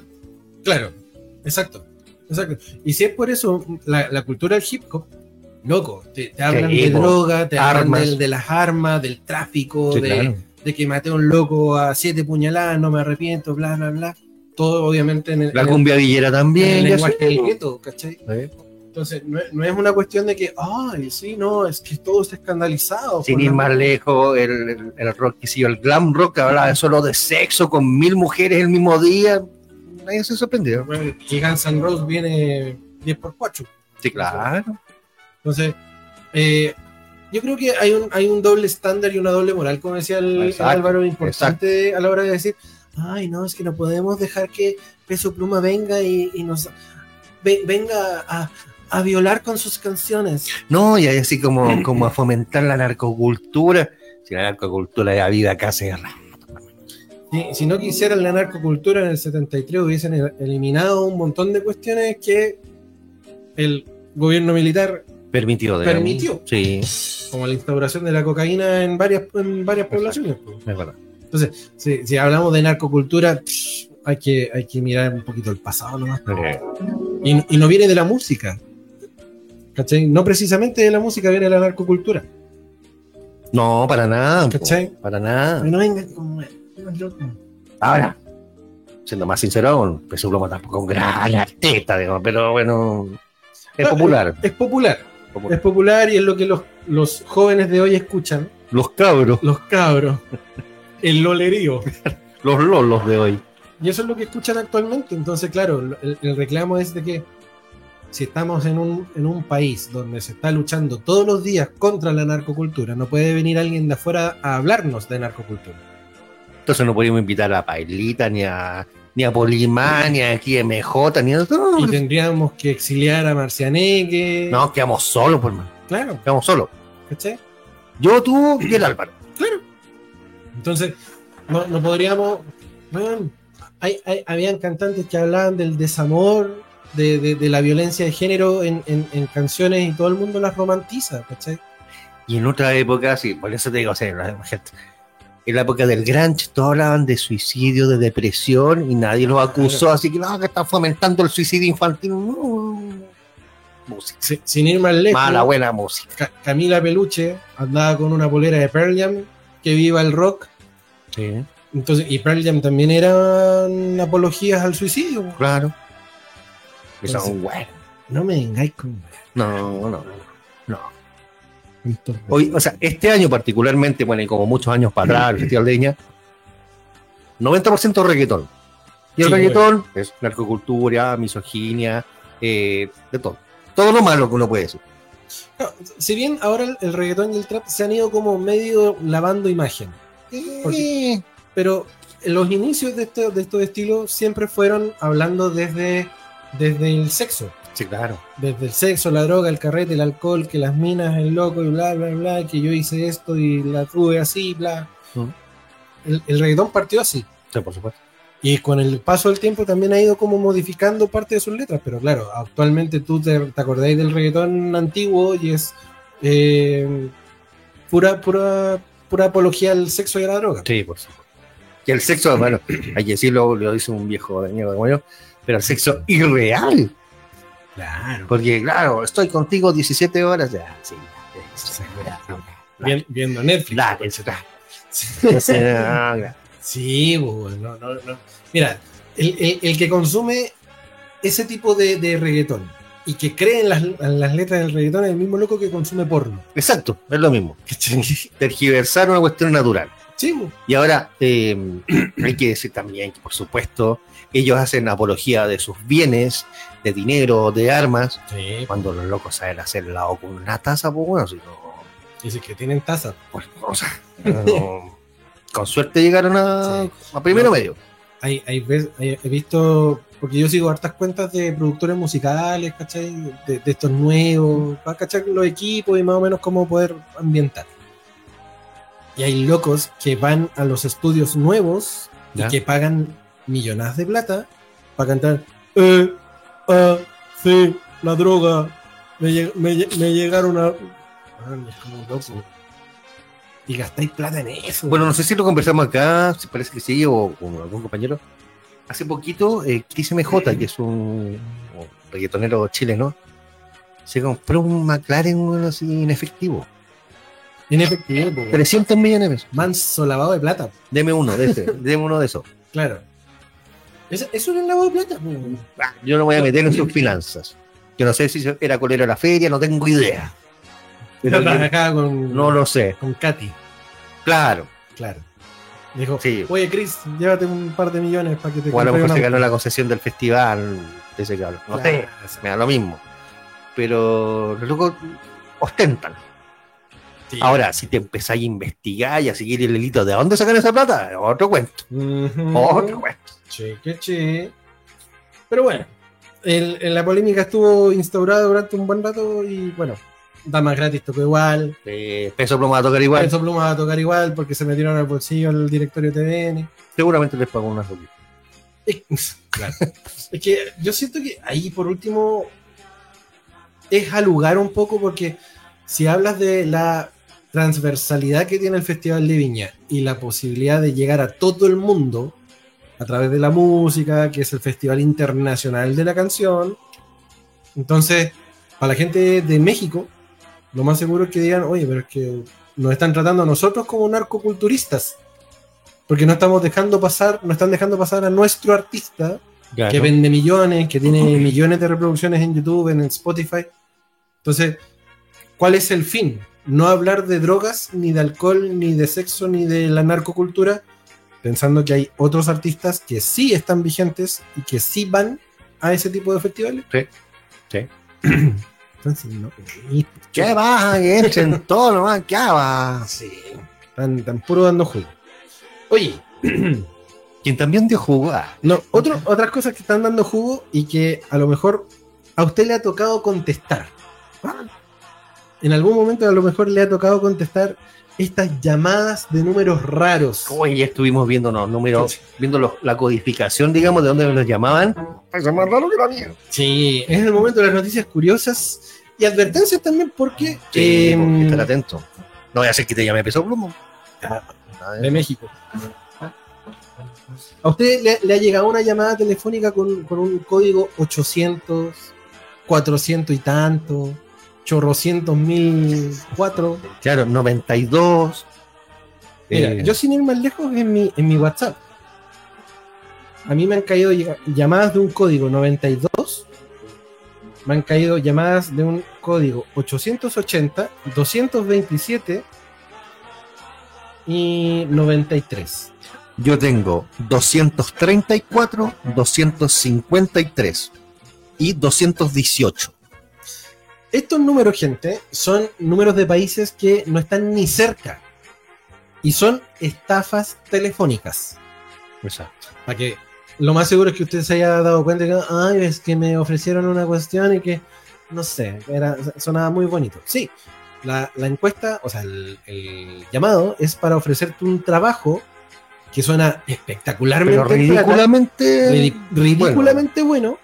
Speaker 2: Claro, exacto, exacto. Y si es por eso, la, la cultura del hip hop, loco, te, te hablan
Speaker 3: Sí,
Speaker 2: de
Speaker 3: po.
Speaker 2: droga, te hablan
Speaker 3: Armas.
Speaker 2: del- de las armas, del tráfico,
Speaker 3: Sí,
Speaker 2: de,
Speaker 3: claro.
Speaker 2: de que maté a un loco a siete puñaladas, no me arrepiento, bla, bla, bla. Todo obviamente en el,
Speaker 3: La
Speaker 2: en el-
Speaker 3: cumbia villera
Speaker 2: Eh, en el
Speaker 3: también. ya sé.
Speaker 2: lenguaje del gueto, ¿cachai? Entonces, no, es- no es una cuestión de que, ay, sí, no, es que todo está escandalizado.
Speaker 3: Sin
Speaker 2: por
Speaker 3: ir
Speaker 2: la-
Speaker 3: más lejos, el, el- el rock que siguió, el glam rock que hablaba solo de sexo con mil mujeres el mismo día. Nadie se sorprendió.
Speaker 2: Bueno, y Guns N' Roses viene 10x4.
Speaker 3: Sí, claro.
Speaker 2: Entonces, eh, yo creo que hay un, hay un doble estándar y una doble moral, como decía el, el
Speaker 3: Exacto,
Speaker 2: Álvaro, importante a la hora de decir, ay, no, es que no podemos dejar que Peso Pluma venga y, y nos ve- venga a, a violar con sus canciones.
Speaker 3: No, y ahí así como, como a fomentar la narcocultura. Si la narcocultura era vida acá se
Speaker 2: Si, si no quisieran la narcocultura en el 73, hubiesen el- eliminado un montón de cuestiones que el gobierno militar,
Speaker 3: permitió. digamos.
Speaker 2: Permitió.
Speaker 3: Sí,
Speaker 2: como la instauración de la cocaína en varias, en varias poblaciones. pues.
Speaker 3: es verdad.
Speaker 2: Si, si hablamos de narcocultura, psh, hay que, hay que mirar un poquito el pasado nomás.
Speaker 3: Eh,
Speaker 2: Y, y no viene de la música. ¿Cachai? No precisamente de la música viene de la narcocultura.
Speaker 3: No, para nada. po,
Speaker 2: ¿Cachai?
Speaker 3: Para nada.
Speaker 2: No venga con- Yo
Speaker 3: Ahora, siendo más sincero, Peso Pluma tampoco es un gran artista, digamos, pero bueno, es
Speaker 2: Ah,
Speaker 3: popular.
Speaker 2: Es popular.
Speaker 3: popular.
Speaker 2: Es popular y es lo que los, los jóvenes de hoy escuchan.
Speaker 3: Los cabros,
Speaker 2: Los cabros. El lolerío.
Speaker 3: los lolos de hoy.
Speaker 2: Y eso es lo que escuchan actualmente. Entonces, claro, el, el reclamo es de que si estamos en un, en un país donde se está luchando todos los días contra la narcocultura, no puede venir alguien de afuera a hablarnos de narcocultura.
Speaker 3: Entonces no podíamos invitar a Pailita, ni a, ni a Polimán, ni a XMJ, ni a... No,
Speaker 2: Y tendríamos que exiliar a Marcianeque.
Speaker 3: no, quedamos solos, por más.
Speaker 2: Claro,
Speaker 3: Quedamos solos.
Speaker 2: ¿cachai?
Speaker 3: Yo, tú y el Álvaro.
Speaker 2: Entonces, no, no podríamos. Bueno, hay, hay- habían cantantes que hablaban del desamor, de, de- de la violencia de género en, en- en canciones y todo el mundo las romantiza, ¿cachai?
Speaker 3: Y en otra época, sí, por eso te digo, o sea, la gente- en la época del Grunge, todos hablaban de suicidio, de depresión, y nadie los acusó, así que no, que están fomentando el suicidio infantil. No. Música.
Speaker 2: Si- sin ir más lejos.
Speaker 3: Mala, buena música.
Speaker 2: Ca- Camila Peluche andaba con una polera de Pearl Jam, que viva el rock. Entonces, y Pearl Jam también eran apologías al suicidio. po.
Speaker 3: Claro. Que
Speaker 2: Entonces-
Speaker 3: son buenos.
Speaker 2: No me vengáis con,
Speaker 3: No, no.
Speaker 2: con estos-
Speaker 3: Hoy, o sea, este año particularmente, bueno, y como muchos años para atrás, el Festival de Viña, 90% reggaetón. Y el
Speaker 2: Sí,
Speaker 3: reggaetón es narcocultura, misoginia, eh, de todo. Todo lo malo que uno puede decir.
Speaker 2: No, si bien ahora el, el reggaetón y el trap se han ido como medio lavando imagen, Porque-
Speaker 3: Eh,
Speaker 2: pero los inicios de, este- de estos estilos siempre fueron hablando desde, desde el sexo.
Speaker 3: Sí, claro.
Speaker 2: Desde el sexo, la droga, el carrete, el alcohol, que las minas, el loco y bla, bla, bla, que yo hice esto y la tuve así, bla.
Speaker 3: Ujú.
Speaker 2: El, el reggaetón partió así.
Speaker 3: Sí, por supuesto.
Speaker 2: Y con el paso del tiempo también ha ido como modificando parte de sus letras, pero claro, actualmente tú te, te acordáis del reggaetón antiguo y es eh, pura, pura, pura apología al sexo y a la droga.
Speaker 3: Sí, por supuesto. Y el sexo, bueno, hay que decirlo, lo dice un viejo de mierda como yo, pero el sexo irreal.
Speaker 2: Claro.
Speaker 3: Porque, claro, estoy contigo 17 horas. Ya, sí, ya, sí, ya, ya, ya.
Speaker 2: viendo Netflix.
Speaker 3: Claro, eso, claro. Entonces, ah, claro.
Speaker 2: Sí, bo, no, no, no. Mira, el, el- el que consume ese tipo de, de reggaetón y que cree en las, en las letras del reggaetón es el mismo loco que consume porno.
Speaker 3: Exacto, es lo mismo. Tergiversar una cuestión natural.
Speaker 2: Sí, bo.
Speaker 3: Y ahora eh, hay que decir también que, por supuesto, ellos hacen apología de sus bienes, de dinero, de armas, cuando los locos saben hacerla o con una taza, pues bueno, si no,
Speaker 2: Dice que tienen taza.
Speaker 3: pues, o sea, no- con suerte llegaron a,
Speaker 2: Sí.
Speaker 3: a primero medio.
Speaker 2: hay, hay, ve- hay- he visto, porque yo sigo hartas cuentas de productores musicales, ¿cachai? De, de estos nuevos, para cachar los equipos y más o menos cómo poder ambientar. Y hay locos que van a los estudios nuevos
Speaker 3: Ya.
Speaker 2: y que pagan millonadas de plata para cantar eh, ah, sí, la droga, Me, lleg- me lle- me llegaron a. Weón, es como loco. Y gastáis plata en eso.
Speaker 3: Bueno, no sé si lo conversamos acá, si parece que sí, o con algún compañero. Hace poquito, eh, Chris MJ, que es un un reggaetonero chileno, se compró un McLaren weón, así en efectivo.
Speaker 2: en efectivo, po, weón.
Speaker 3: 300 millones de pesos.
Speaker 2: Manso lavado de plata.
Speaker 3: Deme uno de ese, deme uno de esos.
Speaker 2: Claro. ¿Eso, eso era un lavado de plata? po, weón.
Speaker 3: Ah, Yo no voy a meter en sus finanzas. Yo no sé si era colero de la feria, no tengo idea. Pero
Speaker 2: Yo trabajaba con,
Speaker 3: no lo sé.
Speaker 2: con Katy,
Speaker 3: Claro.
Speaker 2: claro. Dijo,
Speaker 3: Sí.
Speaker 2: oye Chris, llévate un par de millones para que te
Speaker 3: O a
Speaker 2: compre
Speaker 3: lo mejor
Speaker 2: una
Speaker 3: se ganó la concesión del festival, de ese que hablo. No sé.
Speaker 2: Claro, sí.
Speaker 3: me da lo mismo. Pero los locos ostentan.
Speaker 2: Sí.
Speaker 3: Ahora, si te empezáis a investigar y a seguir el hilito, ¿de dónde sacan esa plata? Otro cuento.
Speaker 2: Ujú.
Speaker 3: Otro cuento.
Speaker 2: Che, que che. Pero bueno, el- el- la polémica estuvo instaurada durante un buen rato y bueno, Damas Gratis tocó igual,
Speaker 3: Eh, peso plomo va a tocar igual.
Speaker 2: Peso Pluma va a tocar igual porque se metieron al bolsillo el directorio TVN.
Speaker 3: Seguramente les pago unas lucas.
Speaker 2: Es, es que yo siento que ahí por último es al lugar un poco porque si hablas de la transversalidad que tiene el Festival de Viña y la posibilidad de llegar a todo el mundo a través de la música, que es el Festival Internacional de la Canción, entonces para la gente de México lo más seguro es que digan, oye, pero es que nos están tratando a nosotros como narcoculturistas. Porque no estamos dejando pasar, no están dejando pasar a nuestro artista que vende millones, que tiene millones de reproducciones en YouTube, en Spotify. Entonces, ¿cuál es el fin? No hablar de drogas, ni de alcohol, ni de sexo, ni de la narcocultura, pensando que hay otros artistas que sí están vigentes y que sí van a ese tipo de festivales.
Speaker 3: Sí, sí.
Speaker 2: Entonces, no.
Speaker 3: ¿Qué baja? Que entren todo nomás, ¿qué va?
Speaker 2: Sí. Tan, tan puro dando jugo. Oye,
Speaker 3: Quien también dio jugar.
Speaker 2: No, otro, otras cosas que están dando jugo y que a lo mejor a usted le ha tocado contestar. Ah. En algún momento a lo mejor le ha tocado contestar estas llamadas de números raros.
Speaker 3: Hoy ya estuvimos viendo los números, viendo los- la codificación, digamos, de dónde los llamaban. Eso es más raro que la mía.
Speaker 2: Sí, es el momento de las noticias curiosas y advertencias también porque
Speaker 3: Sí,
Speaker 2: em,
Speaker 3: porque estar atento. Eh, mm, No voy a hacer que te llame peso plomo.
Speaker 2: de México. ¿A usted le, le ha llegado una llamada telefónica con, con un código 800, 400 y tanto, chorrocientos mil cuatro?
Speaker 3: Claro, 92.
Speaker 2: Mira,
Speaker 3: Eh,
Speaker 2: yo sin ir más lejos en mi, en mi WhatsApp. A mí me han caído llega- llamadas de un código 92. Me han caído llamadas de un código 880, 227 y 93.
Speaker 3: Yo tengo 234, 253 y 218.
Speaker 2: Estos números, gente, son números de países que no están ni cerca. Y son estafas telefónicas.
Speaker 3: Exacto.
Speaker 2: Para que lo más seguro es que usted se haya dado cuenta que, ay, es que me ofrecieron una cuestión y que, no sé, era, sonaba muy bonito. Sí, la, la encuesta, o sea, el, el llamado es para ofrecerte un trabajo que suena espectacularmente
Speaker 3: Pero
Speaker 2: plata,
Speaker 3: ridículamente.
Speaker 2: ridi- ridículamente bueno.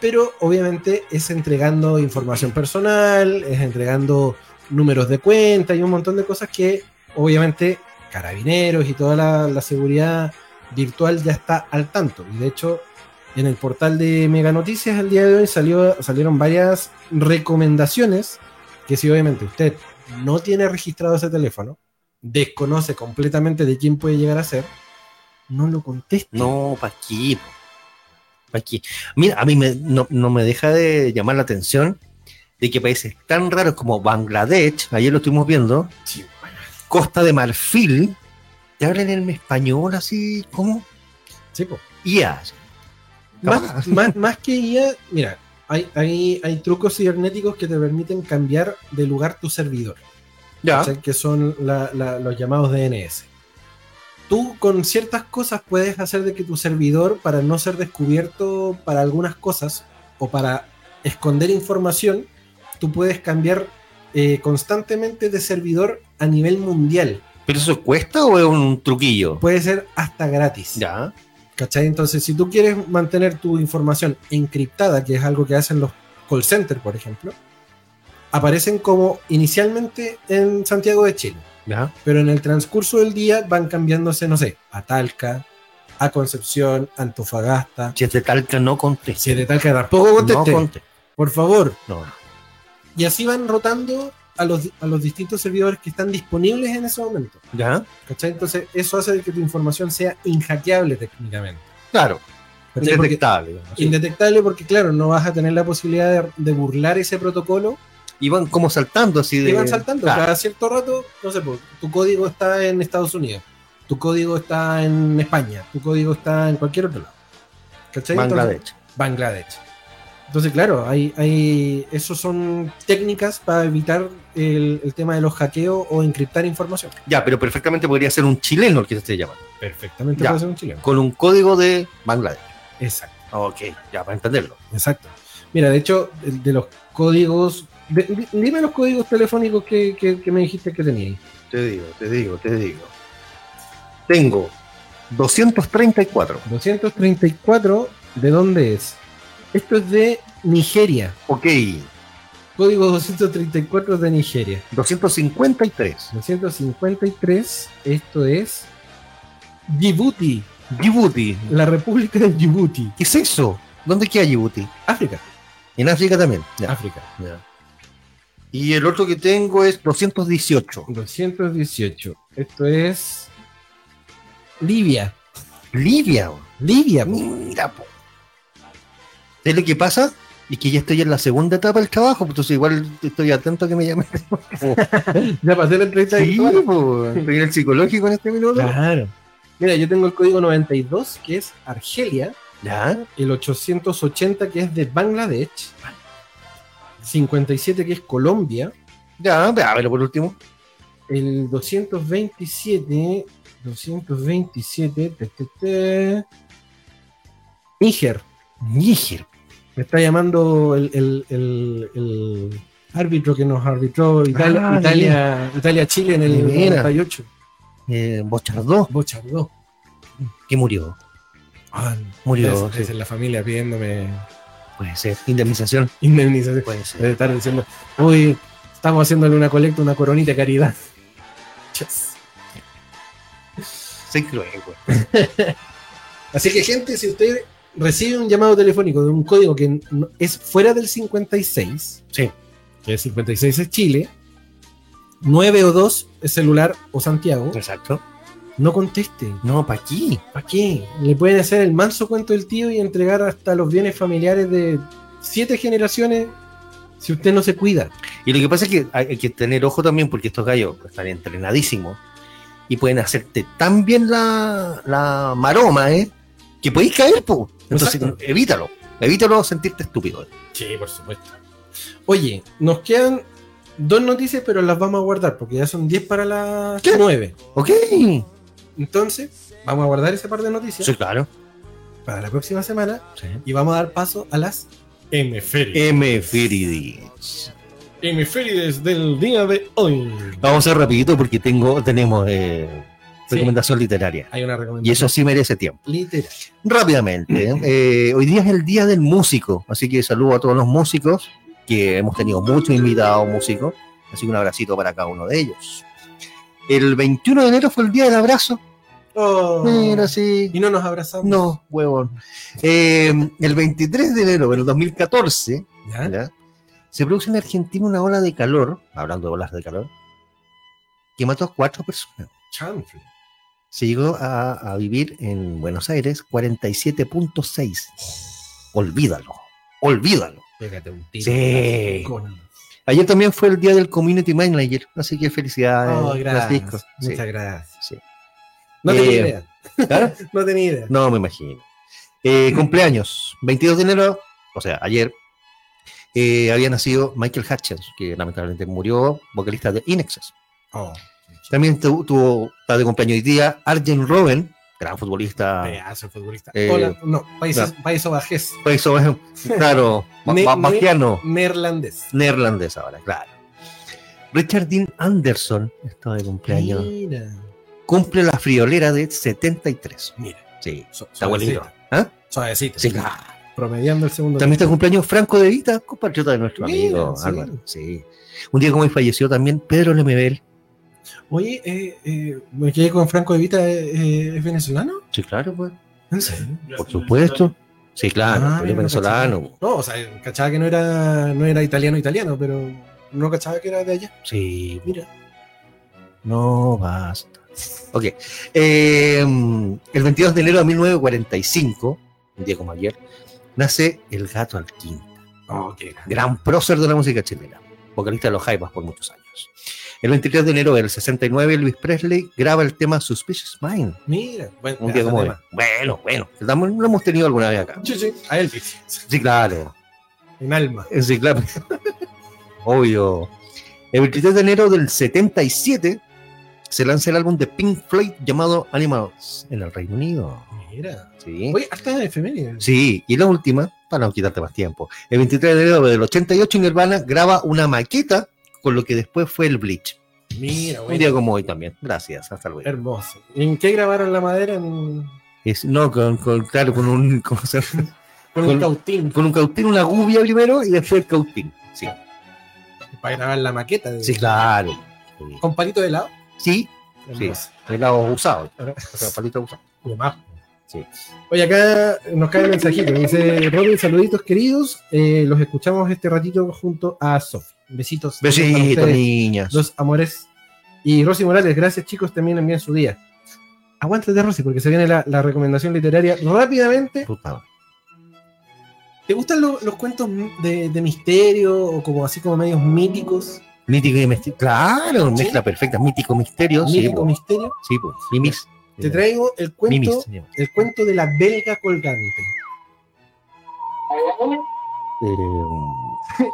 Speaker 2: pero obviamente es entregando información personal, es entregando números de cuenta y un montón de cosas que obviamente carabineros y toda la, la seguridad virtual ya está al tanto. Y de hecho, en el portal de Mega Noticias el día de hoy salió, salieron varias recomendaciones que si obviamente usted no tiene registrado ese teléfono, desconoce completamente de quién puede llegar a ser, no lo conteste.
Speaker 3: No, pa' aquí. pa' aquí. Mira, a mí me- no, no me deja de llamar la atención de que países tan raros como Bangladesh, ayer lo estuvimos viendo, Costa de Marfil, te hablan en español así como
Speaker 2: Sí, po.
Speaker 3: IA.
Speaker 2: más, más, más que IA, mira, hay, hay, hay trucos cibernéticos que te permiten cambiar de lugar tu servidor,
Speaker 3: Ya.
Speaker 2: ¿cachai? que son la- la- los llamados DNS. Tú con ciertas cosas puedes hacer de que tu servidor, para no ser descubierto para algunas cosas o para esconder información, tú puedes cambiar eh, constantemente de servidor a nivel mundial.
Speaker 3: ¿Pero eso cuesta o es un truquillo?
Speaker 2: Puede ser hasta gratis.
Speaker 3: Ya.
Speaker 2: ¿Cachai? Entonces, si tú quieres mantener tu información encriptada, que es algo que hacen los call centers, por ejemplo, aparecen como inicialmente en Santiago de Chile,
Speaker 3: Ya.
Speaker 2: pero en el transcurso del día van cambiándose, no sé, a Talca, a Concepción, Antofagasta.
Speaker 3: Si es de Talca, no conté.
Speaker 2: Si es de Talca tampoco
Speaker 3: no
Speaker 2: conteste,
Speaker 3: conté.
Speaker 2: por favor.
Speaker 3: No.
Speaker 2: Y así van rotando a los, a los distintos servidores que están disponibles en ese momento.
Speaker 3: ¿Ya?
Speaker 2: ¿Cachai? Entonces, eso hace que tu información sea inhackeable técnicamente.
Speaker 3: Claro,
Speaker 2: ¿cachai? Porque-
Speaker 3: indetectable. digamos.
Speaker 2: indetectable porque, claro, no vas a tener la posibilidad de, de burlar ese protocolo
Speaker 3: Y van como saltando así de.
Speaker 2: que van saltando.
Speaker 3: Claro.
Speaker 2: Cada cierto rato, no sé, pues, tu código está en Estados Unidos, tu código está en España, tu código está en cualquier otro lado. ¿Cachai? Entonces-
Speaker 3: Bangladesh.
Speaker 2: Bangladesh. Entonces, claro, hay, hay, esos son técnicas para evitar el, el tema de los hackeos o encriptar información.
Speaker 3: Ya, pero perfectamente podría ser un chileno el que se esté llamando.
Speaker 2: Perfectamente
Speaker 3: Ya.
Speaker 2: puede ser un chileno.
Speaker 3: Con un código de Bangladesh.
Speaker 2: Exacto.
Speaker 3: Ok, ya, para entenderlo.
Speaker 2: Exacto. Mira, de hecho, de, de los códigos. de- di- dime los códigos telefónicos que, que- que me dijiste que tenías.
Speaker 3: Te digo, te digo, te digo. Tengo 234.
Speaker 2: 234, ¿de dónde es? Esto es de Nigeria.
Speaker 3: Ok,
Speaker 2: Código 234 de Nigeria.
Speaker 3: 253.
Speaker 2: 253, esto es Djibouti,
Speaker 3: Djibouti.
Speaker 2: la República de Djibouti,
Speaker 3: ¿Qué es eso? ¿Dónde queda Djibouti?
Speaker 2: África.
Speaker 3: En África también. Ya,
Speaker 2: África.
Speaker 3: ya. Y el otro que tengo es 218.
Speaker 2: 218, esto es Libia.
Speaker 3: Libia. weón.
Speaker 2: Libia, po.
Speaker 3: Mira, po. ¿Sabes lo que pasa? Y que ya estoy en la segunda etapa del trabajo, pues, entonces igual estoy atento a que me llamen.
Speaker 2: ya pasé la entrevista
Speaker 3: Sí,
Speaker 2: virtual.
Speaker 3: po, estoy en el psicológico en este minuto.
Speaker 2: Claro. Mira, yo tengo el código 92, que es Argelia,
Speaker 3: Ya,
Speaker 2: el 880, que es de Bangladesh, 57, que es Colombia,
Speaker 3: ya, ya, pero por último.
Speaker 2: el 227, 227, te, te, te, Níger.
Speaker 3: Níger.
Speaker 2: Me está llamando el, el- el- el árbitro que nos arbitró Italia,
Speaker 3: Ah,
Speaker 2: Italia, Italia-Chile en el
Speaker 3: Mira.
Speaker 2: 98.
Speaker 3: Eh, Bochardó,
Speaker 2: Bochardó.
Speaker 3: que murió.
Speaker 2: Ah,
Speaker 3: Murió.
Speaker 2: es- es en la familia pidiéndome
Speaker 3: Puede ser. Indemnización.
Speaker 2: indemnización.
Speaker 3: Puede ser.
Speaker 2: Debe estar diciendo, uy, estamos haciéndole una colecta, una coronita de caridad. Chas.
Speaker 3: Soy cruel, güey.
Speaker 2: Así que, gente, si usted recibe un llamado telefónico de un código que no- es fuera del 56,
Speaker 3: Sí.
Speaker 2: que el 56 es Chile, 9 o 2 es celular o Santiago,
Speaker 3: Exacto.
Speaker 2: no conteste.
Speaker 3: No, para aquí.
Speaker 2: ¿Para qué? Le pueden hacer el manso cuento del tío y entregar hasta los bienes familiares de siete generaciones si usted no se cuida.
Speaker 3: Y lo que pasa es que hay hay que tener ojo también porque estos gallos están entrenadísimos y pueden hacerte tan bien la, la maroma, ¿eh? Que podéis caer, po. Entonces,
Speaker 2: Exacto.
Speaker 3: evítalo. Evítalo sentirte estúpido. ¿eh?
Speaker 2: Sí, por supuesto. Oye, nos quedan dos noticias, pero las vamos a guardar porque ya son 10 para las
Speaker 3: ¿Qué?
Speaker 2: 9.
Speaker 3: ¿Ok?
Speaker 2: Entonces, vamos a guardar ese par de noticias
Speaker 3: Sí, claro.
Speaker 2: para la próxima semana
Speaker 3: Sí.
Speaker 2: y vamos a dar paso a las
Speaker 4: Hemisferides.
Speaker 3: M. Ferides.
Speaker 4: Hemisferides del día de hoy.
Speaker 3: Vamos a ser rapidito porque tengo, tenemos eh, recomendación literaria.
Speaker 2: hay una
Speaker 3: Y
Speaker 2: recomendación
Speaker 3: eso sí merece tiempo.
Speaker 2: literal.
Speaker 3: Rápidamente, ¿eh? Eh, hoy día es el Día del Músico, así que saludo a todos los músicos, que hemos tenido muchos invitados músicos, así que un abracito para cada uno de ellos. El 21 de enero fue el Día del Abrazo.
Speaker 2: Oh,
Speaker 3: Mira, sí.
Speaker 2: Y no nos abrazamos.
Speaker 3: No, huevón. Eh, el 23 de enero del 2014,
Speaker 2: ¿Ya?
Speaker 3: ¿ya? se produce en Argentina una ola de calor, hablando de olas de calor, que mató a cuatro personas.
Speaker 2: Chanfle.
Speaker 3: se llegó a, a vivir en Buenos Aires 47.6. Olvídalo, olvídalo.
Speaker 2: Pégate un tiro.
Speaker 3: Sí.
Speaker 2: Con-
Speaker 3: Ayer también fue el día del Community Manager, así que felicidades.
Speaker 2: Oh,
Speaker 3: Francisco.
Speaker 2: gracias.
Speaker 3: Sí,
Speaker 2: Muchas gracias.
Speaker 3: sí.
Speaker 2: No tenía
Speaker 3: Eh,
Speaker 2: idea.
Speaker 3: ¿claro?
Speaker 2: No tenía idea.
Speaker 3: No me imagino. Eh, cumpleaños, 22 de enero, o sea, ayer, eh, había nacido Michael Hutchins, que lamentablemente murió, vocalista de Inexcess.
Speaker 2: Oh,
Speaker 3: También tu- tuvo, está de cumpleaños hoy día, Arjen Robben, gran futbolista.
Speaker 2: pedazo de futbolista.
Speaker 3: Ah. Eh,
Speaker 2: Hola, no, países, países bajés.
Speaker 3: País Ovaje- claro, ba-
Speaker 2: Ne-
Speaker 3: ba-
Speaker 2: ne-
Speaker 3: bajiano.
Speaker 2: Neerlandés.
Speaker 3: neerlandés ahora, claro. Richard Dean Anderson, esto de cumpleaños,
Speaker 2: Mira.
Speaker 3: cumple la friolera de 73.
Speaker 2: Mira.
Speaker 3: Sí,
Speaker 2: Su-
Speaker 3: está bonito.
Speaker 2: suavecita,
Speaker 3: ¿Ah?
Speaker 2: Suavecita.
Speaker 3: Sí, claro.
Speaker 2: promediando el segundo
Speaker 3: También está el cumpleaños Franco de Vita, compatriota de nuestro
Speaker 2: Mira,
Speaker 3: amigo
Speaker 2: sí.
Speaker 3: Álvaro. Sí. Un día como hoy falleció también Pedro Lemebel.
Speaker 2: tiempo. Oye, eh, eh, me quedé con Franco Evita, eh, eh, ¿es venezolano?
Speaker 3: Sí, claro, pues.
Speaker 2: ¿En serio?
Speaker 3: Por supuesto. Sí, claro,
Speaker 2: Ah,
Speaker 3: Pedro
Speaker 2: mira,
Speaker 3: venezolano.
Speaker 2: No, o sea, cachaba que no era, no era italiano, italiano, pero no cachaba que era de allá.
Speaker 3: Sí,
Speaker 2: Mira.
Speaker 3: No basta. Ok. eh, el 22 de enero de 1945, un día como ayer, nace El Gato al Quinto,
Speaker 2: Ok.
Speaker 3: Oh, gran prócer de la música chilena, vocalista de los Jaivas por muchos años. El 23 de enero del 69, Luis Presley graba el tema Suspicious Mind,
Speaker 2: Mira. Bueno,
Speaker 3: un día como hoy. Bueno, bueno, lo hemos tenido alguna vez acá.
Speaker 2: Sí, sí, a Elvis.
Speaker 3: Sí, claro.
Speaker 2: En alma.
Speaker 3: Sí, claro. Obvio. El 23 de enero del 77 se lanza el álbum de Pink Floyd llamado Animals en el Reino Unido.
Speaker 2: Mira.
Speaker 3: Sí.
Speaker 2: Oye, hasta efemérides.
Speaker 3: Sí, y la última, para no quitarte más tiempo. El 23 de enero del 88 Nirvana graba una maqueta con lo que después fue el Bleach.
Speaker 2: Mira,
Speaker 3: Un
Speaker 2: bueno.
Speaker 3: día como hoy también. Gracias, hasta luego.
Speaker 2: Hermoso. ¿En qué grabaron la madera? En-
Speaker 3: Es- no, con, con- claro, con un, ¿cómo se llama?
Speaker 2: Con
Speaker 3: Con-
Speaker 2: un cautín.
Speaker 3: con un cautín, una gubia primero y después el cautín. Sí,
Speaker 2: Para grabar la maqueta. de-
Speaker 3: sí claro.
Speaker 2: Con palito de helado.
Speaker 3: Sí, sí,
Speaker 2: Hermoso.
Speaker 3: el lado usado. O sea, palito usado.
Speaker 2: Y demás.
Speaker 3: Sí.
Speaker 2: Oye, acá nos cae el mensajito. Dice Robin, saluditos queridos. Eh, los escuchamos este ratito junto a Sofi. Besitos. a
Speaker 3: Besitos,
Speaker 2: ustedes,
Speaker 3: niñas.
Speaker 2: Los amores. Y Rosy Morales, gracias chicos, también envíen su día. Aguántate, Rosy, porque se viene la, la recomendación literaria rápidamente.
Speaker 3: Puta.
Speaker 2: ¿Te gustan lo- los cuentos de, de misterio o como así como medios míticos?
Speaker 3: Mítico y misterio. Claro, mezcla perfecta. Mítico misterio. Sí,
Speaker 2: Mítico,
Speaker 3: po.
Speaker 2: misterio.
Speaker 3: sí po. Mimis.
Speaker 2: Te traigo el
Speaker 3: Mimis.
Speaker 2: cuento, el cuento de la belga colgante.
Speaker 3: Eh,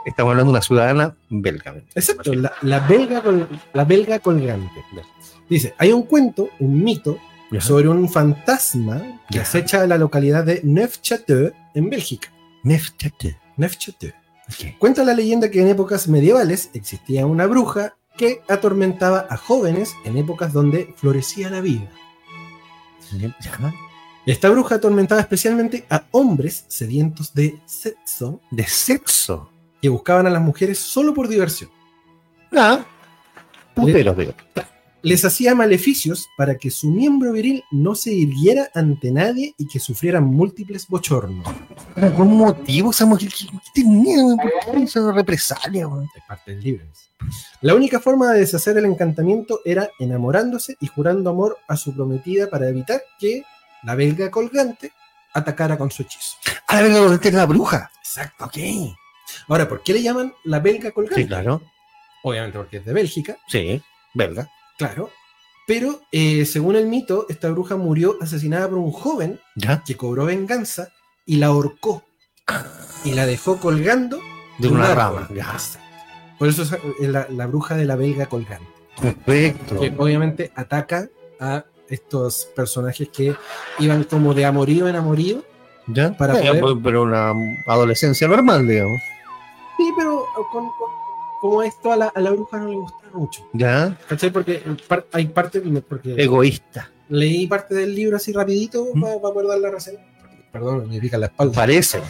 Speaker 3: estamos hablando de una ciudadana belga.
Speaker 2: Exacto, la, la belga col- la belga colgante. Dice, hay un cuento, un mito,
Speaker 3: Ya.
Speaker 2: sobre un fantasma que
Speaker 3: Ya.
Speaker 2: acecha la localidad de Neufchâteau, en Bélgica.
Speaker 3: Neftete.
Speaker 2: Neufchâteau.
Speaker 3: Ok.
Speaker 2: Cuenta la leyenda que en épocas medievales existía una bruja que atormentaba a jóvenes en épocas donde florecía la vida.
Speaker 3: Ajá.
Speaker 2: Esta bruja atormentaba especialmente a hombres sedientos de sexo
Speaker 3: De sexo.
Speaker 2: que buscaban a las mujeres solo por diversión.
Speaker 3: Ah. Puteros, digo.
Speaker 2: les hacía maleficios para que su miembro viril no se irguiera ante nadie y que sufrieran múltiples bochornos.
Speaker 3: ¿Por algún motivo esa mujer que tenía? ¿Por qué esa represalia? weón?
Speaker 2: De partes libres. La única forma de deshacer el encantamiento era enamorándose y jurando amor a su prometida para evitar que la belga colgante atacara con su hechizo.
Speaker 3: A la verga, lo de la bruja.
Speaker 2: Exacto, ok. Ahora, ¿por qué le llaman la belga colgante?
Speaker 3: Sí, claro.
Speaker 2: Obviamente porque es de Bélgica,
Speaker 3: Sí, belga.
Speaker 2: claro. Pero, eh, según el mito, esta bruja murió asesinada por un joven
Speaker 3: ¿Ya?
Speaker 2: que cobró venganza y la ahorcó y la dejó colgando
Speaker 3: De
Speaker 2: un
Speaker 3: una
Speaker 2: árbol.
Speaker 3: rama. Ya.
Speaker 2: Por eso es eh, la, la bruja de la belga colgante,
Speaker 3: Perfecto.
Speaker 2: que obviamente ataca a estos personajes que iban como de amorío en amorío.
Speaker 3: ¿Ya?
Speaker 2: Para
Speaker 3: Ya,
Speaker 2: poder-
Speaker 3: pues, Pero una adolescencia normal, digamos.
Speaker 2: Sí, pero con- con- como esto a la, a la bruja no le gusta mucho.
Speaker 3: ¿Ya?
Speaker 2: ¿Cachai? Porque eh, par- hay parte, porque
Speaker 3: Egoísta.
Speaker 2: leí parte del libro así rapidito
Speaker 3: ¿Mm?
Speaker 2: para guardar la reseña. Perdón, me pica la espalda.
Speaker 3: Parece.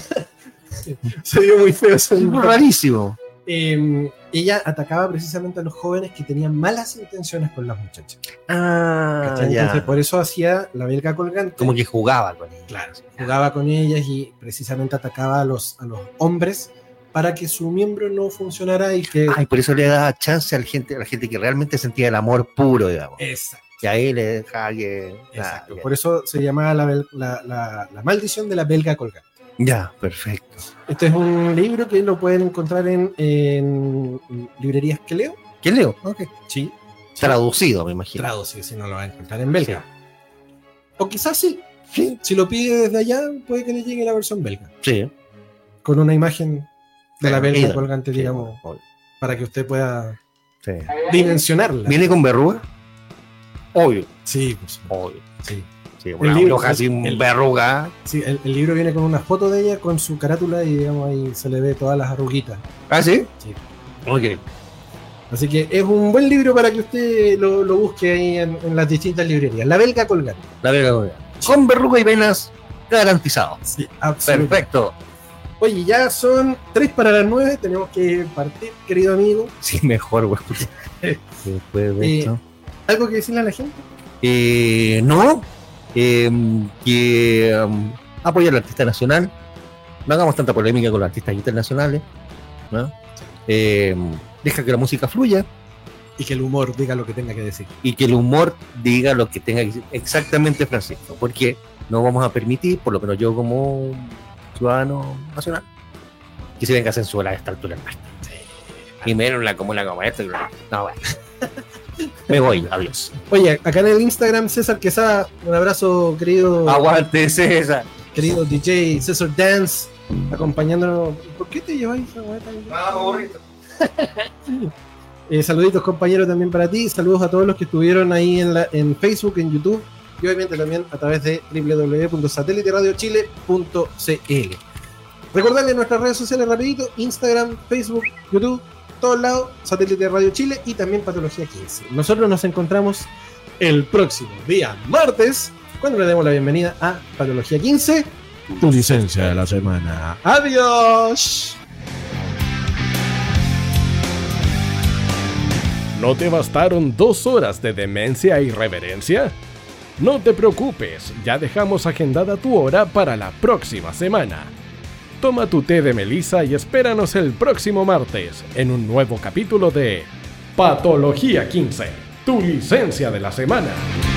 Speaker 2: Se vio muy feo. ese libro.
Speaker 3: Rarísimo.
Speaker 2: Eh, ella atacaba precisamente a los jóvenes que tenían malas intenciones con las muchachas.
Speaker 3: Ah,
Speaker 2: ¿cachai?
Speaker 3: ya.
Speaker 2: Entonces, por eso hacía la belga colgante.
Speaker 3: Como que jugaba con él.
Speaker 2: Claro, jugaba con ellas y precisamente atacaba a los, a los hombres para que su miembro no funcionara y que.
Speaker 3: Ay, por eso le daba chance a la gente, a la gente que realmente sentía el amor puro, digamos.
Speaker 2: exacto.
Speaker 3: Y ahí le dejaba que. ah,
Speaker 2: Eh. exacto.
Speaker 3: ya.
Speaker 2: Por eso se llamaba la, bel- la- la- la maldición de la belga colgante.
Speaker 3: Ya, perfecto.
Speaker 2: Este es un libro que lo pueden encontrar en, en librerías que leo.
Speaker 3: ¿Quién leo? Ok.
Speaker 2: Sí,
Speaker 3: Traducido, me imagino.
Speaker 2: traducido, si no lo van a encontrar en belga. O quizás sí. Si lo pide desde allá, puede que le llegue la versión belga.
Speaker 3: sí.
Speaker 2: Con una imagen de la
Speaker 3: Claro,
Speaker 2: belga
Speaker 3: ídolo.
Speaker 2: colgante,
Speaker 3: Sí,
Speaker 2: digamos,
Speaker 3: obvio.
Speaker 2: para que usted pueda
Speaker 3: Sí.
Speaker 2: dimensionarla.
Speaker 3: ¿Viene con verruga? Obvio.
Speaker 2: Sí, pues,
Speaker 3: Obvio.
Speaker 2: sí.
Speaker 3: Sí, una
Speaker 2: libro-
Speaker 3: hoja sin
Speaker 2: el-
Speaker 3: verruga.
Speaker 2: Sí, el, el libro viene con una foto de ella con su carátula y digamos ahí se le ve todas las arruguitas.
Speaker 3: ¿Ah, sí?
Speaker 2: Sí.
Speaker 3: Ok.
Speaker 2: Así que es un buen libro para que usted lo, lo busque ahí en, en las distintas librerías. La belga colgante.
Speaker 3: La verga. Con verruga y venas garantizado.
Speaker 2: Sí, absolutamente.
Speaker 3: Perfecto.
Speaker 2: Oye, ya son 3 para las 9, tenemos que partir, querido amigo.
Speaker 3: Sí, mejor, güey. Después de
Speaker 2: Eh,
Speaker 3: esto.
Speaker 2: ¿Algo que decirle a la gente?
Speaker 3: Eh, no, eh, que um, apoyar al artista nacional, no hagamos tanta polémica con los artistas internacionales, ¿no? Eh, deja que la música fluya
Speaker 2: Y que el humor diga lo que tenga que decir.
Speaker 3: y que el humor diga lo que tenga que decir exactamente Francisco, porque no vamos a permitir, por lo menos yo como ciudadano nacional, que se venga a censurar a esta altura del partido. Y menos en la comuna como esta. que no- No, bueno. Me voy, adiós.
Speaker 2: Oye, acá en el Instagram, César Quesada, un abrazo, querido,
Speaker 3: Ah, Aguante, César.
Speaker 2: querido DJ César Dance, acompañándonos. ¿Por qué te lleváis esa weá tan-
Speaker 4: Ah,
Speaker 2: Eh, saluditos compañeros también para ti, saludos a todos los que estuvieron ahí en, la, en Facebook, en YouTube y obviamente también a través de www.sateliteradiochile.cl. Recordarles nuestras redes sociales rapidito, Instagram, Facebook, YouTube, todos lados, Satélite Radio Chile y también Patología 15. Nosotros nos encontramos el próximo día martes cuando le demos la bienvenida a Patología 15. Tu licencia de la semana. Adiós.
Speaker 1: ¿No te bastaron dos horas de demencia e irreverencia? No te preocupes, ya dejamos agendada tu hora para la próxima semana. Toma tu té de melisa y espéranos el próximo martes en un nuevo capítulo de Patología 15, tu licencia de la semana.